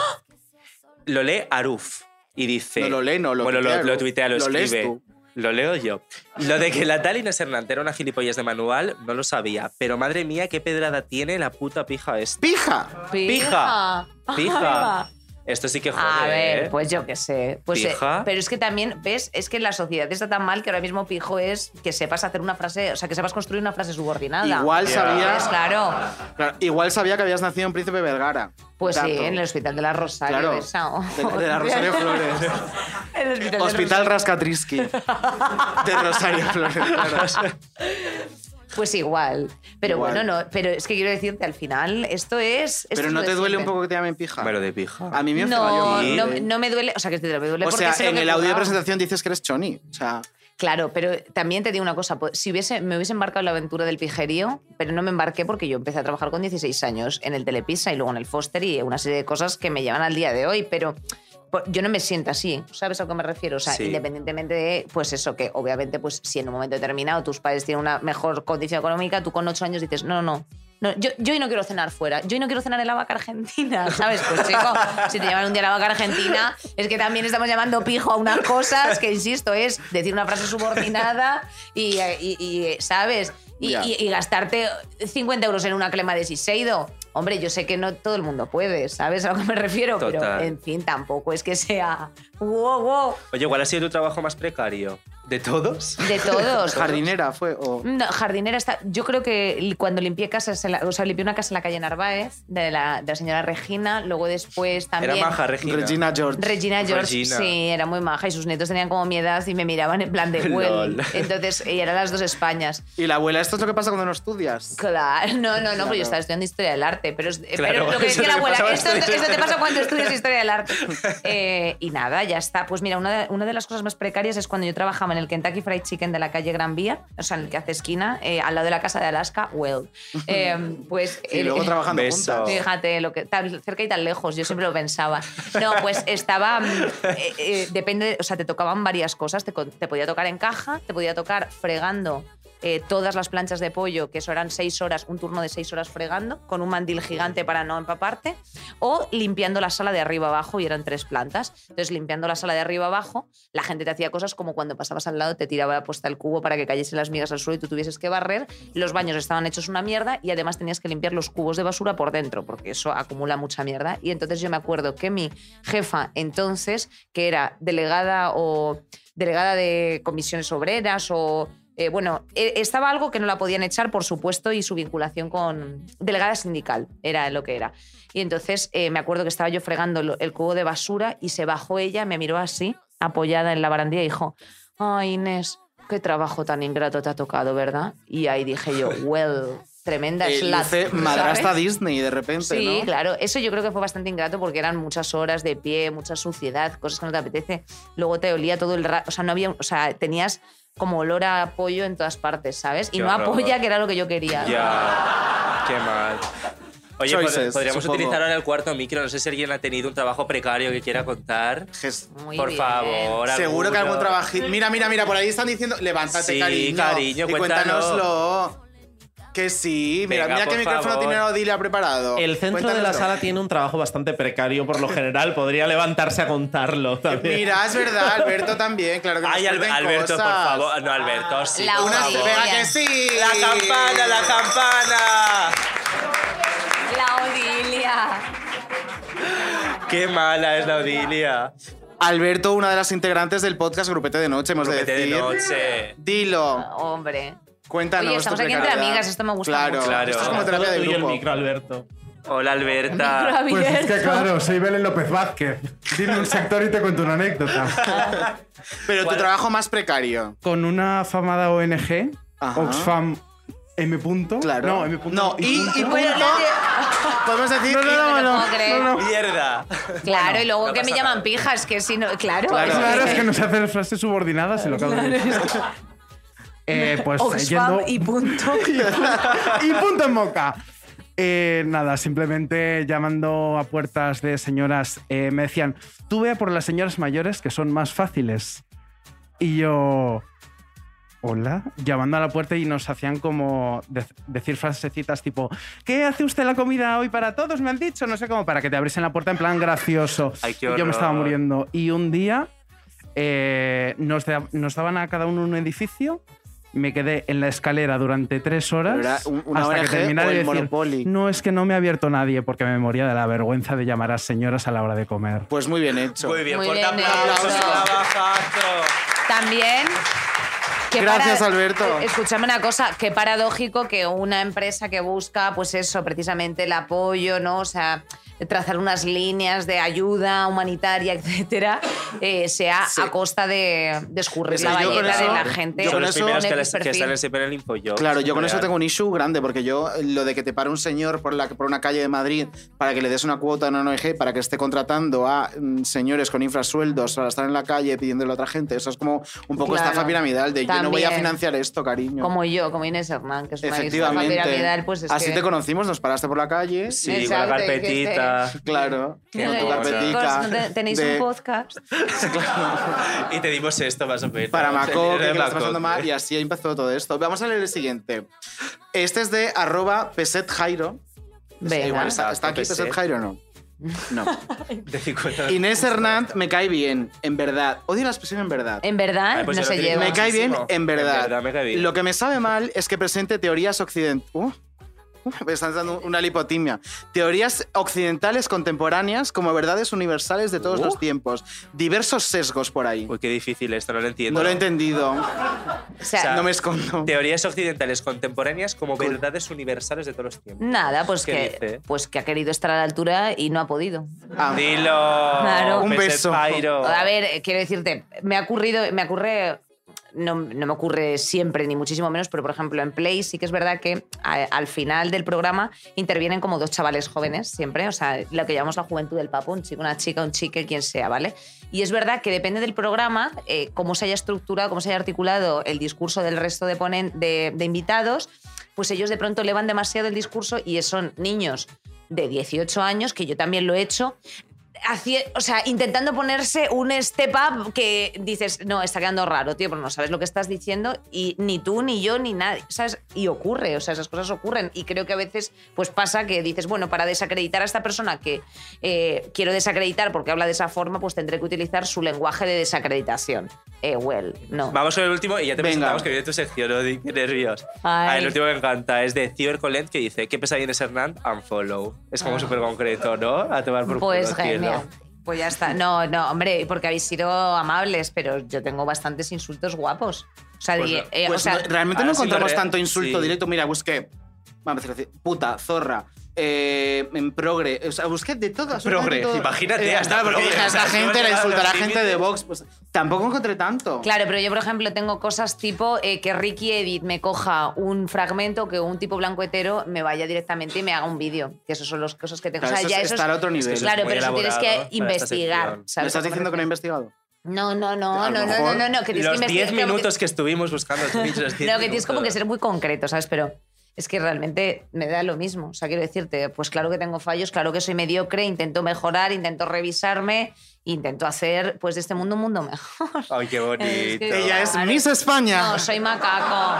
Speaker 3: Lo lee Aruf y dice.
Speaker 4: No lo lee, no, lo
Speaker 3: Bueno,
Speaker 4: tuitea
Speaker 3: lo, lo
Speaker 4: Aruf.
Speaker 3: tuitea, lo,
Speaker 4: Lo lees
Speaker 3: escribe.
Speaker 4: tú.
Speaker 3: Lo leo yo. Lo de que la tal Inés Hernández era una gilipollas de manual, no lo sabía. Pero madre mía, qué pedrada tiene la puta pija esta.
Speaker 4: ¡Pija!
Speaker 3: Pija.
Speaker 6: Pija.
Speaker 3: Pija. Esto sí que jode.
Speaker 6: A
Speaker 3: ¿eh?
Speaker 6: ver, pues yo qué sé. Pues, eh,
Speaker 3: Pija.
Speaker 6: pero es que también, ¿ves? Es que la sociedad está tan mal que ahora mismo pijo es que sepas hacer una frase, o sea, que sepas construir una frase subordinada.
Speaker 4: Igual
Speaker 3: Ya.
Speaker 4: sabía.
Speaker 6: Entonces, claro,
Speaker 4: Claro, igual sabía que habías nacido en Príncipe Vergara.
Speaker 6: pues sí,
Speaker 4: Dato.
Speaker 6: en el hospital de la Rosario.
Speaker 4: Claro.
Speaker 6: esa, o-
Speaker 4: De, de la Rosario Flores.
Speaker 6: En el hospital de
Speaker 4: Hospital
Speaker 6: Rosario.
Speaker 4: Rascatriski. De Rosario Flores. claro.
Speaker 6: Pues igual. Pero
Speaker 4: Igual.
Speaker 6: bueno, no. Pero es que quiero decirte, al final, esto es. esto
Speaker 4: Pero
Speaker 6: es
Speaker 4: no
Speaker 6: lo
Speaker 4: te
Speaker 6: de
Speaker 4: duele un
Speaker 6: siempre.
Speaker 4: poco que te llamen pija.
Speaker 3: Pero de pija.
Speaker 4: A mí me
Speaker 6: No,
Speaker 4: ofendió.
Speaker 6: no, no me duele. O sea, que te duele
Speaker 4: O
Speaker 6: porque
Speaker 4: sea,
Speaker 6: sé lo
Speaker 4: en
Speaker 6: que he
Speaker 4: el audio de
Speaker 6: currado.
Speaker 4: presentación dices que eres choni. O sea,
Speaker 6: Claro, pero también te digo una cosa, pues, si hubiese, me hubiese embarcado en la aventura del pijerío, pero no me embarqué porque yo empecé a trabajar con 16 años en el Telepisa y luego en el Foster y una serie de cosas que me llevan al día de hoy, pero po- yo no me siento así, ¿sabes a qué me refiero? O sea,
Speaker 3: Sí.
Speaker 6: independientemente de, pues eso, que obviamente, pues si en un momento determinado tus padres tienen una mejor condición económica, tú con 8 años dices, no, no, no. No, yo, yo hoy no quiero cenar fuera, yo hoy no quiero cenar en la vaca argentina, ¿sabes? Pues chico, si te llaman un día la vaca argentina, es que también estamos llamando pijo a unas cosas que, insisto, es decir una frase subordinada y, eh, y- y, eh, ¿sabes? Y,
Speaker 4: Ya.
Speaker 6: y- y gastarte 50 euros en una crema de Siseido. Hombre, yo sé que no todo el mundo puede, ¿sabes a lo que me refiero?
Speaker 3: Total.
Speaker 6: Pero, en fin, tampoco es que sea... ¡Wow, wow!
Speaker 3: Oye, ¿cuál ha sido tu trabajo más precario? ¿De todos?
Speaker 6: De todos.
Speaker 4: Jardinera fue. o-
Speaker 6: No, jardinera está. Yo creo que li- cuando limpié casas, en la- o sea, limpié una casa en la calle Narváez de la, de la señora Regina, luego después también.
Speaker 3: Era maja, Regina.
Speaker 4: Regina George.
Speaker 6: Regina George,
Speaker 3: Regina.
Speaker 6: sí, era muy maja y sus nietos tenían como mi edad y me miraban en plan de well.
Speaker 4: Lol.
Speaker 6: Entonces, y eran las dos Españas.
Speaker 4: Y la abuela, esto es lo que pasa cuando no estudias.
Speaker 6: Claro, no, no, no,
Speaker 4: Claro.
Speaker 6: porque yo estaba estudiando historia del arte, pero, es- eh, pero
Speaker 4: Claro,
Speaker 6: lo que
Speaker 4: eso
Speaker 6: decía la
Speaker 4: te
Speaker 6: abuela,
Speaker 4: pasa
Speaker 6: esto,
Speaker 4: bastante.
Speaker 6: esto te pasa cuando estudias historia del arte. Eh, y nada, ya está. Pues mira, una de, una de las cosas más precarias es cuando yo trabajaba en el Kentucky Fried Chicken de la calle Gran Vía, o sea, en el que hace esquina, eh, al lado de la casa de Alaska, well. Eh, pues,
Speaker 4: Y
Speaker 6: eh,
Speaker 4: luego trabajando
Speaker 3: Beso.
Speaker 4: juntas.
Speaker 6: Fíjate, lo que, tan cerca y tan lejos, yo siempre lo pensaba. No, pues estaba. mm, eh, eh, depende, o sea, te tocaban varias cosas. Te, co- te podía tocar en caja, te podía tocar fregando eh, todas las planchas de pollo, que eso eran seis horas, un turno de seis horas fregando, con un mandil gigante para no empaparte, o limpiando la sala de arriba abajo, y eran tres plantas. Entonces, limpiando la sala de arriba abajo, la gente te hacía cosas como cuando pasabas al lado, te tiraba puesta el cubo para que cayesen las migas al suelo y tú tuvieses que barrer. Los baños estaban hechos una mierda y además tenías que limpiar los cubos de basura por dentro, porque eso acumula mucha mierda. Y entonces yo me acuerdo que mi jefa entonces, que era delegada o delegada de comisiones obreras o eh, bueno, eh, estaba algo que no la podían echar, por supuesto, y su vinculación con delegada sindical era lo que era. Y entonces eh, me acuerdo que estaba yo fregando lo- el cubo de basura y se bajó ella, me miró así, apoyada en la barandilla, y dijo, ay Inés, qué trabajo tan ingrato te ha tocado, ¿verdad? Y ahí dije yo, well, tremenda
Speaker 4: Eh,
Speaker 6: slut,
Speaker 4: luce
Speaker 6: ¿sabes?
Speaker 4: madrastra Disney de repente,
Speaker 6: Sí,
Speaker 4: ¿no?
Speaker 6: claro. Eso yo creo que fue bastante ingrato porque eran muchas horas de pie, mucha suciedad, cosas que no te apetece. Luego te olía todo el rato. O sea, no había. O sea, tenías como olor a pollo en todas partes, ¿sabes? Y
Speaker 3: Qué
Speaker 6: no a
Speaker 3: horror.
Speaker 6: polla, que era lo que yo quería.
Speaker 3: Ya. Qué mal. Oye, pod-
Speaker 4: Choices,
Speaker 3: podríamos
Speaker 4: supongo.
Speaker 3: utilizar ahora el cuarto micro. No sé si alguien ha tenido un trabajo precario que quiera contar.
Speaker 6: Muy
Speaker 3: Por
Speaker 6: bien.
Speaker 3: favor,
Speaker 4: Seguro que algún trabajito. Mira, mira, mira, por ahí están diciendo, levántate,
Speaker 3: Sí,
Speaker 4: cariño.
Speaker 3: cariño,
Speaker 4: y
Speaker 3: cuéntanos.
Speaker 4: cuéntanoslo. Que sí, mira,
Speaker 3: Venga,
Speaker 4: mira qué
Speaker 3: por
Speaker 4: micrófono
Speaker 3: favor.
Speaker 4: tiene Odilia preparado.
Speaker 5: El centro de la
Speaker 4: Cuéntanoslo.
Speaker 5: sala tiene un trabajo bastante precario por lo general. Podría levantarse a contarlo también.
Speaker 4: Mira, es verdad, Alberto también, claro que
Speaker 3: Ay,
Speaker 4: nos
Speaker 3: Al-
Speaker 4: cuenten
Speaker 3: Alberto, por
Speaker 4: cosas.
Speaker 3: favor. No, Alberto, sí.
Speaker 6: La
Speaker 3: por
Speaker 6: una
Speaker 3: favor.
Speaker 4: Venga, que sí.
Speaker 3: La campana, la campana.
Speaker 6: La Odilia.
Speaker 3: Qué mala es la Odilia.
Speaker 4: Alberto, una de las integrantes del podcast Grupete de Noche, hemos
Speaker 3: Grupete
Speaker 4: de
Speaker 3: de
Speaker 4: decir.
Speaker 3: noche.
Speaker 4: Dilo,
Speaker 6: Hombre.
Speaker 4: cuéntanos.
Speaker 6: Oye, estamos
Speaker 4: tu
Speaker 6: aquí entre
Speaker 4: precariedad.
Speaker 6: amigas, esto me gusta
Speaker 4: claro,
Speaker 6: mucho.
Speaker 3: Claro.
Speaker 4: Esto es como terapia de
Speaker 5: Tuyo el
Speaker 4: grupo.
Speaker 5: micro, Alberto.
Speaker 3: Hola, Alberta.
Speaker 6: Micro
Speaker 11: Pues es que
Speaker 6: abierto.
Speaker 11: claro, soy Belén López Vázquez. Dime un sector y te cuento una anécdota.
Speaker 4: Pero tu trabajo más precario.
Speaker 11: Con una afamada ONG,
Speaker 4: Ajá.
Speaker 11: Oxfam M. punto.
Speaker 4: Claro.
Speaker 11: No, M. punto,
Speaker 4: No, y, y
Speaker 11: punto.
Speaker 4: punto. Podemos decir.
Speaker 11: No, no,
Speaker 4: y-
Speaker 11: no, no,
Speaker 6: puedo creer.
Speaker 11: no, no.
Speaker 3: Mierda.
Speaker 6: Claro, y luego
Speaker 3: no
Speaker 6: que me
Speaker 3: pasa
Speaker 6: llaman
Speaker 3: nada.
Speaker 6: pijas, que si no. Claro.
Speaker 4: Claro.
Speaker 11: Claro, es que nos hacen frases subordinadas y lo acabo de decir. Eh, pues
Speaker 6: Oxfam
Speaker 11: yendo...
Speaker 6: y punto.
Speaker 11: y punto en boca. Eh, nada, simplemente llamando a puertas de señoras, eh, me decían, tú vea por las señoras mayores que son más fáciles. Y yo, hola, llamando a la puerta y nos hacían como de- decir frasecitas tipo, ¿qué hace usted la comida hoy para todos? Me han dicho, no sé cómo, para que te abriesen la puerta en plan gracioso.
Speaker 3: Ay, qué
Speaker 11: Y yo me estaba
Speaker 3: horror.
Speaker 11: muriendo. Y un día eh, nos, da- nos daban a cada uno un edificio. Me quedé en la escalera durante tres horas
Speaker 4: Pero era un- una
Speaker 11: hasta que
Speaker 4: ONG
Speaker 11: terminara
Speaker 4: o
Speaker 11: y
Speaker 4: el
Speaker 11: decir,
Speaker 4: Monopoly.
Speaker 11: no es que no me ha abierto nadie porque me moría de la vergüenza de llamar a señoras a la hora de comer.
Speaker 4: Pues muy bien hecho.
Speaker 3: Muy bien,
Speaker 6: Muy
Speaker 3: fuerte
Speaker 6: bien,
Speaker 3: aplauso.
Speaker 6: eso.
Speaker 3: Trabajazo.
Speaker 6: También. que
Speaker 4: Gracias, Alberto.
Speaker 6: Eh, Escuchadme una cosa, qué paradójico que una empresa que busca, pues eso, precisamente el apoyo, ¿no? O sea, trazar unas líneas de ayuda humanitaria, etcétera, eh, sea
Speaker 4: Sí.
Speaker 6: a costa de, de escurrir
Speaker 4: Es que
Speaker 6: la
Speaker 4: yo con
Speaker 6: galleta de
Speaker 4: eso-
Speaker 6: la gente.
Speaker 4: yo
Speaker 3: Son
Speaker 4: con
Speaker 3: los
Speaker 4: eso-
Speaker 3: primeros
Speaker 6: con
Speaker 3: que,
Speaker 6: X
Speaker 3: les- que
Speaker 6: perfil.
Speaker 3: están siempre en el info
Speaker 4: Claro, yo con eso tengo un issue grande, porque yo lo de que te pare un señor por, la, por una calle de Madrid para que le des una cuota a una ONG, para que esté contratando a mm, señores con infrasueldos para estar en la calle pidiéndole a otra gente, eso es como un poco
Speaker 6: Claro.
Speaker 4: estafa piramidal de yo no voy a
Speaker 6: También.
Speaker 4: financiar esto, cariño.
Speaker 6: Como yo, como Inés Hernán, que es una estafa
Speaker 4: Efectivamente.
Speaker 6: piramidal, pues es
Speaker 4: Así
Speaker 6: que-
Speaker 4: te conocimos, nos paraste por la calle.
Speaker 3: Sí, con la
Speaker 6: Exacto, y que esté-
Speaker 3: carpetita.
Speaker 4: Claro,
Speaker 3: Qué
Speaker 4: con tu
Speaker 3: mona.
Speaker 4: carpetica.
Speaker 6: Chicos, ¿no te- ¿Tenéis
Speaker 4: de-
Speaker 6: un podcast? este-
Speaker 3: Y te dimos esto más o menos.
Speaker 4: para Macoque,
Speaker 3: El- el
Speaker 4: que lo está
Speaker 3: Macoque.
Speaker 4: pasando mal, y así empezó todo esto. Vamos a leer el siguiente. Este es de arroba pesetjairo.
Speaker 6: Venga.
Speaker 4: Igual está, está aquí
Speaker 3: Peset.
Speaker 4: pesetjairo o no. No.
Speaker 3: De 50.
Speaker 4: Inés Hernández me cae bien, en verdad. Odio la expresión en verdad.
Speaker 6: En verdad,
Speaker 3: Ay, pues
Speaker 6: no
Speaker 3: yo
Speaker 6: se
Speaker 3: lo tengo.
Speaker 6: lleva.
Speaker 4: Me cae bien,
Speaker 3: Buenísimo.
Speaker 4: en verdad.
Speaker 3: En verdad me cae bien.
Speaker 4: Lo que me sabe mal es que presente teorías occidentales. uh, Me están dando una lipotimia. Teorías occidentales contemporáneas como verdades universales de todos
Speaker 3: Uh.
Speaker 4: los tiempos. Diversos sesgos por ahí.
Speaker 3: Uy, qué difícil esto, no lo entiendo.
Speaker 4: No lo he entendido.
Speaker 6: sea,
Speaker 4: no me escondo.
Speaker 3: Teorías occidentales contemporáneas como verdades universales de todos los tiempos.
Speaker 6: Nada, pues
Speaker 3: ¿Qué
Speaker 6: que,
Speaker 3: dice?
Speaker 6: pues que ha querido estar a la altura y no ha podido.
Speaker 4: Ah.
Speaker 3: Dilo.
Speaker 6: Claro. Un
Speaker 3: Peset
Speaker 6: beso.
Speaker 3: Pairo.
Speaker 6: A ver, eh, quiero decirte, me ha ocurrido, me ocurre, no, no me ocurre siempre, ni muchísimo menos, pero por ejemplo en Play sí que es verdad que a- al final del programa intervienen como dos chavales jóvenes siempre, o sea, lo que llamamos la juventud del papo, un chico, una chica, un chique, quien sea, ¿vale? Y es verdad que depende del programa, eh, cómo se haya estructurado, cómo se haya articulado el discurso del resto de, ponen- de, de invitados, pues ellos de pronto elevan demasiado el discurso y son niños de 18 años, que yo también lo he hecho, haci- o sea, intentando ponerse un step up que dices, no, está quedando raro, tío, pero no sabes lo que estás diciendo y ni tú, ni yo, ni nadie, ¿sabes? Y ocurre, o sea, esas cosas ocurren y creo que a veces pues pasa que dices, bueno, para desacreditar a esta persona que eh, quiero desacreditar porque habla de esa forma, pues tendré que utilizar su lenguaje de desacreditación. Eh, well, no.
Speaker 3: Vamos con el último y ya te presentamos que viene tu sección, Odi, qué nervios.
Speaker 6: Ay.
Speaker 3: Ah, el último que me encanta es de Ciber Colent que dice ¿Qué pesadilla es Hernán? Unfollow. Es como
Speaker 6: Ah.
Speaker 3: súper concreto, ¿no? A tomar por
Speaker 6: Pues
Speaker 3: culo, cielo.
Speaker 6: genial. Pues ya está. No, no, hombre, porque habéis sido amables, pero yo tengo bastantes insultos guapos. O sea,
Speaker 4: Pues
Speaker 6: di-
Speaker 4: no-
Speaker 6: eh,
Speaker 4: pues
Speaker 6: o sea-
Speaker 4: no, realmente no encontramos tanto insulto directo. Mira, busqué. Vamos a decir, puta, zorra. eh, en progre, o sea, busqué de todo. absolutamente
Speaker 3: Progre,
Speaker 4: todo.
Speaker 3: imagínate,
Speaker 4: Eh,
Speaker 3: hasta
Speaker 4: claro, porque
Speaker 3: progre,
Speaker 4: dije,
Speaker 3: o sea,
Speaker 4: esta
Speaker 3: si
Speaker 4: gente,
Speaker 3: hemos
Speaker 4: la
Speaker 3: llegado a los
Speaker 4: insultará gente de
Speaker 3: límites.
Speaker 4: Vox. Pues, tampoco encontré tanto.
Speaker 6: Claro, pero yo, por ejemplo, tengo cosas tipo eh, que Ricky Edit me coja un fragmento que un tipo blanco hetero me vaya directamente y me haga un vídeo. Que esos son las cosas que tengo.
Speaker 4: Claro,
Speaker 6: o sea,
Speaker 4: eso
Speaker 6: ya
Speaker 4: es
Speaker 6: eso es-
Speaker 4: estar a otro nivel.
Speaker 6: Claro,
Speaker 4: Muy
Speaker 6: pero eso tienes
Speaker 4: elaborado para
Speaker 6: que
Speaker 4: esta
Speaker 6: investigar.
Speaker 4: sección.
Speaker 6: ¿sabes?
Speaker 4: ¿Me estás diciendo que no he investigado?
Speaker 6: No, no, no,
Speaker 4: A
Speaker 6: no,
Speaker 4: lo
Speaker 6: no, no,
Speaker 4: mejor
Speaker 6: no, no, que tienes
Speaker 3: Los
Speaker 6: que
Speaker 3: 10
Speaker 6: investigar. como que-
Speaker 3: minutos que estuvimos buscando Twitch, los 10
Speaker 6: No, que tienes como que
Speaker 3: minutos.
Speaker 6: ser muy concreto, ¿sabes? Pero es que realmente me da lo mismo. O sea, quiero decirte, pues claro que tengo fallos, claro que soy mediocre, intento mejorar, intento revisarme, intento hacer pues de este mundo un mundo mejor.
Speaker 4: Ah,
Speaker 3: Ay, qué bonito.
Speaker 6: Es que-
Speaker 4: Ella es Miss España.
Speaker 6: No, soy macaco.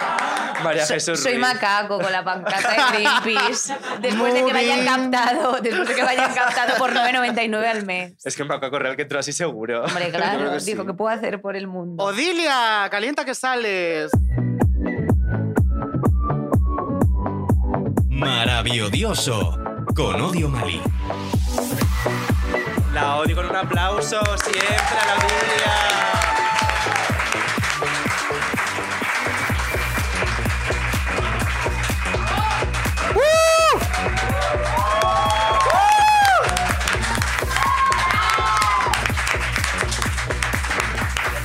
Speaker 3: María
Speaker 6: So-
Speaker 3: Jesús
Speaker 6: Soy
Speaker 3: Ruiz.
Speaker 6: macaco con la pancarta de Greenpeace. Después de que me hayan captado, después de que me hayan captado por 9.99 al mes.
Speaker 3: Es que Paco Correal que entró así seguro.
Speaker 6: Hombre, claro, dijo que puedo hacer por el mundo.
Speaker 4: Odilia, calienta que sales.
Speaker 2: Maravilloso con Odio Mali.
Speaker 3: La odio con un aplauso siempre a la Julia.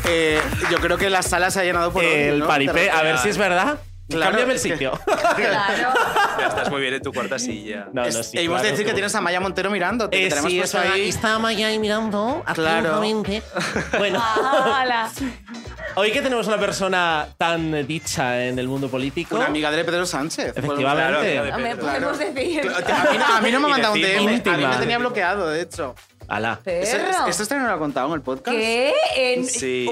Speaker 4: Eh, yo creo que la sala se ha llenado por Odio,
Speaker 5: El
Speaker 4: ¿no?
Speaker 5: paripé,
Speaker 4: De
Speaker 5: a ver
Speaker 4: repente.
Speaker 5: si es verdad.
Speaker 4: Claro,
Speaker 5: Cámbiame el
Speaker 4: es que-
Speaker 5: sitio.
Speaker 3: Ya estás muy bien en tu cuarta silla.
Speaker 5: No, no,
Speaker 4: Es-
Speaker 5: sí,
Speaker 4: e íbamos a
Speaker 5: claro,
Speaker 4: decir
Speaker 5: qué
Speaker 4: que tienes a Maya Montero mirando.
Speaker 5: Eh, sí, eso ahí está Maya ahí mirando.
Speaker 4: Claro.
Speaker 5: atentamente. Bueno,
Speaker 6: Ala.
Speaker 5: hoy que tenemos una persona tan dicha en el mundo político.
Speaker 4: Una amiga de Pedro Sánchez.
Speaker 5: Efectivamente.
Speaker 4: Claro,
Speaker 6: No me podemos decir.
Speaker 4: A mí, no- a mí no me ha
Speaker 5: Y
Speaker 4: mandado un
Speaker 5: decimos-
Speaker 4: DM. A mí
Speaker 5: Íntima.
Speaker 4: me tenía bloqueado, de hecho.
Speaker 5: Ala.
Speaker 4: Eso-
Speaker 6: Perro.
Speaker 4: ¿Esto usted no lo ha contado en el podcast?
Speaker 6: ¿Qué? En- un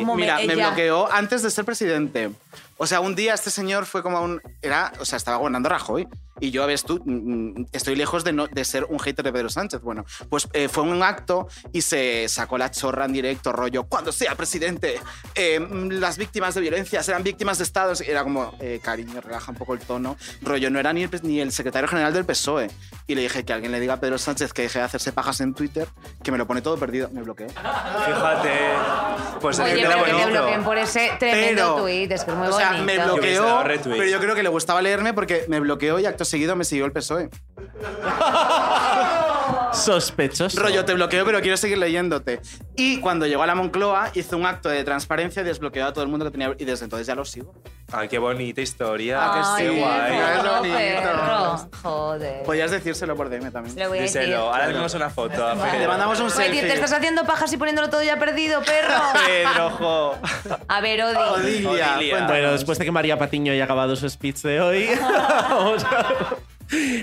Speaker 6: momen-
Speaker 4: Mira, me
Speaker 6: ella-
Speaker 4: bloqueó antes de ser presidente. O sea, un día este señor fue como a un... Era, o sea, estaba gobernando Rajoy. Y yo, a ver, tú, mm, mm, estoy lejos de, no, de ser un hater de Pedro Sánchez. Bueno, pues eh, fue un acto y se sacó la chorra en directo, rollo, cuando sea presidente, eh, mm, las víctimas de violencia serán víctimas de estados. Y Era como, eh, cariño, relaja un poco el tono. Rollo, no era ni el, pres- ni el secretario general del PSOE. E. Y le dije que alguien le diga a Pedro Sánchez que deje de hacerse pajas en Twitter, que me lo pone todo perdido. Me bloqueó.
Speaker 3: Fíjate. Pues
Speaker 6: Oye,
Speaker 3: ahí te la
Speaker 6: pero que te
Speaker 3: bonito.
Speaker 6: bloqueen por ese tremendo
Speaker 4: Pero-
Speaker 6: tuit, es que es muy
Speaker 4: o sea,
Speaker 6: bonito.
Speaker 4: me
Speaker 3: Yo hubiese dado
Speaker 4: bloqueó,
Speaker 3: retweet.
Speaker 4: pero yo creo que le gustaba leerme porque me bloqueó y acto seguido me siguió el PSOE.
Speaker 5: Sospechoso.
Speaker 4: Rollo, te bloqueo, pero quiero seguir leyéndote. Y cuando llegó a la Moncloa, hizo un acto de transparencia y desbloqueó a todo el mundo que tenía. Y desde entonces ya lo sigo.
Speaker 3: Ay, Ah, qué bonita historia.
Speaker 4: Ah, que
Speaker 6: Ay,
Speaker 4: sí,
Speaker 6: qué
Speaker 4: guay.
Speaker 6: perro,
Speaker 4: Es bonito. Pues
Speaker 6: perro. Joder.
Speaker 4: Podías decírselo por DM también.
Speaker 6: Le voy a decir.
Speaker 3: Díselo. Ahora le mandamos una foto. a
Speaker 4: Le
Speaker 3: Pedro.
Speaker 4: mandamos un
Speaker 6: Oye, tío, te estás
Speaker 4: selfie.
Speaker 6: haciendo pajas y poniéndolo todo ya perdido, perro.
Speaker 3: Pedro, jo.
Speaker 6: A ver, Odi.
Speaker 4: Odilia,
Speaker 3: Odilia.
Speaker 4: cuéntanos.
Speaker 5: Bueno, después de que María Patiño haya acabado su speech de hoy, vamos, a,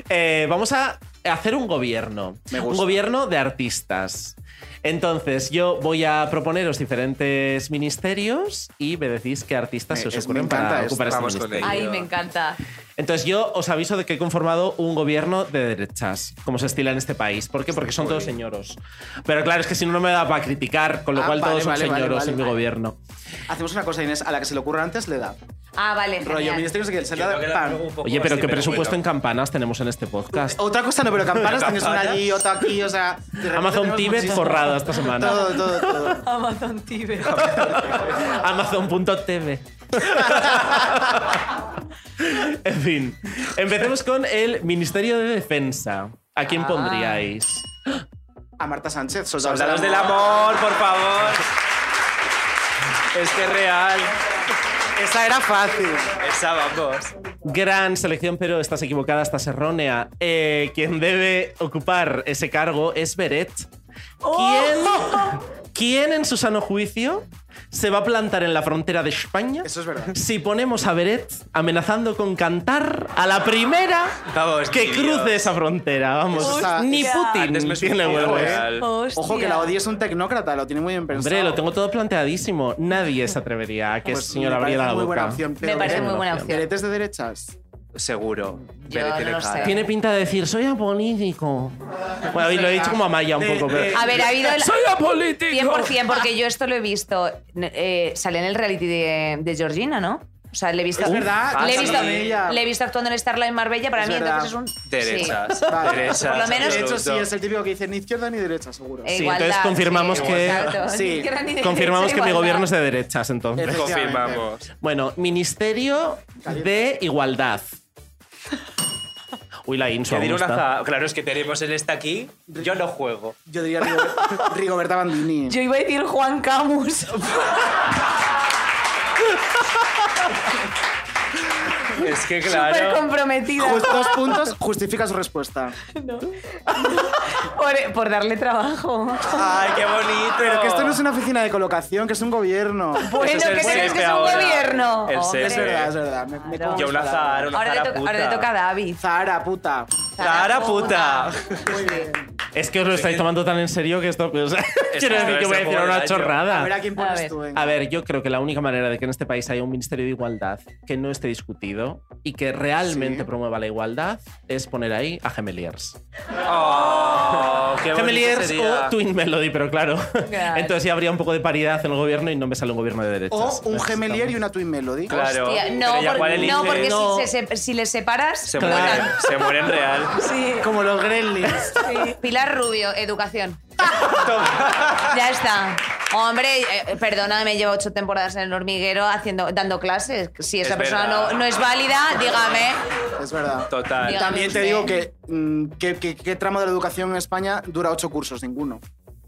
Speaker 5: Eh, vamos a hacer un gobierno.
Speaker 4: Me gusta.
Speaker 5: Un gobierno de artistas. Entonces, yo voy a proponeros diferentes ministerios y me decís qué artistas
Speaker 4: Me-
Speaker 5: se os
Speaker 4: es- me
Speaker 5: ocurren para
Speaker 4: encanta esto.
Speaker 5: ocupar este
Speaker 3: Vamos con
Speaker 5: ministerio.
Speaker 3: ello.
Speaker 6: Ay, me encanta.
Speaker 5: Entonces yo os aviso de que he conformado un gobierno de derechas, como se estila en este país. ¿Por qué? Porque son todos señoros. Pero claro, es que si no, no me da para criticar, con lo
Speaker 4: Ah,
Speaker 5: cual
Speaker 4: vale,
Speaker 5: todos son
Speaker 4: vale, vale,
Speaker 5: señoros
Speaker 4: vale,
Speaker 5: en mi
Speaker 4: vale.
Speaker 5: gobierno.
Speaker 4: Hacemos una cosa, Inés. A la que se le ocurra antes, le da.
Speaker 6: Ah, vale.
Speaker 4: Rollo, este-
Speaker 6: genial.
Speaker 4: Ministerio de
Speaker 3: Yo creo que la hago un poco
Speaker 5: Oye, pero
Speaker 3: así,
Speaker 5: qué presupuesto
Speaker 3: bueno.
Speaker 5: en campanas tenemos en este podcast.
Speaker 4: Otra cosa no, pero campanas tienes una allí, otra aquí, o sea. de repente
Speaker 5: Amazon
Speaker 4: tenemos
Speaker 5: Tibet
Speaker 4: muchísimo.
Speaker 5: forrada esta semana.
Speaker 4: Todo, todo, todo.
Speaker 6: Amazon Tibet.
Speaker 5: Amazon.tv. en fin, empecemos con el Ministerio de Defensa. ¿A quién
Speaker 4: Ah.
Speaker 5: pondríais?
Speaker 4: A Marta Sánchez, soldados,
Speaker 3: Soldados del amor, por favor. Es que es real.
Speaker 4: Esa era fácil.
Speaker 3: Esa, vamos.
Speaker 5: Gran selección, pero estás equivocada, estás errónea. Eh, quien debe ocupar ese cargo es Beret. ¿Quién, ¿Quién en su sano juicio se va a plantar en la frontera de España
Speaker 4: Eso es verdad.
Speaker 5: si ponemos a Beret amenazando con cantar a la primera
Speaker 3: Vamos,
Speaker 5: que
Speaker 3: mi
Speaker 5: cruce
Speaker 3: Dios.
Speaker 5: esa frontera? Vamos,
Speaker 4: Eso está-
Speaker 5: ni
Speaker 3: Antes
Speaker 5: Putin
Speaker 3: me
Speaker 5: tiene
Speaker 3: suponía,
Speaker 5: huevos.
Speaker 3: real.
Speaker 4: Ojo que la ODI es un tecnócrata, lo tiene muy bien pensado.
Speaker 5: Hombre, lo tengo todo planteadísimo. Nadie se atrevería a que
Speaker 4: Pues
Speaker 5: ese señor
Speaker 4: me
Speaker 5: abriera
Speaker 4: parece
Speaker 5: la
Speaker 4: muy buena
Speaker 5: boca.
Speaker 4: opción,
Speaker 6: Me parece muy buena opción.
Speaker 4: ¿Eres de derechas?
Speaker 3: Seguro.
Speaker 6: Yo
Speaker 3: Veré
Speaker 6: no
Speaker 3: tiene
Speaker 6: lo
Speaker 3: cara.
Speaker 6: sé.
Speaker 5: Tiene pinta de decir, soy apolítico. Bueno, y lo he dicho como a Maya un
Speaker 4: De-
Speaker 5: poco, pero.
Speaker 6: A ver, ha habido. el-
Speaker 5: ¡Soy apolítico!
Speaker 6: 100%, porque yo esto lo he visto. Eh, sale en el reality de, de Georgina, ¿no? O sea, le he visto.
Speaker 4: Es verdad,
Speaker 6: le he
Speaker 4: pasa
Speaker 6: visto,
Speaker 4: con ella.
Speaker 6: le he visto actuando en Starlight Marbella. Para
Speaker 4: Es
Speaker 6: mí,
Speaker 4: verdad.
Speaker 6: entonces es un.
Speaker 3: Derechas.
Speaker 6: Sí. E
Speaker 4: Vale.
Speaker 3: Derechas.
Speaker 6: Por lo menos-
Speaker 4: De hecho, sí,
Speaker 3: absoluto.
Speaker 4: es el típico que dice ni izquierda ni derecha, seguro.
Speaker 6: Eh,
Speaker 5: Sí,
Speaker 6: Igualdad,
Speaker 5: entonces confirmamos
Speaker 6: sí, e
Speaker 5: que.
Speaker 6: exacto.
Speaker 4: Sí.
Speaker 6: Ni que era ni derecha,
Speaker 5: Confirmamos que mi
Speaker 6: E igualdad.
Speaker 5: gobierno es de derechas, entonces.
Speaker 3: Confirmamos.
Speaker 5: Bueno, Ministerio de Igualdad. Uy, la
Speaker 3: Que
Speaker 5: insua.
Speaker 3: diré
Speaker 5: ¿cómo
Speaker 3: una
Speaker 5: está?
Speaker 3: za- Claro, es que tenemos el esta aquí. Yo no juego.
Speaker 4: Yo diría Rigober- Rigoberta Bandini.
Speaker 17: Yo iba a decir Juan Camus.
Speaker 3: Es que
Speaker 17: Súper
Speaker 3: claro.
Speaker 17: comprometida.
Speaker 4: Just- dos puntos, justifica su respuesta.
Speaker 6: Por, por darle trabajo.
Speaker 3: Ay, qué bonito.
Speaker 4: Pero que esto no es una oficina de colocación, que es un gobierno. Pues
Speaker 6: Bueno,
Speaker 3: es el
Speaker 6: que crees
Speaker 3: jefe
Speaker 6: que es un
Speaker 3: ahora.
Speaker 6: gobierno? Oh,
Speaker 3: El
Speaker 6: Hombre.
Speaker 4: Es
Speaker 3: jefe.
Speaker 4: verdad, es verdad. Me, me
Speaker 6: Claro.
Speaker 4: como
Speaker 3: Yo una
Speaker 4: mis
Speaker 3: Zahara,
Speaker 4: palabras.
Speaker 3: una
Speaker 6: Ahora le,
Speaker 3: Zahara
Speaker 6: toca-
Speaker 3: puta.
Speaker 6: ahora le toca a David.
Speaker 4: Zahara, puta.
Speaker 3: Zahara puta.
Speaker 4: Muy bien.
Speaker 5: Es que os lo estáis tomando tan en serio que esto. o sea,
Speaker 3: Es
Speaker 5: quiero
Speaker 3: que
Speaker 5: decir que
Speaker 3: es
Speaker 5: voy a
Speaker 3: el
Speaker 5: decir
Speaker 3: juego del
Speaker 5: una
Speaker 3: año.
Speaker 5: chorrada.
Speaker 4: A ver a quién
Speaker 6: A
Speaker 4: pones
Speaker 6: ver.
Speaker 4: tú. venga.
Speaker 5: A ver, yo creo que la única manera de que en este país haya un Ministerio de Igualdad que no esté discutido y que realmente
Speaker 4: Sí.
Speaker 5: promueva la igualdad es poner ahí a Gemeliers.
Speaker 3: Oh, qué bonito
Speaker 5: Gemeliers
Speaker 3: sería.
Speaker 4: oh,
Speaker 5: o Twin Melody, pero claro.
Speaker 6: Claro.
Speaker 5: Entonces ya habría un poco de paridad en el gobierno y no me sale un gobierno de derechas.
Speaker 4: O un
Speaker 5: Necesitamos-
Speaker 4: gemelier y una Twin Melody.
Speaker 3: Claro.
Speaker 6: Hostia,
Speaker 3: Pero
Speaker 6: no,
Speaker 3: ya
Speaker 6: por-
Speaker 3: cuál
Speaker 6: no,
Speaker 3: eliges.
Speaker 6: porque
Speaker 5: No.
Speaker 6: Si, se, se- si les separas.
Speaker 3: Se
Speaker 5: Claro.
Speaker 3: mueren. Se mueren real.
Speaker 6: Sí.
Speaker 4: Como los gremlins.
Speaker 6: Pilar Rubio, educación. ya está. Hombre, eh, perdóname, llevo ocho temporadas en el hormiguero haciendo, dando clases. Si esa
Speaker 3: Es
Speaker 6: persona no,
Speaker 3: verdad.
Speaker 6: no es válida, dígame.
Speaker 4: Es verdad.
Speaker 3: Total.
Speaker 6: Dígame
Speaker 4: También te
Speaker 6: usted.
Speaker 4: digo que, mm, que, que- que tramo de la educación en España dura ocho cursos, ninguno.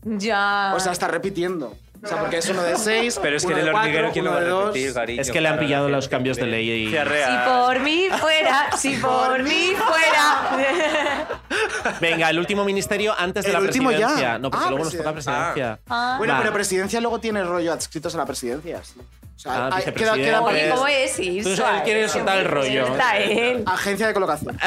Speaker 6: Ya.
Speaker 4: O sea, está repitiendo. O sea, porque es uno de seis,
Speaker 3: Pero es que
Speaker 4: uno
Speaker 3: en el
Speaker 4: de cuatro,
Speaker 3: hormiguero, ¿quién lo
Speaker 4: uno
Speaker 3: va a
Speaker 4: de dos.
Speaker 3: repetir, cariño?
Speaker 5: Es que le han
Speaker 3: Claro,
Speaker 5: pillado
Speaker 3: que-
Speaker 5: los cambios de ley y-
Speaker 3: Sí, es
Speaker 6: si
Speaker 3: real.
Speaker 6: por mí fuera, si por mí fuera.
Speaker 5: Venga, el último ministerio antes de
Speaker 4: El
Speaker 5: la
Speaker 4: último ya.
Speaker 5: presidencia. No, porque
Speaker 4: Ah,
Speaker 5: luego nos toca presidencia.
Speaker 6: Ah.
Speaker 4: Bueno,
Speaker 5: Va.
Speaker 4: pero presidencia luego tiene rollo adscritos a la presidencia. sí. O sea,
Speaker 5: Ah,
Speaker 4: hay- queda,
Speaker 5: vicepresidente.
Speaker 4: queda
Speaker 6: Oye,
Speaker 5: Pues,
Speaker 6: ¿cómo es? Sí,
Speaker 5: tú
Speaker 6: suave.
Speaker 5: quieres soltar el rollo.
Speaker 6: Está él.
Speaker 4: agencia de colocación.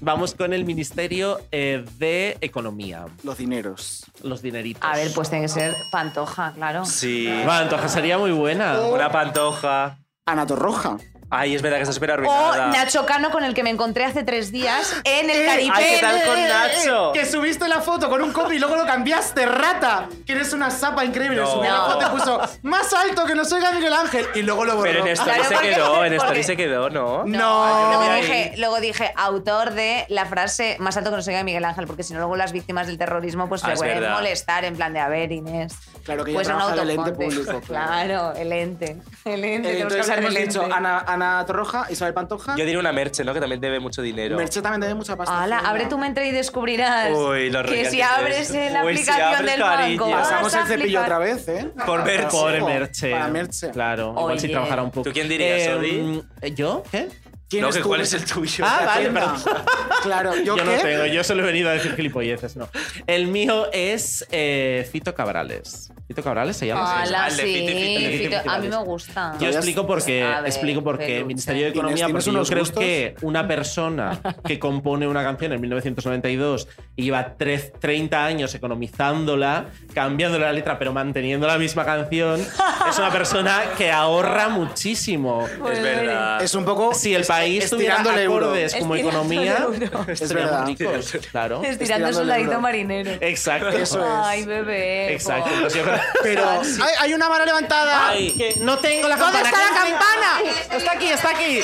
Speaker 5: Vamos con el ministerio eh, de economía.
Speaker 4: Los dineros.
Speaker 5: Los dineritos.
Speaker 6: A ver, pues tiene que ser Pantoja, claro.
Speaker 3: Sí.
Speaker 5: Va, entonces sería muy buena.
Speaker 4: Oh,
Speaker 3: Una pantoja.
Speaker 4: Ana Torroja.
Speaker 3: Ay, es verdad que esa espera
Speaker 6: O
Speaker 3: arruinada.
Speaker 6: Nacho Cano, con el que me encontré hace tres días en el Caribe.
Speaker 3: Eh, Ay, ¿qué tal con Nacho?
Speaker 4: Que subiste la foto con un copy y luego lo cambiaste, rata. Que eres una sapa increíble.
Speaker 3: No.
Speaker 4: Subí la
Speaker 6: No.
Speaker 4: foto y puso más alto que nos oiga Miguel Ángel. Y luego lo borró.
Speaker 3: Pero en este- Story
Speaker 6: Claro,
Speaker 3: se
Speaker 6: porque-
Speaker 3: quedó, en Story
Speaker 6: porque-
Speaker 3: se quedó, ¿no?
Speaker 4: No.
Speaker 6: Luego
Speaker 3: Ahí.
Speaker 6: dije, luego dije, autor de la frase más alto que nos oiga Miguel Ángel, porque si no, luego las víctimas del terrorismo pues
Speaker 3: Ah,
Speaker 6: le
Speaker 3: es
Speaker 6: pueden
Speaker 3: verdad.
Speaker 6: molestar en plan de, a ver, Inés.
Speaker 4: Claro que ella
Speaker 6: pues un
Speaker 4: trabaja en el ente
Speaker 6: autoconte".
Speaker 4: público, claro.
Speaker 6: Claro, el ente. El ente,
Speaker 4: Eh,
Speaker 6: tenemos que
Speaker 4: Entonces
Speaker 6: hablar
Speaker 4: hemos
Speaker 6: del
Speaker 4: dicho
Speaker 6: ente.
Speaker 4: Ana, Ana Torroja, Isabel Pantoja.
Speaker 3: Yo diría una Merche, ¿no? Que también debe mucho dinero.
Speaker 4: Merche también tiene mucha pasta.
Speaker 6: Ala,
Speaker 4: encima.
Speaker 6: abre tu mente y descubrirás
Speaker 3: Uy, lo
Speaker 6: que
Speaker 3: rica
Speaker 6: si
Speaker 3: que es.
Speaker 6: abres la
Speaker 3: Uy, si
Speaker 6: aplicación
Speaker 3: abres,
Speaker 6: del
Speaker 3: cariño.
Speaker 6: banco. vas
Speaker 4: Pasamos
Speaker 6: a
Speaker 4: el cepillo
Speaker 6: flipar.
Speaker 4: otra vez, ¿eh?
Speaker 3: Por Merche.
Speaker 5: Pobre Merche.
Speaker 4: Para Merche.
Speaker 5: Claro, igual si
Speaker 6: Oye.
Speaker 5: trabajara un poco.
Speaker 3: ¿Tú quién dirías, Odi?
Speaker 5: eh, ¿Yo? ¿Qué?
Speaker 4: ¿Quién
Speaker 3: No,
Speaker 4: es
Speaker 3: que
Speaker 4: tú?
Speaker 3: cuál es el tuyo.
Speaker 5: Ah, vale,
Speaker 4: Atienda.
Speaker 5: perdón.
Speaker 4: Claro, yo,
Speaker 5: Yo, no
Speaker 4: qué?
Speaker 5: tengo, yo solo he venido a decir gilipolleces, no. El mío es eh, Fito Cabrales. ¿Fito Cabrales se llama?
Speaker 3: Ala,
Speaker 6: Hola,
Speaker 3: Al de Fiti, Fiti,
Speaker 5: Fiti,
Speaker 6: sí.
Speaker 5: Fiti,
Speaker 6: Fito- A mí
Speaker 5: Fiti.
Speaker 6: me gusta.
Speaker 4: Pues,
Speaker 5: Yo explico por qué,
Speaker 6: A ver,
Speaker 5: explico por qué
Speaker 6: peluche.
Speaker 5: Ministerio de
Speaker 4: Inés,
Speaker 5: Economía,
Speaker 4: ¿tienes
Speaker 5: porque yo
Speaker 4: unos
Speaker 5: creo
Speaker 4: gustos?
Speaker 5: que una persona que compone una canción en 1992 y lleva tres- 30 años economizándola, cambiando la letra pero manteniendo la misma canción, es una persona que ahorra muchísimo.
Speaker 3: Es verdad.
Speaker 4: Es un poco.
Speaker 5: Si el país tuviera
Speaker 4: Oh, estirando el euro.
Speaker 5: acordes como
Speaker 6: Estirando el
Speaker 5: economía,
Speaker 6: euro.
Speaker 4: Es
Speaker 5: seríamos
Speaker 4: verdad.
Speaker 5: ricos, claro.
Speaker 6: Estirando
Speaker 4: Estirando
Speaker 6: su
Speaker 4: el
Speaker 6: ladito
Speaker 4: euro.
Speaker 6: marinero.
Speaker 5: Exacto.
Speaker 4: Eso es.
Speaker 6: Ay, bebé.
Speaker 5: Exacto.
Speaker 6: po.
Speaker 5: Entonces yo creo
Speaker 4: Pero hay, hay una mano levantada.
Speaker 5: Ay, que no tengo la
Speaker 17: ¿Dónde
Speaker 5: campana.
Speaker 17: está la
Speaker 5: que no tengo-
Speaker 17: campana?
Speaker 5: Está aquí, está aquí.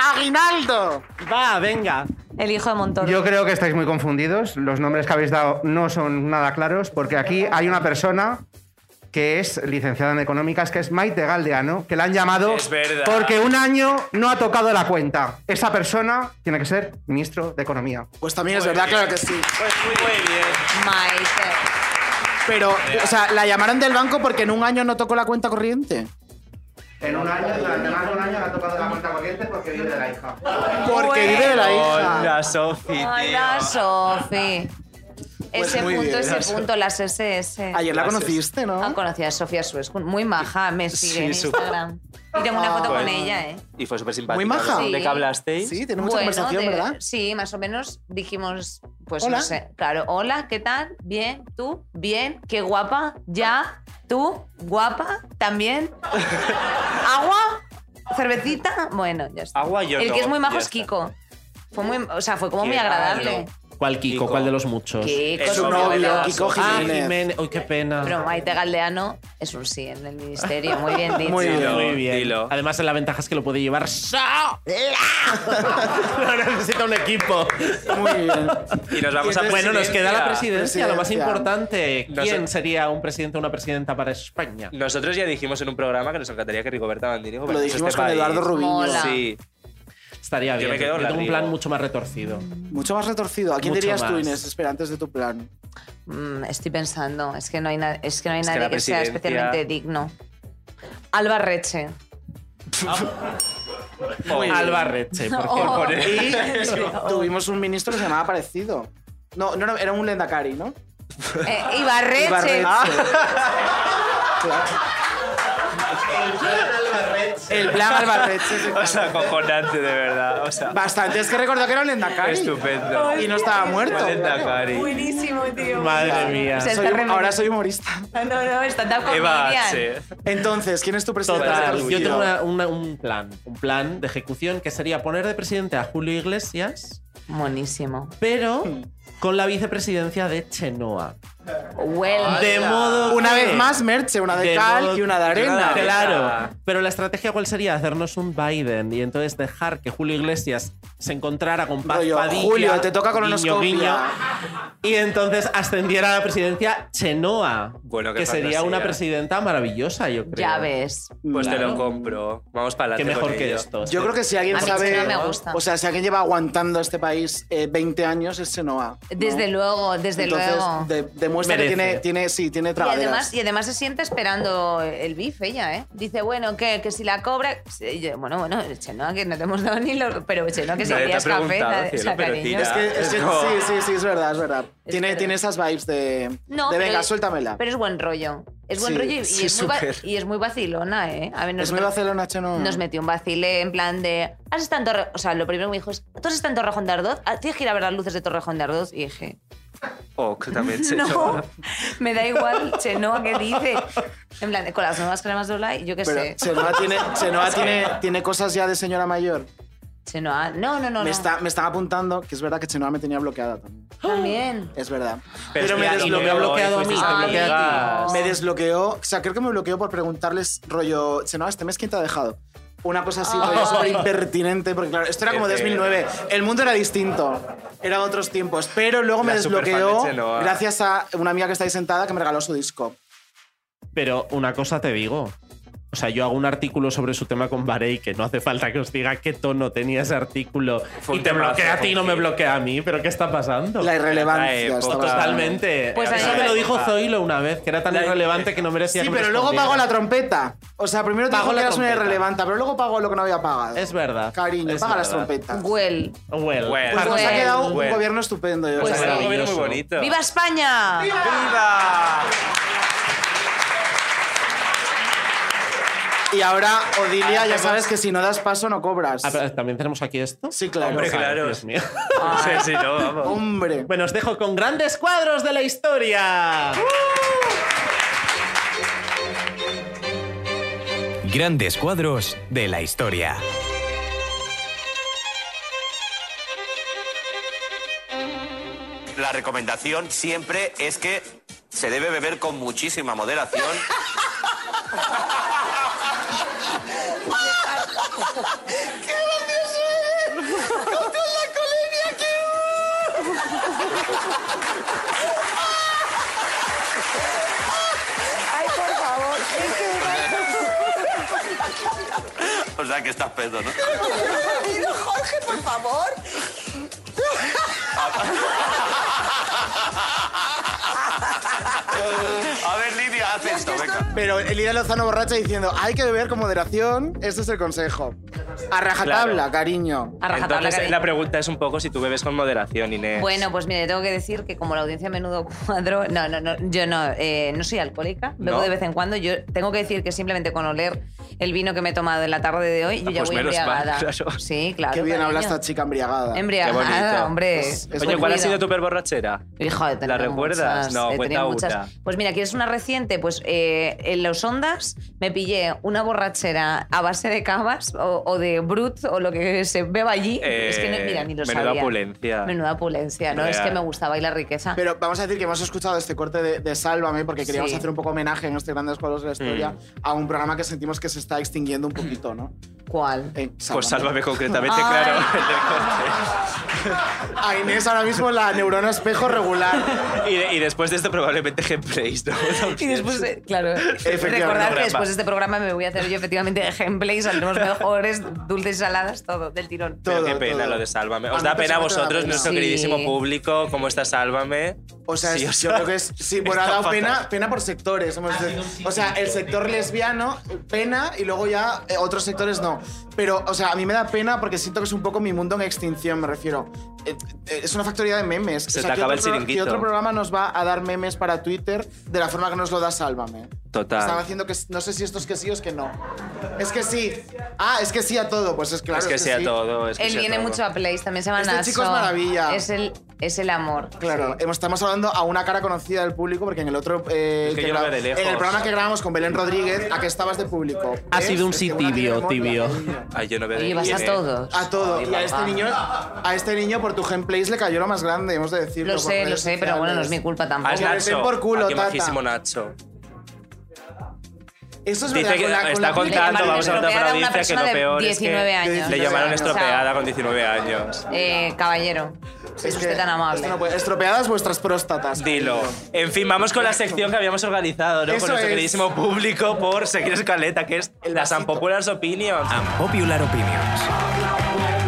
Speaker 4: Aguinaldo.
Speaker 5: Va, venga.
Speaker 6: El hijo de Montoro.
Speaker 18: Yo creo que estáis muy confundidos. Los nombres que habéis dado no son nada claros porque aquí hay una persona que es licenciada en económicas, que es Maite Galdeano, que la han llamado
Speaker 4: pues
Speaker 3: Es verdad.
Speaker 18: porque un año no ha tocado la cuenta. Esa persona tiene que ser ministro de Economía.
Speaker 4: Pues también es verdad, claro que sí.
Speaker 3: Pues muy bien.
Speaker 6: Maite.
Speaker 4: Pero, o sea, la llamaron del banco porque en un año no tocó la cuenta corriente.
Speaker 18: En un año, durante más de un año, no ha tocado la cuenta corriente porque vive de la hija.
Speaker 6: Pues
Speaker 4: Porque vive de la hija.
Speaker 3: Hola, Sofi.
Speaker 6: Hola, Sofi.
Speaker 4: Pues
Speaker 6: Ese
Speaker 4: muy
Speaker 6: punto,
Speaker 4: bien,
Speaker 6: ese
Speaker 4: gracias.
Speaker 6: punto, las SS.
Speaker 4: Ayer la conociste, ¿no?
Speaker 6: Ah, conocí a Sofía Suescun. Muy maja, me sigue
Speaker 3: Sí,
Speaker 6: en
Speaker 3: su-
Speaker 6: Instagram. Y tengo una
Speaker 5: Ah,
Speaker 6: foto con
Speaker 3: Pues-
Speaker 6: ella, ¿eh?
Speaker 3: Y fue súper simpática.
Speaker 4: Muy maja.
Speaker 3: ¿De
Speaker 6: Sí.
Speaker 3: qué hablasteis?
Speaker 4: Sí, tiene mucha
Speaker 6: Bueno,
Speaker 4: conversación,
Speaker 6: de-
Speaker 4: ¿verdad?
Speaker 6: Sí, más o menos dijimos, pues
Speaker 4: Hola.
Speaker 6: no sé. Claro, hola, ¿qué tal? Bien, tú, bien, qué guapa, ya, tú, guapa, también. Agua, cervecita, bueno, ya está.
Speaker 3: Agua yo
Speaker 6: El
Speaker 3: no,
Speaker 6: que es muy majo
Speaker 3: ya
Speaker 6: es
Speaker 3: está.
Speaker 6: Kiko. Fue muy, o sea, fue como
Speaker 3: Qué
Speaker 6: muy agradable.
Speaker 5: ¿Cuál Kiko? ¿Cuál de los muchos?
Speaker 6: Kiko,
Speaker 4: Es su novio, Kiko
Speaker 5: Ah,
Speaker 4: Jiménez.
Speaker 5: Jiménez. Uy, qué pena.
Speaker 6: Pero Maite Galdeano es un sí en el ministerio, muy bien dicho.
Speaker 5: Muy bien.
Speaker 3: Dilo,
Speaker 5: Muy bien. Además, la ventaja es que lo puede llevar sola. no necesita un equipo.
Speaker 4: Muy bien.
Speaker 3: Y nos vamos a
Speaker 5: Bueno, nos queda la presidencia, lo más
Speaker 4: Presidencia.
Speaker 5: importante.
Speaker 3: Nos-
Speaker 5: ¿Quién sería un presidente o una presidenta para España?
Speaker 3: Nosotros ya dijimos en un programa que nos encantaría que Rigoberta Bandini
Speaker 4: Lo
Speaker 3: gobernase
Speaker 4: dijimos
Speaker 3: este
Speaker 4: con
Speaker 3: país.
Speaker 4: Eduardo Rubiño.
Speaker 6: Mola.
Speaker 3: Sí.
Speaker 5: Estaría
Speaker 3: Yo
Speaker 5: bien.
Speaker 3: me quedo con la
Speaker 5: tengo un
Speaker 3: Rigo.
Speaker 5: plan mucho más retorcido.
Speaker 4: Mucho más retorcido. ¿A quién
Speaker 5: Mucho
Speaker 4: dirías tú,
Speaker 5: más.
Speaker 4: Inés? Espera, antes de tu plan.
Speaker 6: Mm, estoy pensando, es que no hay, na- es que no hay
Speaker 3: Es que
Speaker 6: nadie
Speaker 3: la
Speaker 6: que, sea
Speaker 3: presidencia-
Speaker 6: especialmente digno. Alba Reche.
Speaker 3: Muy bien.
Speaker 5: Albarreche, por
Speaker 6: Oh.
Speaker 5: favor.
Speaker 4: Y tuvimos un ministro que se llamaba parecido. No, no, no, era un Lendakari, ¿no?
Speaker 6: Eh, Ibarreche.
Speaker 4: Ibarreche.
Speaker 6: Ah.
Speaker 4: El plan Albarreche. sí,
Speaker 3: O sea, acojonante, de verdad. O sea,
Speaker 4: Bastante, es que recordó que era un Lendakari.
Speaker 3: estupendo.
Speaker 4: Y no estaba muerto.
Speaker 3: Valenta Cari.
Speaker 17: Buenísimo, tío.
Speaker 5: Madre mía.
Speaker 6: sea,
Speaker 4: Soy-
Speaker 6: Pues está re-
Speaker 4: ahora soy humorista.
Speaker 6: No, no, está tan
Speaker 3: Eva
Speaker 6: comedian.
Speaker 3: H.
Speaker 4: Entonces, ¿quién es tu presidente?
Speaker 5: Total,
Speaker 4: retorcido?
Speaker 5: yo tengo una- una- un plan, un plan de ejecución que sería poner de presidente a Julio Iglesias,
Speaker 6: Buenísimo.
Speaker 5: pero con la vicepresidencia de Chenoa.
Speaker 6: Huele.
Speaker 5: De modo
Speaker 4: Una
Speaker 5: que-
Speaker 4: vez más, Merche, una de,
Speaker 5: de
Speaker 4: cal
Speaker 5: modo-
Speaker 4: y una de arena.
Speaker 3: Claro.
Speaker 5: Claro, pero la estrategia cuál sería hacernos un Biden y entonces dejar que Julio Iglesias se encontrara con Paz
Speaker 4: Rollo,
Speaker 5: Padilla,
Speaker 4: Julio, te toca con
Speaker 5: guiño,
Speaker 4: colonoscopia.
Speaker 5: guiño, y entonces ascendiera a la presidencia Chenoa,
Speaker 3: Bueno, qué
Speaker 5: que sería
Speaker 3: fantasía.
Speaker 5: una presidenta maravillosa, yo creo.
Speaker 6: Ya ves.
Speaker 3: Pues te
Speaker 5: Claro.
Speaker 3: lo compro. Vamos para
Speaker 5: Qué
Speaker 3: adelante.
Speaker 5: mejor
Speaker 3: con
Speaker 5: que
Speaker 3: ello.
Speaker 5: esto.
Speaker 4: Yo creo que si alguien
Speaker 6: A mí
Speaker 4: sabe.
Speaker 6: Chenoa me gusta.
Speaker 4: O sea, si alguien lleva aguantando este país eh, 20 años, es Senoa.
Speaker 6: Desde luego, desde
Speaker 4: Entonces,
Speaker 6: luego.
Speaker 4: de- demuestra
Speaker 5: Merece.
Speaker 4: que tiene, tiene, sí, tiene
Speaker 6: y
Speaker 4: trabaderas.
Speaker 6: además, y además se siente esperando el bif ella, ¿eh? Dice, bueno, que, que si la cobra... Sí, yo, bueno, bueno, Chenoa, que no te hemos dado ni lo... Pero Chenoa, que si
Speaker 3: Nadie te ha
Speaker 6: querías café,
Speaker 3: preguntado,
Speaker 6: nadie- o sea,
Speaker 3: cielo, pero
Speaker 6: cariño.
Speaker 3: tira.
Speaker 4: es que, es que-
Speaker 3: No.
Speaker 4: sí, sí, sí, es verdad, es verdad. tiene,
Speaker 6: verdad.
Speaker 4: tiene esas vibes de.
Speaker 6: No,
Speaker 4: de
Speaker 6: pero-
Speaker 4: venga, suéltamela.
Speaker 6: Pero es buen rollo. Es buen
Speaker 4: Sí,
Speaker 6: rollo y, y
Speaker 4: sí,
Speaker 6: es muy va-
Speaker 4: súper.
Speaker 6: y es muy vacilona, ¿eh? A ver,
Speaker 4: es muy
Speaker 6: nosotros-
Speaker 4: Barcelona, Chenoa.
Speaker 6: nos metió un vacile en plan de. ¿Has estado en Torre-?" O sea, lo primero que me dijo es: ¿Tú has estado en Torrejón de Ardoz? Ah, Tienes que ir a ver las luces de Torrejón de Ardoz. Y dije:
Speaker 3: Oh, que también se
Speaker 6: No, me da igual, Chenoa, ¿qué dice? En plan, de, con las nuevas cremas de Olay, yo qué
Speaker 4: Pero
Speaker 6: sé.
Speaker 4: Chenoa tiene, Chenoa tiene, tiene cosas ya de señora mayor.
Speaker 6: Chenoa, no, no, no. no.
Speaker 4: me, está, me están apuntando que es verdad que Chenoa me tenía bloqueada también.
Speaker 6: "Ah, También.
Speaker 4: Es verdad.
Speaker 3: Pero,
Speaker 4: Pero me
Speaker 3: me
Speaker 4: desbloqueó,
Speaker 3: desbloqueó
Speaker 5: bloqueado a mí,
Speaker 6: me bloquea a ti.
Speaker 4: Me desbloqueó, o sea, creo que me bloqueó por preguntarles rollo, Chenoa, este mes quién te ha dejado. Una cosa así, rollo súper impertinente, porque claro, esto era como
Speaker 3: Qué feo.
Speaker 4: 2009, el mundo era distinto, eran otros tiempos, pero luego me
Speaker 3: La superfan
Speaker 4: desbloqueó
Speaker 3: de Chenoa.
Speaker 4: gracias a una amiga que está ahí sentada que me regaló su disco.
Speaker 5: Pero una cosa te digo. O sea, yo hago un artículo sobre su tema con Barey, que no hace falta que os diga qué tono tenía ese artículo.
Speaker 3: Fue
Speaker 5: y
Speaker 3: un
Speaker 5: te
Speaker 3: temazo,
Speaker 5: bloquea a ti, no me
Speaker 3: sí.
Speaker 5: bloquea a mí. ¿Pero qué está pasando?
Speaker 4: La irrelevancia.
Speaker 3: Eh,
Speaker 4: estaba-
Speaker 5: Totalmente.
Speaker 6: Pues
Speaker 5: Eso
Speaker 6: ahí-
Speaker 5: me lo dijo Zoilo una vez, que era tan
Speaker 3: La-
Speaker 5: irrelevante que no merecía
Speaker 4: Sí,
Speaker 5: que me
Speaker 4: pero luego
Speaker 5: respondiera.
Speaker 4: pagó la trompeta. O sea, primero te
Speaker 5: Pagó
Speaker 4: dijo que
Speaker 5: la
Speaker 4: eras una
Speaker 5: trompeta.
Speaker 4: irrelevante, pero luego pagó lo que no había pagado.
Speaker 5: Es verdad.
Speaker 4: Cariño,
Speaker 5: es
Speaker 4: paga las
Speaker 5: verdad.
Speaker 4: trompetas.
Speaker 6: Well.
Speaker 5: Well.
Speaker 3: Well.
Speaker 4: Pues nos
Speaker 6: Bueno,
Speaker 4: ha quedado un
Speaker 3: bueno.
Speaker 4: gobierno estupendo. yo
Speaker 3: Pues
Speaker 4: creo.
Speaker 3: sí.
Speaker 5: Maravilloso.
Speaker 3: Gobierno muy bonito.
Speaker 6: ¡Viva España!
Speaker 3: ¡Viva!
Speaker 4: Y ahora, Odilia, ya
Speaker 5: Hacemos-
Speaker 4: sabes que si no das paso no cobras.
Speaker 5: Ah, pero También tenemos aquí esto.
Speaker 4: Sí, claro.
Speaker 3: Hombre,
Speaker 5: Ay,
Speaker 3: claro.
Speaker 5: Dios mío.
Speaker 3: Sí, sí, no, vamos.
Speaker 4: Hombre.
Speaker 5: Bueno, os dejo con grandes cuadros de la historia.
Speaker 2: Grandes cuadros de la historia.
Speaker 3: La
Speaker 19: la recomendación siempre es que se debe beber con muchísima moderación.
Speaker 9: ¡Qué gracioso eres! ¡Contra la colemia
Speaker 20: Ay, por favor, es que
Speaker 19: O sea que estás pedo, ¿no?
Speaker 20: Tranquilo, Jorge, por favor.
Speaker 19: A ver, Lidia, haz esto, venga.
Speaker 4: Pero Elida Lozano borracha diciendo, hay que beber con moderación, este es el consejo. A rajatabla,
Speaker 3: Claro.
Speaker 4: cariño.
Speaker 6: A rajatabla,
Speaker 3: Entonces,
Speaker 6: cariño.
Speaker 3: la pregunta es un poco si tú bebes con moderación, Inés.
Speaker 6: Bueno, pues mire, tengo que decir que como la audiencia a menudo cuadro, no, no, no, yo no, eh, no soy alcohólica, bebo
Speaker 3: ¿No?
Speaker 6: de vez en cuando. Yo tengo que decir que simplemente con oler el vino que me he tomado en la tarde de hoy, yo
Speaker 3: Ah,
Speaker 6: ya
Speaker 4: pues
Speaker 6: voy
Speaker 4: menos mal,
Speaker 6: embriagada.
Speaker 4: claro.
Speaker 6: Sí, claro.
Speaker 4: Qué bien habla
Speaker 6: cariño.
Speaker 4: esta chica embriagada.
Speaker 6: Embriagada, Qué bonito. hombre. Es
Speaker 3: Pues, Oye, ¿cuál ha
Speaker 6: cuido.
Speaker 3: sido tu perborrachera?
Speaker 6: Hijo, he
Speaker 3: ¿La
Speaker 6: tenido
Speaker 3: recuerdas?
Speaker 6: muchas,
Speaker 3: no,
Speaker 6: he
Speaker 3: cuenta
Speaker 6: tenido muchas.
Speaker 3: una.
Speaker 6: Pues mira, ¿quieres una reciente? Pues eh, en los Ondas me pillé una borrachera a base de cavas o, o de brut o lo que se beba allí. es que no,
Speaker 3: Eh,
Speaker 6: mira, ni lo
Speaker 3: menuda
Speaker 6: sabía.
Speaker 3: opulencia.
Speaker 6: Menuda opulencia, ¿no?
Speaker 3: Real.
Speaker 6: Es que me gustaba y la riqueza.
Speaker 4: Pero vamos a decir que hemos escuchado este corte de, de Sálvame porque queríamos
Speaker 6: Sí.
Speaker 4: hacer un poco homenaje en estos grandes cuadros de la historia
Speaker 3: Mm.
Speaker 4: a un programa que sentimos que se está extinguiendo un poquito, ¿no?
Speaker 6: ¿Cuál?
Speaker 4: Eh,
Speaker 3: Pues sálvame concretamente,
Speaker 4: Ay.
Speaker 3: claro. el
Speaker 4: A Inés Ah, ahora mismo la neurona espejo regular.
Speaker 3: del corte. y, de- y después de esto probablemente Gameplays, ¿no?
Speaker 6: Y después, de- claro,
Speaker 3: Efectivamente.
Speaker 6: recordar que después de este programa me voy a hacer yo efectivamente ejemplos y saldremos mejores, dulces y saladas, todo, del tirón.
Speaker 3: Pero qué pena lo de Sálvame.
Speaker 4: A
Speaker 3: ¿Os
Speaker 4: mí
Speaker 3: da pena a
Speaker 4: personalmente me da
Speaker 3: vosotros,
Speaker 4: pena.
Speaker 3: nuestro
Speaker 4: Sí.
Speaker 3: queridísimo público? ¿Cómo está Sálvame?
Speaker 4: O sea,
Speaker 3: Sí, o
Speaker 4: es- yo
Speaker 3: sea,
Speaker 4: creo que es. Sí, bueno, ha
Speaker 3: está
Speaker 4: dado
Speaker 3: fatal.
Speaker 4: pena, pena por sectores. Hemos- o sea, el sector lesbiano, pena, y luego ya eh, otros sectores no. Pero, o sea, a mí me da pena porque siento que es un poco mi mundo en extinción, me refiero. Eh, eh, Es una factoría de memes.
Speaker 3: Se
Speaker 4: O sea,
Speaker 3: te
Speaker 4: ¿qué
Speaker 3: acaba
Speaker 4: otro
Speaker 3: el
Speaker 4: pro-
Speaker 3: chiringuito.
Speaker 4: ¿Qué otro programa nos va a dar memes para Twitter de la forma que nos lo da Sálvame? Están
Speaker 3: Total.
Speaker 4: haciendo que. No sé si esto es que sí o es que no. Es que sí. Ah, es que sí a todo. Pues es claro.
Speaker 3: Es que sí a
Speaker 4: sí.
Speaker 3: todo, es que
Speaker 6: Él
Speaker 3: sí a
Speaker 6: viene
Speaker 3: todo.
Speaker 6: mucho a Place, también se llama
Speaker 4: Este
Speaker 6: Naso.
Speaker 4: chico es maravilla.
Speaker 6: Es el, es el amor.
Speaker 4: Claro, hemos- estamos hablando a una cara conocida del público porque en el otro. eh,
Speaker 5: Es que yo lo
Speaker 4: gra-
Speaker 5: veo de lejos.
Speaker 4: En el programa que grabamos con Belén Rodríguez, ¿a qué estabas de público?
Speaker 5: Ha
Speaker 4: ¿Ves?
Speaker 5: sido un
Speaker 4: Es
Speaker 5: sí
Speaker 4: que una
Speaker 5: tibio,
Speaker 4: tiene
Speaker 5: tibio.
Speaker 3: Ay, yo no veo
Speaker 4: Y vas a
Speaker 6: todos.
Speaker 4: A todo. Y a este niño, a este niño por tu gameplays le cayó lo más grande, hemos de decirlo.
Speaker 6: Lo
Speaker 4: por
Speaker 6: sé,
Speaker 4: redes
Speaker 6: lo sé, pero
Speaker 4: sociales.
Speaker 6: bueno, no es mi culpa
Speaker 3: Ah,
Speaker 6: tampoco.
Speaker 3: es
Speaker 4: Que le
Speaker 3: Nacho.
Speaker 4: den por culo,
Speaker 3: Ah, qué
Speaker 4: tata.
Speaker 3: majísimo Nacho.
Speaker 4: Eso es
Speaker 3: Dice
Speaker 4: verdad,
Speaker 3: que
Speaker 4: con la- con
Speaker 3: está
Speaker 4: la-
Speaker 3: contando, vamos a contar
Speaker 6: Estropeada
Speaker 3: para
Speaker 6: a una
Speaker 3: audiencia que
Speaker 6: persona
Speaker 3: lo
Speaker 6: de
Speaker 3: peor es
Speaker 6: 19
Speaker 3: que
Speaker 6: años.
Speaker 3: le llamaron
Speaker 6: O sea,
Speaker 3: estropeada con 19 años.
Speaker 6: Eh, caballero, es
Speaker 4: Es
Speaker 6: usted
Speaker 4: que
Speaker 6: tan amable.
Speaker 4: esto no puede- estropeadas vuestras próstatas.
Speaker 3: Dilo. En fin, vamos con la sección que habíamos organizado, ¿no?
Speaker 4: Eso
Speaker 3: con nuestro
Speaker 4: es.
Speaker 3: queridísimo público por seguir escaleta, que es las unpopular opinions.
Speaker 4: Ah.
Speaker 3: Unpopular opinions.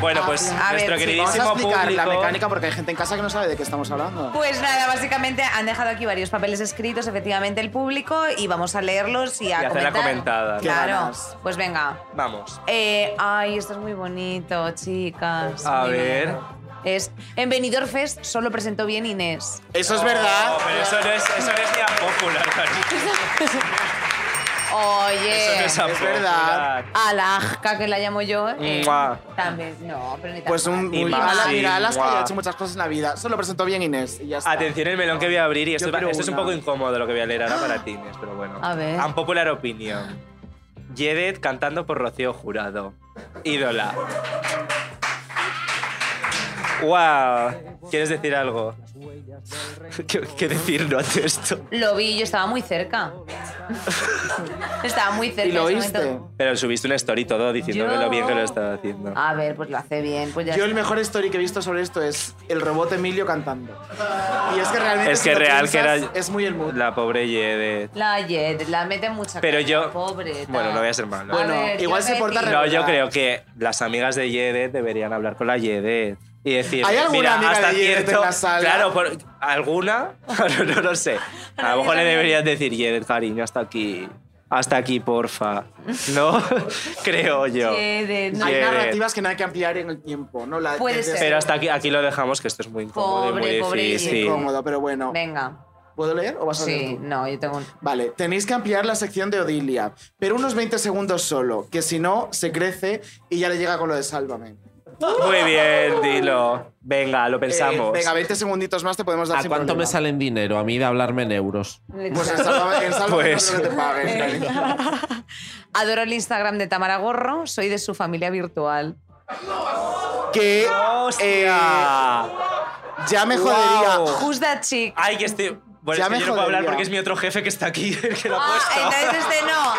Speaker 3: Bueno, pues
Speaker 6: A ver,
Speaker 3: nuestro
Speaker 6: sí,
Speaker 3: queridísimo
Speaker 4: Vamos a explicar
Speaker 3: público.
Speaker 4: la mecánica porque hay gente en casa que no sabe de qué estamos hablando.
Speaker 6: Pues nada, básicamente han dejado aquí varios papeles escritos, efectivamente, el público, y vamos a leerlos y a
Speaker 3: Y hacer la
Speaker 6: comentar.
Speaker 3: comentada, ¿no? Qué
Speaker 6: Claro,
Speaker 3: ganas.
Speaker 6: pues venga.
Speaker 3: Vamos.
Speaker 6: Eh, ay, esto es muy bonito, chicas.
Speaker 3: A
Speaker 6: Muy
Speaker 3: ver.
Speaker 6: bonito. Es, en Benidorm Fest solo presentó bien Inés.
Speaker 4: Eso es verdad.
Speaker 3: No, pero eso no es, eso no es ni unpopular, cariño.
Speaker 6: Oye.
Speaker 3: Eso no es unpopular.
Speaker 4: Eh, verdad.
Speaker 6: Alaska, que la llamo yo. eh,
Speaker 4: Mua.
Speaker 6: también. No, pero ni tan
Speaker 4: Pues un.
Speaker 6: mal.
Speaker 3: Y
Speaker 4: muy-
Speaker 3: más,
Speaker 4: Ala-
Speaker 3: sí,
Speaker 4: Mira, Alaska
Speaker 3: guau.
Speaker 4: ya ha hecho muchas cosas en la vida. Solo presentó bien Inés. Y ya está.
Speaker 3: Atención el melón que voy a abrir y esto,
Speaker 4: Yo quiero
Speaker 3: esto es un
Speaker 4: una.
Speaker 3: poco incómodo lo que voy a leer ahora para ti, Inés, pero bueno.
Speaker 6: A ver.
Speaker 3: Unpopular opinion. Jedet cantando por Rocío Jurado. Ídola. ¡Wow! ¿Quieres decir algo? ¿Qué, qué decir no ante esto?
Speaker 6: Lo vi, yo estaba muy cerca. estaba muy cerca.
Speaker 4: ¿Y lo
Speaker 6: en ese momento.
Speaker 3: Pero subiste una story todo diciéndome
Speaker 6: Yo-
Speaker 3: lo bien que lo estaba haciendo.
Speaker 6: A ver, pues lo hace bien. Pues ya
Speaker 4: Yo
Speaker 6: está.
Speaker 4: el mejor story que he visto sobre esto es el robot Emilio cantando. Y es que realmente
Speaker 3: es
Speaker 4: si
Speaker 3: que
Speaker 4: lo
Speaker 3: real que era.
Speaker 4: piensas, es muy el mood.
Speaker 3: La pobre Jedet.
Speaker 6: La Jet, la mete mucha
Speaker 3: Pero
Speaker 6: caña,
Speaker 3: yo-
Speaker 6: Pobre. tal.
Speaker 3: Bueno, no voy a ser malo.
Speaker 6: Bueno, A ver, igual yo se voy a porta decir-
Speaker 3: No, yo
Speaker 6: regular.
Speaker 3: creo que las amigas de Yedet deberían hablar con la Yedet y decir.
Speaker 4: ¿Hay alguna
Speaker 3: "Mira,
Speaker 4: amiga
Speaker 3: hasta
Speaker 4: de Yedet en
Speaker 3: cierto-
Speaker 4: la sala?
Speaker 3: Claro, por- alguna. no, no lo sé. A lo mejor le deberías decir Yedet, cariño, hasta aquí. Hasta aquí, porfa. ¿No? creo yo.
Speaker 6: Yedet, no.
Speaker 4: Hay
Speaker 3: Yedet.
Speaker 4: narrativas que no hay que ampliar en el tiempo, ¿no? La,
Speaker 6: Puede ser.
Speaker 3: Pero hasta aquí, aquí lo dejamos, que esto es muy incómodo
Speaker 6: Pobre,
Speaker 3: y muy
Speaker 6: pobre
Speaker 3: difícil.
Speaker 6: Yedet.
Speaker 4: Incómodo, pero bueno.
Speaker 6: Venga.
Speaker 4: ¿Puedo leer o vas a leer
Speaker 6: Sí,
Speaker 4: tú?
Speaker 6: no, yo tengo un.
Speaker 4: Vale, tenéis que ampliar la sección de Odilia, pero unos 20 segundos solo, que si no, se crece y ya le llega con lo de Sálvame.
Speaker 3: Muy bien, dilo.
Speaker 4: dinero.
Speaker 3: Venga, lo pensamos.
Speaker 4: Eh, venga, 20 segunditos más te podemos dar
Speaker 5: ¿A
Speaker 4: sin
Speaker 5: cuánto me
Speaker 4: problema.
Speaker 5: sale en dinero? A mí de hablarme en euros.
Speaker 4: Pues en Sálvame- en Sálvame
Speaker 5: Pues-
Speaker 4: no creo que te pagues,
Speaker 3: Eh.
Speaker 4: cariño.
Speaker 6: Adoro el Instagram de Tamara Gorro, soy de su familia virtual.
Speaker 4: Que eh, ya me jodería.
Speaker 6: Who's that chick?
Speaker 3: Ay, que estoy. Bueno,
Speaker 4: Ya
Speaker 3: es que
Speaker 4: me
Speaker 3: yo no puedo hablar
Speaker 4: jodería.
Speaker 3: porque es mi otro jefe que está aquí, el que lo ha
Speaker 6: Ah,
Speaker 3: puesto.
Speaker 6: entonces este no.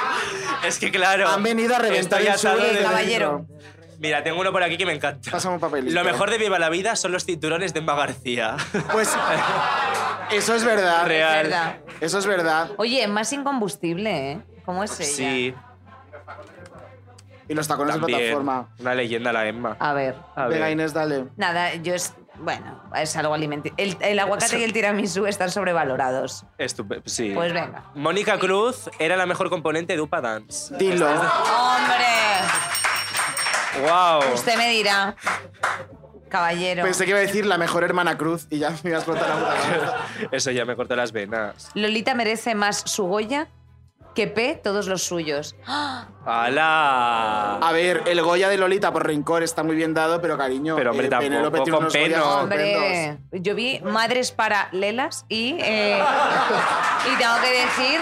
Speaker 3: Es que claro.
Speaker 4: Han venido a reventar
Speaker 3: estoy
Speaker 4: el
Speaker 3: atado
Speaker 4: suelo
Speaker 3: de
Speaker 4: del
Speaker 6: caballero.
Speaker 3: Mira, tengo uno por aquí que me encanta.
Speaker 4: Pasamos papelito.
Speaker 3: Lo mejor de Viva la Vida son los cinturones de Emma García.
Speaker 4: Pues eso es verdad.
Speaker 3: Real.
Speaker 6: Es verdad.
Speaker 4: Eso es verdad.
Speaker 6: Oye, más incombustible, ¿eh? ¿Cómo es ella?
Speaker 3: Sí,
Speaker 4: Y los tacones de
Speaker 3: también.
Speaker 4: plataforma.
Speaker 3: Una leyenda la Emma.
Speaker 6: A ver.
Speaker 3: A ver.
Speaker 4: Ah, Venga, Inés, dale.
Speaker 6: Nada, yo es. Bueno, es algo alimenticio. El, el aguacate y el tiramisú están sobrevalorados.
Speaker 3: Estupe- sí.
Speaker 6: Pues venga.
Speaker 3: Mónica Cruz era la mejor componente de Upa Dance.
Speaker 4: Dilo.
Speaker 6: ¡Hombre!
Speaker 3: ¡Wow!
Speaker 6: Usted me dirá. Caballero.
Speaker 4: Pensé que iba a decir la mejor hermana Cruz y ya me iba a explotar la puta cabeza.
Speaker 3: Eso ya me cortó las venas.
Speaker 6: Lolita merece más su Goya que P todos los suyos.
Speaker 3: ¡Hala!
Speaker 4: A ver, el Goya de Lolita por Rincón está muy bien dado, pero cariño. eh,
Speaker 3: Pero, hombre, tampoco,
Speaker 4: Penélope tiene
Speaker 3: con
Speaker 4: unos
Speaker 3: pena.
Speaker 4: Goyas estupendos.
Speaker 6: Hombre, yo vi Madres Paralelas y, eh, y tengo que decir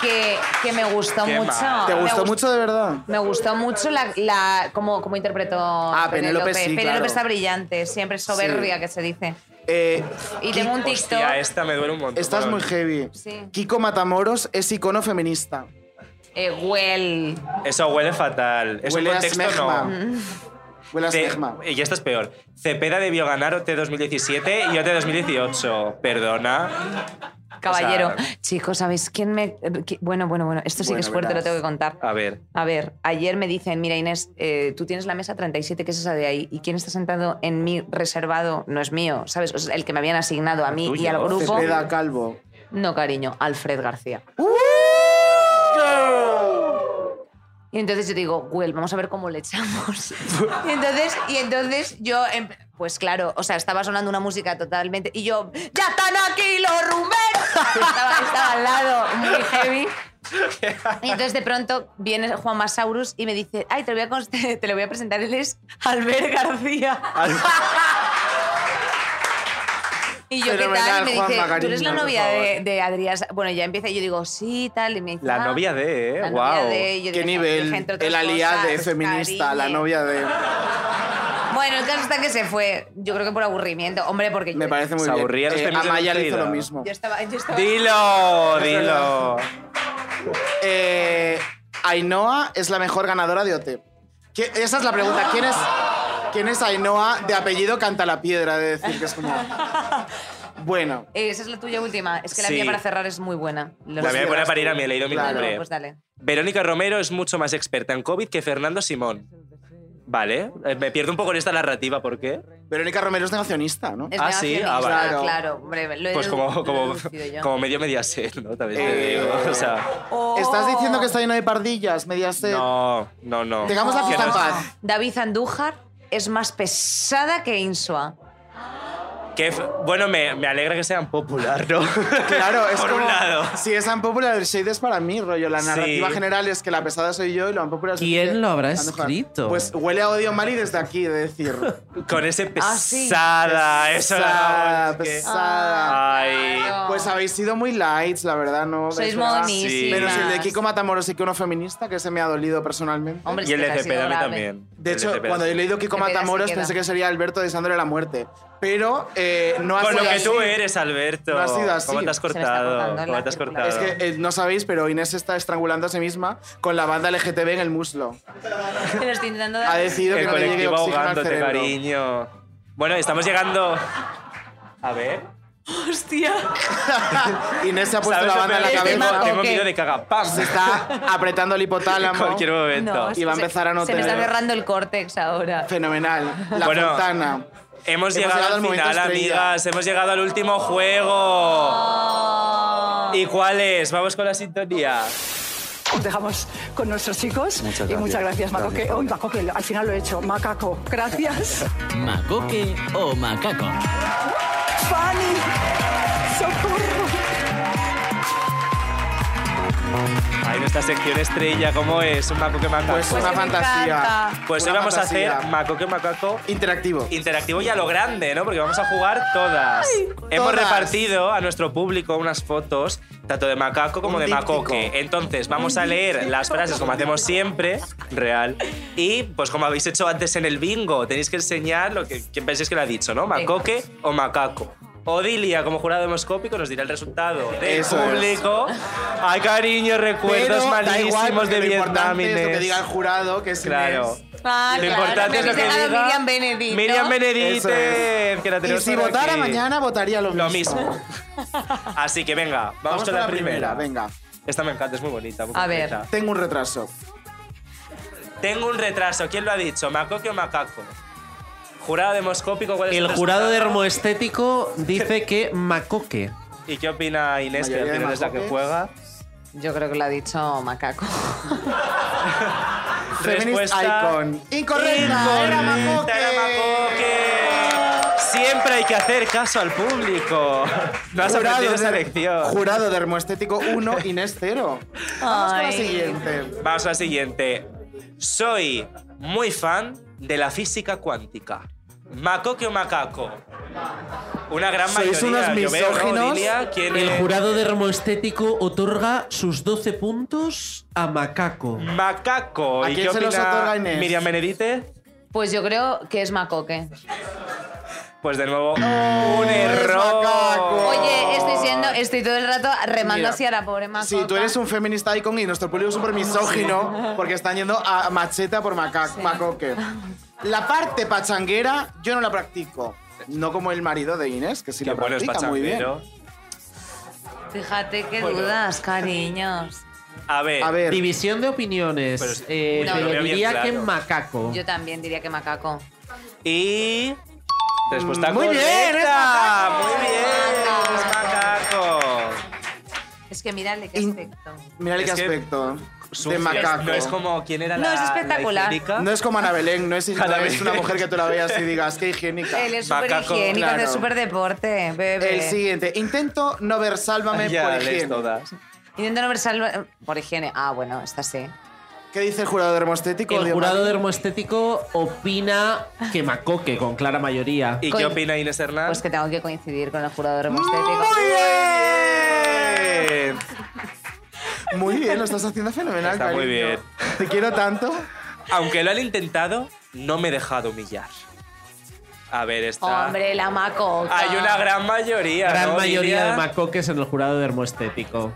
Speaker 6: que, que me gustó
Speaker 3: Qué
Speaker 6: mucho.
Speaker 3: mal.
Speaker 4: ¿Te
Speaker 6: Me
Speaker 4: gustó
Speaker 6: gust-
Speaker 4: mucho de verdad?
Speaker 6: Me gustó mucho la, la, cómo, cómo interpretó ah,
Speaker 4: Penélope, sí, claro.
Speaker 6: está brillante, siempre soberbia que se dice.
Speaker 4: Eh,
Speaker 6: Y tengo un TikTok.
Speaker 3: Hostia, esta me duele un montón.
Speaker 4: estás muy heavy.
Speaker 6: Sí.
Speaker 4: Kiko Matamoros es icono feminista.
Speaker 6: Eh, well.
Speaker 3: Eso huele fatal. Es
Speaker 4: Huele
Speaker 3: un
Speaker 4: a
Speaker 3: contexto
Speaker 4: smegma. Mm.
Speaker 3: no.
Speaker 4: Huele a
Speaker 3: Te-
Speaker 4: estigma.
Speaker 3: y esto es peor. Cepeda debió ganar OT 2017 y OT 2018. Perdona.
Speaker 6: Caballero.
Speaker 3: O sea-
Speaker 6: Chicos, ¿sabéis quién me...? qui- Bueno, bueno, bueno. Esto sí que
Speaker 4: Bueno,
Speaker 6: es fuerte,
Speaker 4: verás.
Speaker 6: lo tengo que contar.
Speaker 3: A ver.
Speaker 6: A ver, ayer me dicen, mira Inés, eh, tú tienes la mesa 37, que es esa de ahí, y quién está sentado en mi reservado no es mío, ¿sabes? O sea, el que me habían asignado a mí y
Speaker 3: Tuyo.
Speaker 6: al grupo.
Speaker 4: Cepeda Calvo.
Speaker 6: No, cariño, Alfred García.
Speaker 4: ¡Uh!
Speaker 6: Y entonces yo digo, well, vamos a ver cómo le echamos. y, entonces, y entonces yo, em- pues claro, o sea, estaba sonando una música totalmente. Y yo, ¡Ya están aquí los rumberos! estaba, estaba al lado, muy heavy. Y entonces de pronto viene Juan Masaurus y me dice, ay, te lo voy a, cons- te lo voy a presentar, él es Albert García. Y yo, ¿qué
Speaker 4: Fenomenal,
Speaker 6: tal? Y me
Speaker 4: Juanma,
Speaker 6: dice, ¿tú
Speaker 4: cariño,
Speaker 6: eres la
Speaker 4: por
Speaker 6: novia
Speaker 4: favor".
Speaker 6: de, de Adrián? Sa-?". Bueno, ya empieza y yo digo, sí, tal. Y me dice,
Speaker 3: La
Speaker 6: "Ah".
Speaker 3: novia de,
Speaker 6: La
Speaker 3: ¿eh?
Speaker 6: novia
Speaker 3: Wow.
Speaker 6: de, yo
Speaker 4: ¿Qué
Speaker 6: dije,
Speaker 4: nivel?
Speaker 6: dije, entre otras
Speaker 4: El aliade
Speaker 6: cosas,
Speaker 4: feminista, la
Speaker 6: cariño.
Speaker 4: novia de.
Speaker 6: Bueno, el caso está que se fue. Yo creo que por aburrimiento. Hombre, porque
Speaker 4: Me
Speaker 6: yo,
Speaker 4: parece muy
Speaker 3: Se
Speaker 4: bien.
Speaker 3: aburría los
Speaker 4: Eh,
Speaker 3: premios de
Speaker 4: Amaya le hizo
Speaker 3: Lucida.
Speaker 4: lo mismo.
Speaker 6: yo estaba... Yo estaba
Speaker 3: Dilo, dilo.
Speaker 6: Pues
Speaker 4: Eh, Ainhoa es la mejor ganadora de OT. ¿Qui- Esa es la pregunta. ¿Quién es, ¿Quién es Ainhoa de apellido Canta la Piedra? De decir que es como. Bueno,
Speaker 6: Eh, esa es la tuya última. Es que la
Speaker 3: Sí. Pues
Speaker 6: mía para cerrar es muy buena. Lo
Speaker 3: La voy a
Speaker 6: siento.
Speaker 3: poner para ir a mi he leído mi
Speaker 4: Claro.
Speaker 3: nombre.
Speaker 6: Pues dale.
Speaker 3: Verónica Romero es mucho más experta en COVID que Fernando Simón. Vale, eh, me pierdo un poco en esta narrativa, ¿por qué?
Speaker 4: Verónica Romero es negacionista, ¿no?
Speaker 6: Es
Speaker 3: Ah, sí,
Speaker 6: negacionista,
Speaker 3: ah, vale.
Speaker 6: claro. hombre, lo he
Speaker 3: Pues como,
Speaker 6: dedu- lo
Speaker 3: como,
Speaker 6: he deducido yo.
Speaker 3: como medio media set, ¿no? También te
Speaker 4: Eh.
Speaker 3: digo. O sea,
Speaker 6: Oh.
Speaker 4: Estás diciendo que está lleno de pardillas, media sed.
Speaker 3: no, no, no.
Speaker 4: Dejamos la
Speaker 3: Que
Speaker 4: fiesta en
Speaker 3: no es-
Speaker 4: paz.
Speaker 6: David Andújar es más pesada que Insua.
Speaker 3: que f- bueno, me, me alegra que sean popular, ¿no?
Speaker 4: Claro, es
Speaker 3: Por
Speaker 4: como.
Speaker 3: un lado.
Speaker 4: Si es unpopular, el shade es para mí, rollo. La
Speaker 3: Sí.
Speaker 4: narrativa general es que la pesada soy yo y lo unpopular es.
Speaker 5: ¿Quién lo habrá
Speaker 4: la mejor.
Speaker 5: escrito?
Speaker 4: Pues huele a odio Mari desde aquí, de decir.
Speaker 3: Con ese
Speaker 6: Ah, sí.
Speaker 3: pesada, eso
Speaker 4: pesada,
Speaker 3: no, es que-
Speaker 4: pesada.
Speaker 3: Ay.
Speaker 6: Claro.
Speaker 4: Pues habéis sido muy lights, la verdad, no.
Speaker 6: Ah. Sois
Speaker 4: Me esperaba-
Speaker 6: monísimas.
Speaker 3: Sí.
Speaker 4: Pero si el de Kiko Matamoros y que uno feminista, que se me ha dolido personalmente.
Speaker 6: Hombre,
Speaker 3: Y el
Speaker 6: es que
Speaker 3: de
Speaker 6: ha sido
Speaker 3: Cepeda a mí
Speaker 6: grave.
Speaker 3: también.
Speaker 4: De
Speaker 3: El
Speaker 4: hecho,
Speaker 3: Cepeda.
Speaker 4: cuando yo he leído Kiko
Speaker 6: Cepeda se
Speaker 4: Matamoros
Speaker 6: queda.
Speaker 4: pensé que sería Alberto deseándole la muerte. Pero eh, no ha
Speaker 3: Con
Speaker 4: sido
Speaker 3: lo que
Speaker 4: así.
Speaker 3: tú eres, Alberto.
Speaker 4: No ha sido así.
Speaker 3: ¿Cómo te has
Speaker 6: Se me está
Speaker 3: cortado?
Speaker 6: cortando
Speaker 3: ¿Cómo
Speaker 6: la
Speaker 3: te has
Speaker 6: película.
Speaker 3: cortado?
Speaker 4: Es que eh, no sabéis, pero Inés está estrangulando a sí misma con la banda LGTB en el muslo.
Speaker 6: Pero estoy intentando dar-
Speaker 4: Ha decidido que
Speaker 3: el
Speaker 4: no le llegue
Speaker 3: colectivo
Speaker 4: oxígeno al
Speaker 3: ahogándote,
Speaker 4: cerebro.
Speaker 3: cariño. Bueno, estamos llegando. A ver.
Speaker 6: Hostia.
Speaker 4: Inés se ha puesto
Speaker 3: ¿Sabes
Speaker 4: la banda en la
Speaker 3: operar?
Speaker 6: Este
Speaker 4: cabeza.
Speaker 6: tema
Speaker 3: Tengo
Speaker 6: ¿o qué?
Speaker 3: miedo de cagapam.
Speaker 4: Se está apretando el
Speaker 3: en
Speaker 4: hipotálamo.
Speaker 3: cualquier momento.
Speaker 6: No, es
Speaker 4: Y va a
Speaker 6: que
Speaker 4: empezar a no
Speaker 6: se, se me está
Speaker 4: tener-
Speaker 6: cerrando el córtex ahora.
Speaker 4: Fenomenal. La
Speaker 3: Bueno,
Speaker 4: fontana.
Speaker 3: Hemos
Speaker 4: Hemos
Speaker 3: llegado,
Speaker 4: llegado al
Speaker 3: al
Speaker 4: momento
Speaker 3: final,
Speaker 4: estrella.
Speaker 3: amigas. Hemos llegado al último juego.
Speaker 6: Oh.
Speaker 3: ¿Y cuál es? Vamos con la sintonía.
Speaker 17: Os dejamos con nuestros chicos. y muchas gracias, Macoque. Hoy, Macoque, al final lo he hecho. Macaco, gracias.
Speaker 21: Macoque o macaco.
Speaker 17: Fanny, socorro.
Speaker 3: Ahí nuestra sección estrella, ¿cómo es? Un maco que macaco.
Speaker 4: Pues una Pues me fantasía. encanta.
Speaker 3: Pues hoy
Speaker 4: Una
Speaker 3: vamos
Speaker 4: fantasía.
Speaker 3: a hacer maco que macaco.
Speaker 4: Interactivo.
Speaker 3: Interactivo y a lo grande, ¿no? Porque vamos a jugar todas. Hemos
Speaker 4: todas.
Speaker 3: repartido a nuestro público unas fotos, tanto de macaco como
Speaker 4: Un
Speaker 3: de
Speaker 4: díptico.
Speaker 3: macoque. Entonces, vamos a leer las frases como hacemos siempre, real. Y pues como habéis hecho antes en el bingo, tenéis que enseñar lo que quién penséis que lo ha dicho, ¿no? ¿Macoque o macaco? Odilia, como jurado demoscópico, nos dirá el resultado del
Speaker 4: Eso es.
Speaker 3: público. Ay, cariño, recuerdos
Speaker 4: Pero da igual,
Speaker 3: malísimos
Speaker 4: porque
Speaker 3: de
Speaker 4: lo
Speaker 3: Vietnam.
Speaker 4: importante es lo que
Speaker 3: Inés.
Speaker 4: diga el jurado, que es
Speaker 3: Claro.
Speaker 4: Inés.
Speaker 6: Ah,
Speaker 3: lo
Speaker 6: claro,
Speaker 3: importante es lo
Speaker 6: me
Speaker 3: que
Speaker 6: hubiese dado
Speaker 3: diga
Speaker 6: Miriam Benedict,
Speaker 3: Miriam
Speaker 6: ¿no?
Speaker 3: Benedict,
Speaker 4: Eso es.
Speaker 3: que la
Speaker 4: Y
Speaker 3: tenemos
Speaker 4: si
Speaker 3: ahora
Speaker 4: votara
Speaker 3: aquí.
Speaker 4: mañana, votaría lo mismo.
Speaker 3: Lo mismo. Así que venga, vamos,
Speaker 4: Vamos
Speaker 3: con
Speaker 4: con
Speaker 3: la,
Speaker 4: la
Speaker 3: primera.
Speaker 4: primera, venga.
Speaker 3: Esta me encanta, es muy bonita. muy
Speaker 4: A ver.
Speaker 3: completa.
Speaker 4: Tengo un retraso.
Speaker 3: Tengo un retraso. ¿Quién lo ha dicho? ¿Macoque o macaco? Jurado demoscópico, ¿cuál es
Speaker 5: El
Speaker 3: el
Speaker 5: jurado
Speaker 3: resultado?
Speaker 5: dermoestético dice que macoque.
Speaker 3: ¿Y qué opina Inés, que
Speaker 5: Mayoría de
Speaker 3: opina es la que
Speaker 5: macoques.
Speaker 3: juega?
Speaker 6: Yo creo que lo ha dicho Macaco.
Speaker 4: Feminist
Speaker 3: Respuesta
Speaker 4: Icon. Incorrecta. Era Macoque.
Speaker 3: Era Macoque. Siempre hay que hacer caso al público. No has aprendido esa
Speaker 4: de-
Speaker 3: lección.
Speaker 4: Jurado dermoestético 1, Inés 0. Vamos con la siguiente.
Speaker 3: Vamos a la siguiente. Soy muy fan de la física cuántica. ¿Macoque o macaco? Una gran
Speaker 5: Sois
Speaker 3: mayoría.
Speaker 5: unos
Speaker 3: Yo veo,
Speaker 5: misóginos.
Speaker 3: Odilia, ¿quién
Speaker 5: El
Speaker 3: es?
Speaker 5: jurado dermoestético otorga sus 12 puntos a macaco.
Speaker 3: Macaco.
Speaker 5: ¿A
Speaker 3: ¿Y
Speaker 5: quién
Speaker 3: qué
Speaker 5: se los
Speaker 3: opina
Speaker 5: otorga Inés?
Speaker 3: Miriam Benedite?
Speaker 6: Pues yo creo que es Macoque.
Speaker 3: Pues de nuevo,
Speaker 5: ¡Oh!
Speaker 3: un error.
Speaker 6: Oye, estoy siendo, estoy todo el rato remando
Speaker 4: Mira,
Speaker 6: hacia la pobre Macoca.
Speaker 4: Sí, tú eres un feminist icon y nuestro público es súper misógino porque están yendo a macheta por maca- macoque. La parte pachanguera yo no la practico. No como el marido de Inés, que sí
Speaker 3: Qué
Speaker 4: la
Speaker 3: bueno es
Speaker 4: practica muy bien.
Speaker 3: pachanguero.
Speaker 6: Fíjate qué
Speaker 3: Bueno.
Speaker 6: dudas, cariños.
Speaker 3: A ver. A ver.
Speaker 5: División de opiniones.
Speaker 3: Pero es-
Speaker 5: Eh,
Speaker 6: No.
Speaker 5: pero
Speaker 6: Lo veo bien
Speaker 5: diría
Speaker 3: claro.
Speaker 5: que macaco.
Speaker 6: Yo también diría que Macaco.
Speaker 3: Y. Respuesta
Speaker 6: Muy bien,
Speaker 3: correcta.
Speaker 6: es macaco.
Speaker 3: Muy bien, es macaco.
Speaker 6: Es que mírale qué aspecto.
Speaker 4: Mira qué
Speaker 3: Es que-
Speaker 4: aspecto.
Speaker 3: Sucio.
Speaker 4: De macaco.
Speaker 3: No es como quién era la.
Speaker 6: No, es espectacular.
Speaker 3: la higiénica.
Speaker 4: No es como Ana Belén, no es, no
Speaker 3: Ana
Speaker 4: es una
Speaker 3: Belén.
Speaker 4: mujer que tú la veas y digas, qué higiénica.
Speaker 6: Él es súper higiénico, hace súper deporte, bebé.
Speaker 4: El siguiente. Intento no ver Sálvame
Speaker 3: Ya,
Speaker 4: por
Speaker 3: lees
Speaker 4: higiene.
Speaker 3: todas.
Speaker 6: Intento no ver salva- por higiene. Ah, bueno, esta sí.
Speaker 4: ¿Qué dice el jurado dermoestético?
Speaker 5: El
Speaker 4: Diego
Speaker 5: jurado dermoestético opina que macoque, con clara mayoría.
Speaker 3: ¿Y qué
Speaker 6: Coin-
Speaker 3: opina Inés Hernán?
Speaker 6: Pues que tengo que coincidir con el jurado hermostético.
Speaker 3: Eh,
Speaker 4: Muy bien, lo estás haciendo fenomenal,
Speaker 3: Está muy
Speaker 4: cariño.
Speaker 3: bien.
Speaker 4: Te quiero tanto.
Speaker 3: Aunque lo han intentado, no me he dejado humillar. A ver, está.
Speaker 6: Hombre, la maco.
Speaker 3: Hay una gran mayoría.
Speaker 5: Gran
Speaker 3: ¿no,
Speaker 5: mayoría
Speaker 3: Lidia?
Speaker 5: de macoques en el jurado dermoestético.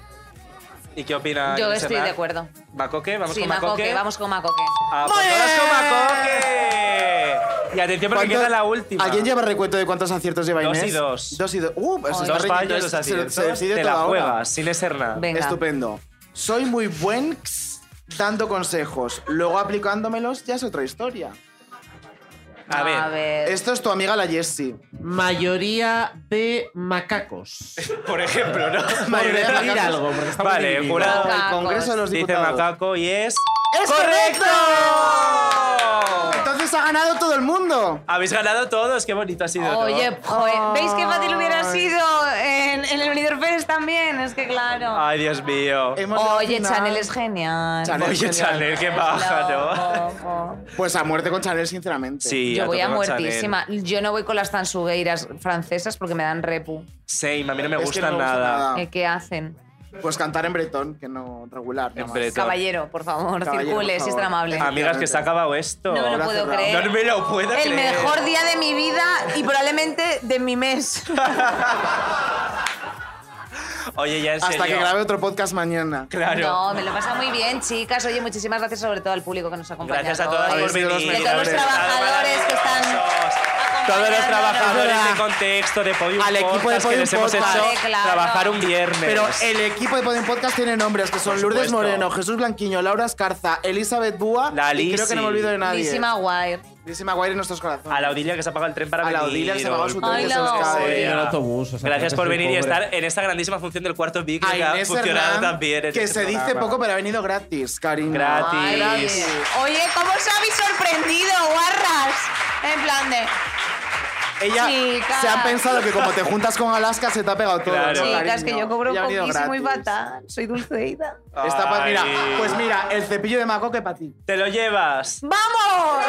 Speaker 3: ¿Y qué opina
Speaker 6: Yo
Speaker 3: Inés
Speaker 6: estoy
Speaker 3: Hernán?
Speaker 6: de acuerdo.
Speaker 3: ¿Macoque? ¿Vamos
Speaker 6: sí,
Speaker 3: con Macoque?
Speaker 6: vamos con macoque.
Speaker 3: ¡Ah, pues todas con Macoque! Y atención porque
Speaker 4: ¿Cuántos-
Speaker 3: queda la última.
Speaker 4: ¿Alguien lleva recuento de cuántos aciertos lleva
Speaker 3: Dos y
Speaker 4: Inés?
Speaker 3: dos.
Speaker 4: Dos y dos. Uh, eso está
Speaker 3: Dos
Speaker 4: reñido,
Speaker 3: fallos,
Speaker 4: es-
Speaker 3: dos
Speaker 4: se-
Speaker 3: aciertos.
Speaker 4: se decide
Speaker 3: te
Speaker 4: toda
Speaker 3: la
Speaker 4: hora.
Speaker 3: juegas, sin ser nada.
Speaker 4: Estupendo. Soy muy buen x- dando consejos, luego aplicándomelos ya es otra historia.
Speaker 3: A ver. este
Speaker 4: Esto es tu amiga la Jessie.
Speaker 5: Mayoría de macacos.
Speaker 3: Por ejemplo, ¿no?
Speaker 5: Por decir algo, porque está muy
Speaker 3: Vale,
Speaker 5: dividido.
Speaker 3: jurado.
Speaker 4: El Congreso de los
Speaker 3: Dice
Speaker 4: Diputados.
Speaker 3: Macaco y es...
Speaker 4: ¡Es
Speaker 3: ¡Correcto!
Speaker 4: Entonces ha ganado todo el mundo.
Speaker 3: Habéis ganado todos, qué bonito ha sido. ¿no?
Speaker 6: Oye,
Speaker 4: Oh.
Speaker 6: joder, ¿veis qué fácil hubiera sido en, en el Benidorm Fest también? Es que claro.
Speaker 3: Ay, Dios mío.
Speaker 6: Oye, Chanel es genial.
Speaker 4: Chanel es
Speaker 3: Oye,
Speaker 4: genial.
Speaker 3: Chanel, qué baja, ¿no?
Speaker 4: Pues a muerte con Chanel, sinceramente.
Speaker 3: Sí,
Speaker 6: Yo voy
Speaker 3: tope
Speaker 6: a
Speaker 3: con
Speaker 6: muertísima. Yo no voy con las tansugueiras francesas porque me dan repu.
Speaker 3: Chanel. Same, a mí no me
Speaker 4: Es que
Speaker 3: gusta
Speaker 4: no me gusta
Speaker 3: nada.
Speaker 4: nada. Ah.
Speaker 6: Eh, ¿Qué hacen?
Speaker 4: Pues cantar en bretón, que no regular. nada más.
Speaker 3: bretón.
Speaker 6: Caballero, por favor,
Speaker 4: Caballero,
Speaker 6: circule,
Speaker 4: por
Speaker 6: si es
Speaker 4: favor.
Speaker 6: tan amable.
Speaker 3: Amigas, que se ha acabado esto.
Speaker 6: No me lo puedo creer.
Speaker 3: No me lo puedo
Speaker 6: El
Speaker 3: creer.
Speaker 6: mejor día de mi vida y probablemente de mi mes.
Speaker 3: Oye, ya en
Speaker 4: Hasta
Speaker 3: serio.
Speaker 4: que grabe otro podcast mañana.
Speaker 3: Claro.
Speaker 6: No, me lo pasa muy bien, chicas. Oye, muchísimas gracias sobre todo al público que nos acompaña.
Speaker 3: Gracias a todas
Speaker 6: hoy.
Speaker 3: por venir.
Speaker 6: Y a todos los trabajadores que están...
Speaker 3: Todos los trabajadores
Speaker 4: Hola.
Speaker 3: de contexto de Podium
Speaker 4: Al equipo de
Speaker 3: Podcast que
Speaker 4: Podium
Speaker 3: les hemos
Speaker 4: Podcast.
Speaker 3: hecho
Speaker 4: Vale,
Speaker 6: claro.
Speaker 3: trabajar un viernes.
Speaker 4: Pero el equipo de Podem Podcast tiene nombres que son
Speaker 3: Por
Speaker 4: Lourdes
Speaker 3: supuesto.
Speaker 4: Moreno, Jesús Blanquiño, Laura Escarza, Elizabeth Búa
Speaker 3: La
Speaker 4: y creo
Speaker 3: Lisi.
Speaker 4: que no me olvido de nadie.
Speaker 6: Lizzie Maguire.
Speaker 4: Lizzie Maguire en nuestros corazones.
Speaker 3: A la Odilia que se ha pagado el tren para
Speaker 4: A la
Speaker 3: venir.
Speaker 4: Odilia que se ha pagado su
Speaker 3: o-
Speaker 4: tren, que se nos
Speaker 3: o
Speaker 4: cae.
Speaker 3: sea,
Speaker 4: Sí, en el
Speaker 5: autobús, o sea,
Speaker 3: Gracias
Speaker 5: que
Speaker 3: por
Speaker 5: soy
Speaker 3: venir y
Speaker 5: pobre.
Speaker 3: estar en esta grandísima función del cuarto Big
Speaker 4: A
Speaker 3: que ha
Speaker 4: Inés
Speaker 3: funcionado
Speaker 4: Hernán,
Speaker 3: también. en
Speaker 4: que
Speaker 3: este
Speaker 4: se dice
Speaker 3: programa.
Speaker 4: poco, pero ha venido gratis, cariño.
Speaker 3: Gratis. Gratis.
Speaker 6: Oye, ¿cómo os habéis sorprendido, guarras? En plan de...
Speaker 4: Ella
Speaker 6: Chicas.
Speaker 4: se han pensado que como te juntas con Alaska se te ha pegado todo. ¿no,
Speaker 6: Chicas,
Speaker 4: cariño?
Speaker 6: que yo cobro
Speaker 4: Ya ha venido
Speaker 6: poquísimo y muy
Speaker 4: gratis.
Speaker 6: fatal. Soy dulceida.
Speaker 4: Está pa- mira,
Speaker 3: Ay.
Speaker 4: pues mira, el cepillo de macoque para ti.
Speaker 3: Te lo llevas.
Speaker 6: ¡Vamos!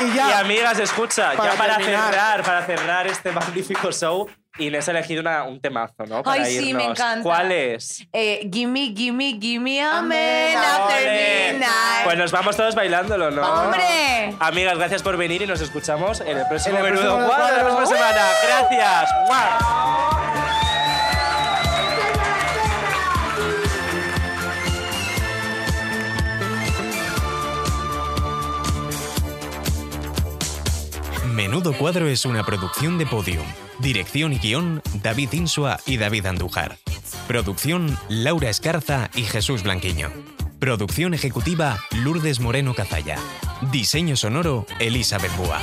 Speaker 4: Y ya.
Speaker 3: Y amigas, escucha,
Speaker 4: Para
Speaker 3: ya para
Speaker 4: terminar.
Speaker 3: cerrar, para cerrar este magnífico show, Inés ha elegido una- un temazo, ¿no? Para
Speaker 6: Ay, sí, me
Speaker 3: irnos.
Speaker 6: encanta.
Speaker 3: ¿Cuál es?
Speaker 6: Eh, gimme, gimme, gimme a man after
Speaker 3: Ole.
Speaker 6: midnight.
Speaker 3: Pues nos vamos todos bailándolo, ¿no?
Speaker 6: ¡Hombre!
Speaker 3: Amigas, gracias por venir y nos escuchamos en el próximo
Speaker 4: En el
Speaker 3: Menudo
Speaker 4: próximo
Speaker 3: Cuadro, la
Speaker 4: Cuadro.
Speaker 3: próxima semana. Gracias. ¡Mua!
Speaker 2: Menudo Cuadro es una producción de Podium. Dirección y guión, David Insua y David Andújar. Producción, Laura Escarza y Jesús Blanquiño. Producción ejecutiva, Lourdes Moreno Cazalla. Diseño sonoro, Elizabeth Búa.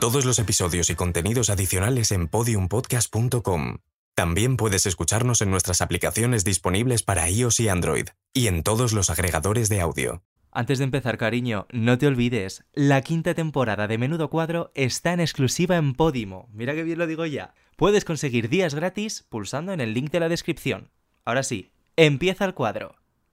Speaker 2: Todos los episodios y contenidos adicionales en podiumpodcast.com. También puedes escucharnos en nuestras aplicaciones disponibles para iOS y Android, y en todos los agregadores de audio.
Speaker 22: Antes de empezar, cariño, no te olvides, la quinta temporada de Menudo Cuadro está en exclusiva en Podimo. Mira que bien lo digo ya. Puedes conseguir días gratis pulsando en el link de la descripción. Ahora sí, empieza el cuadro.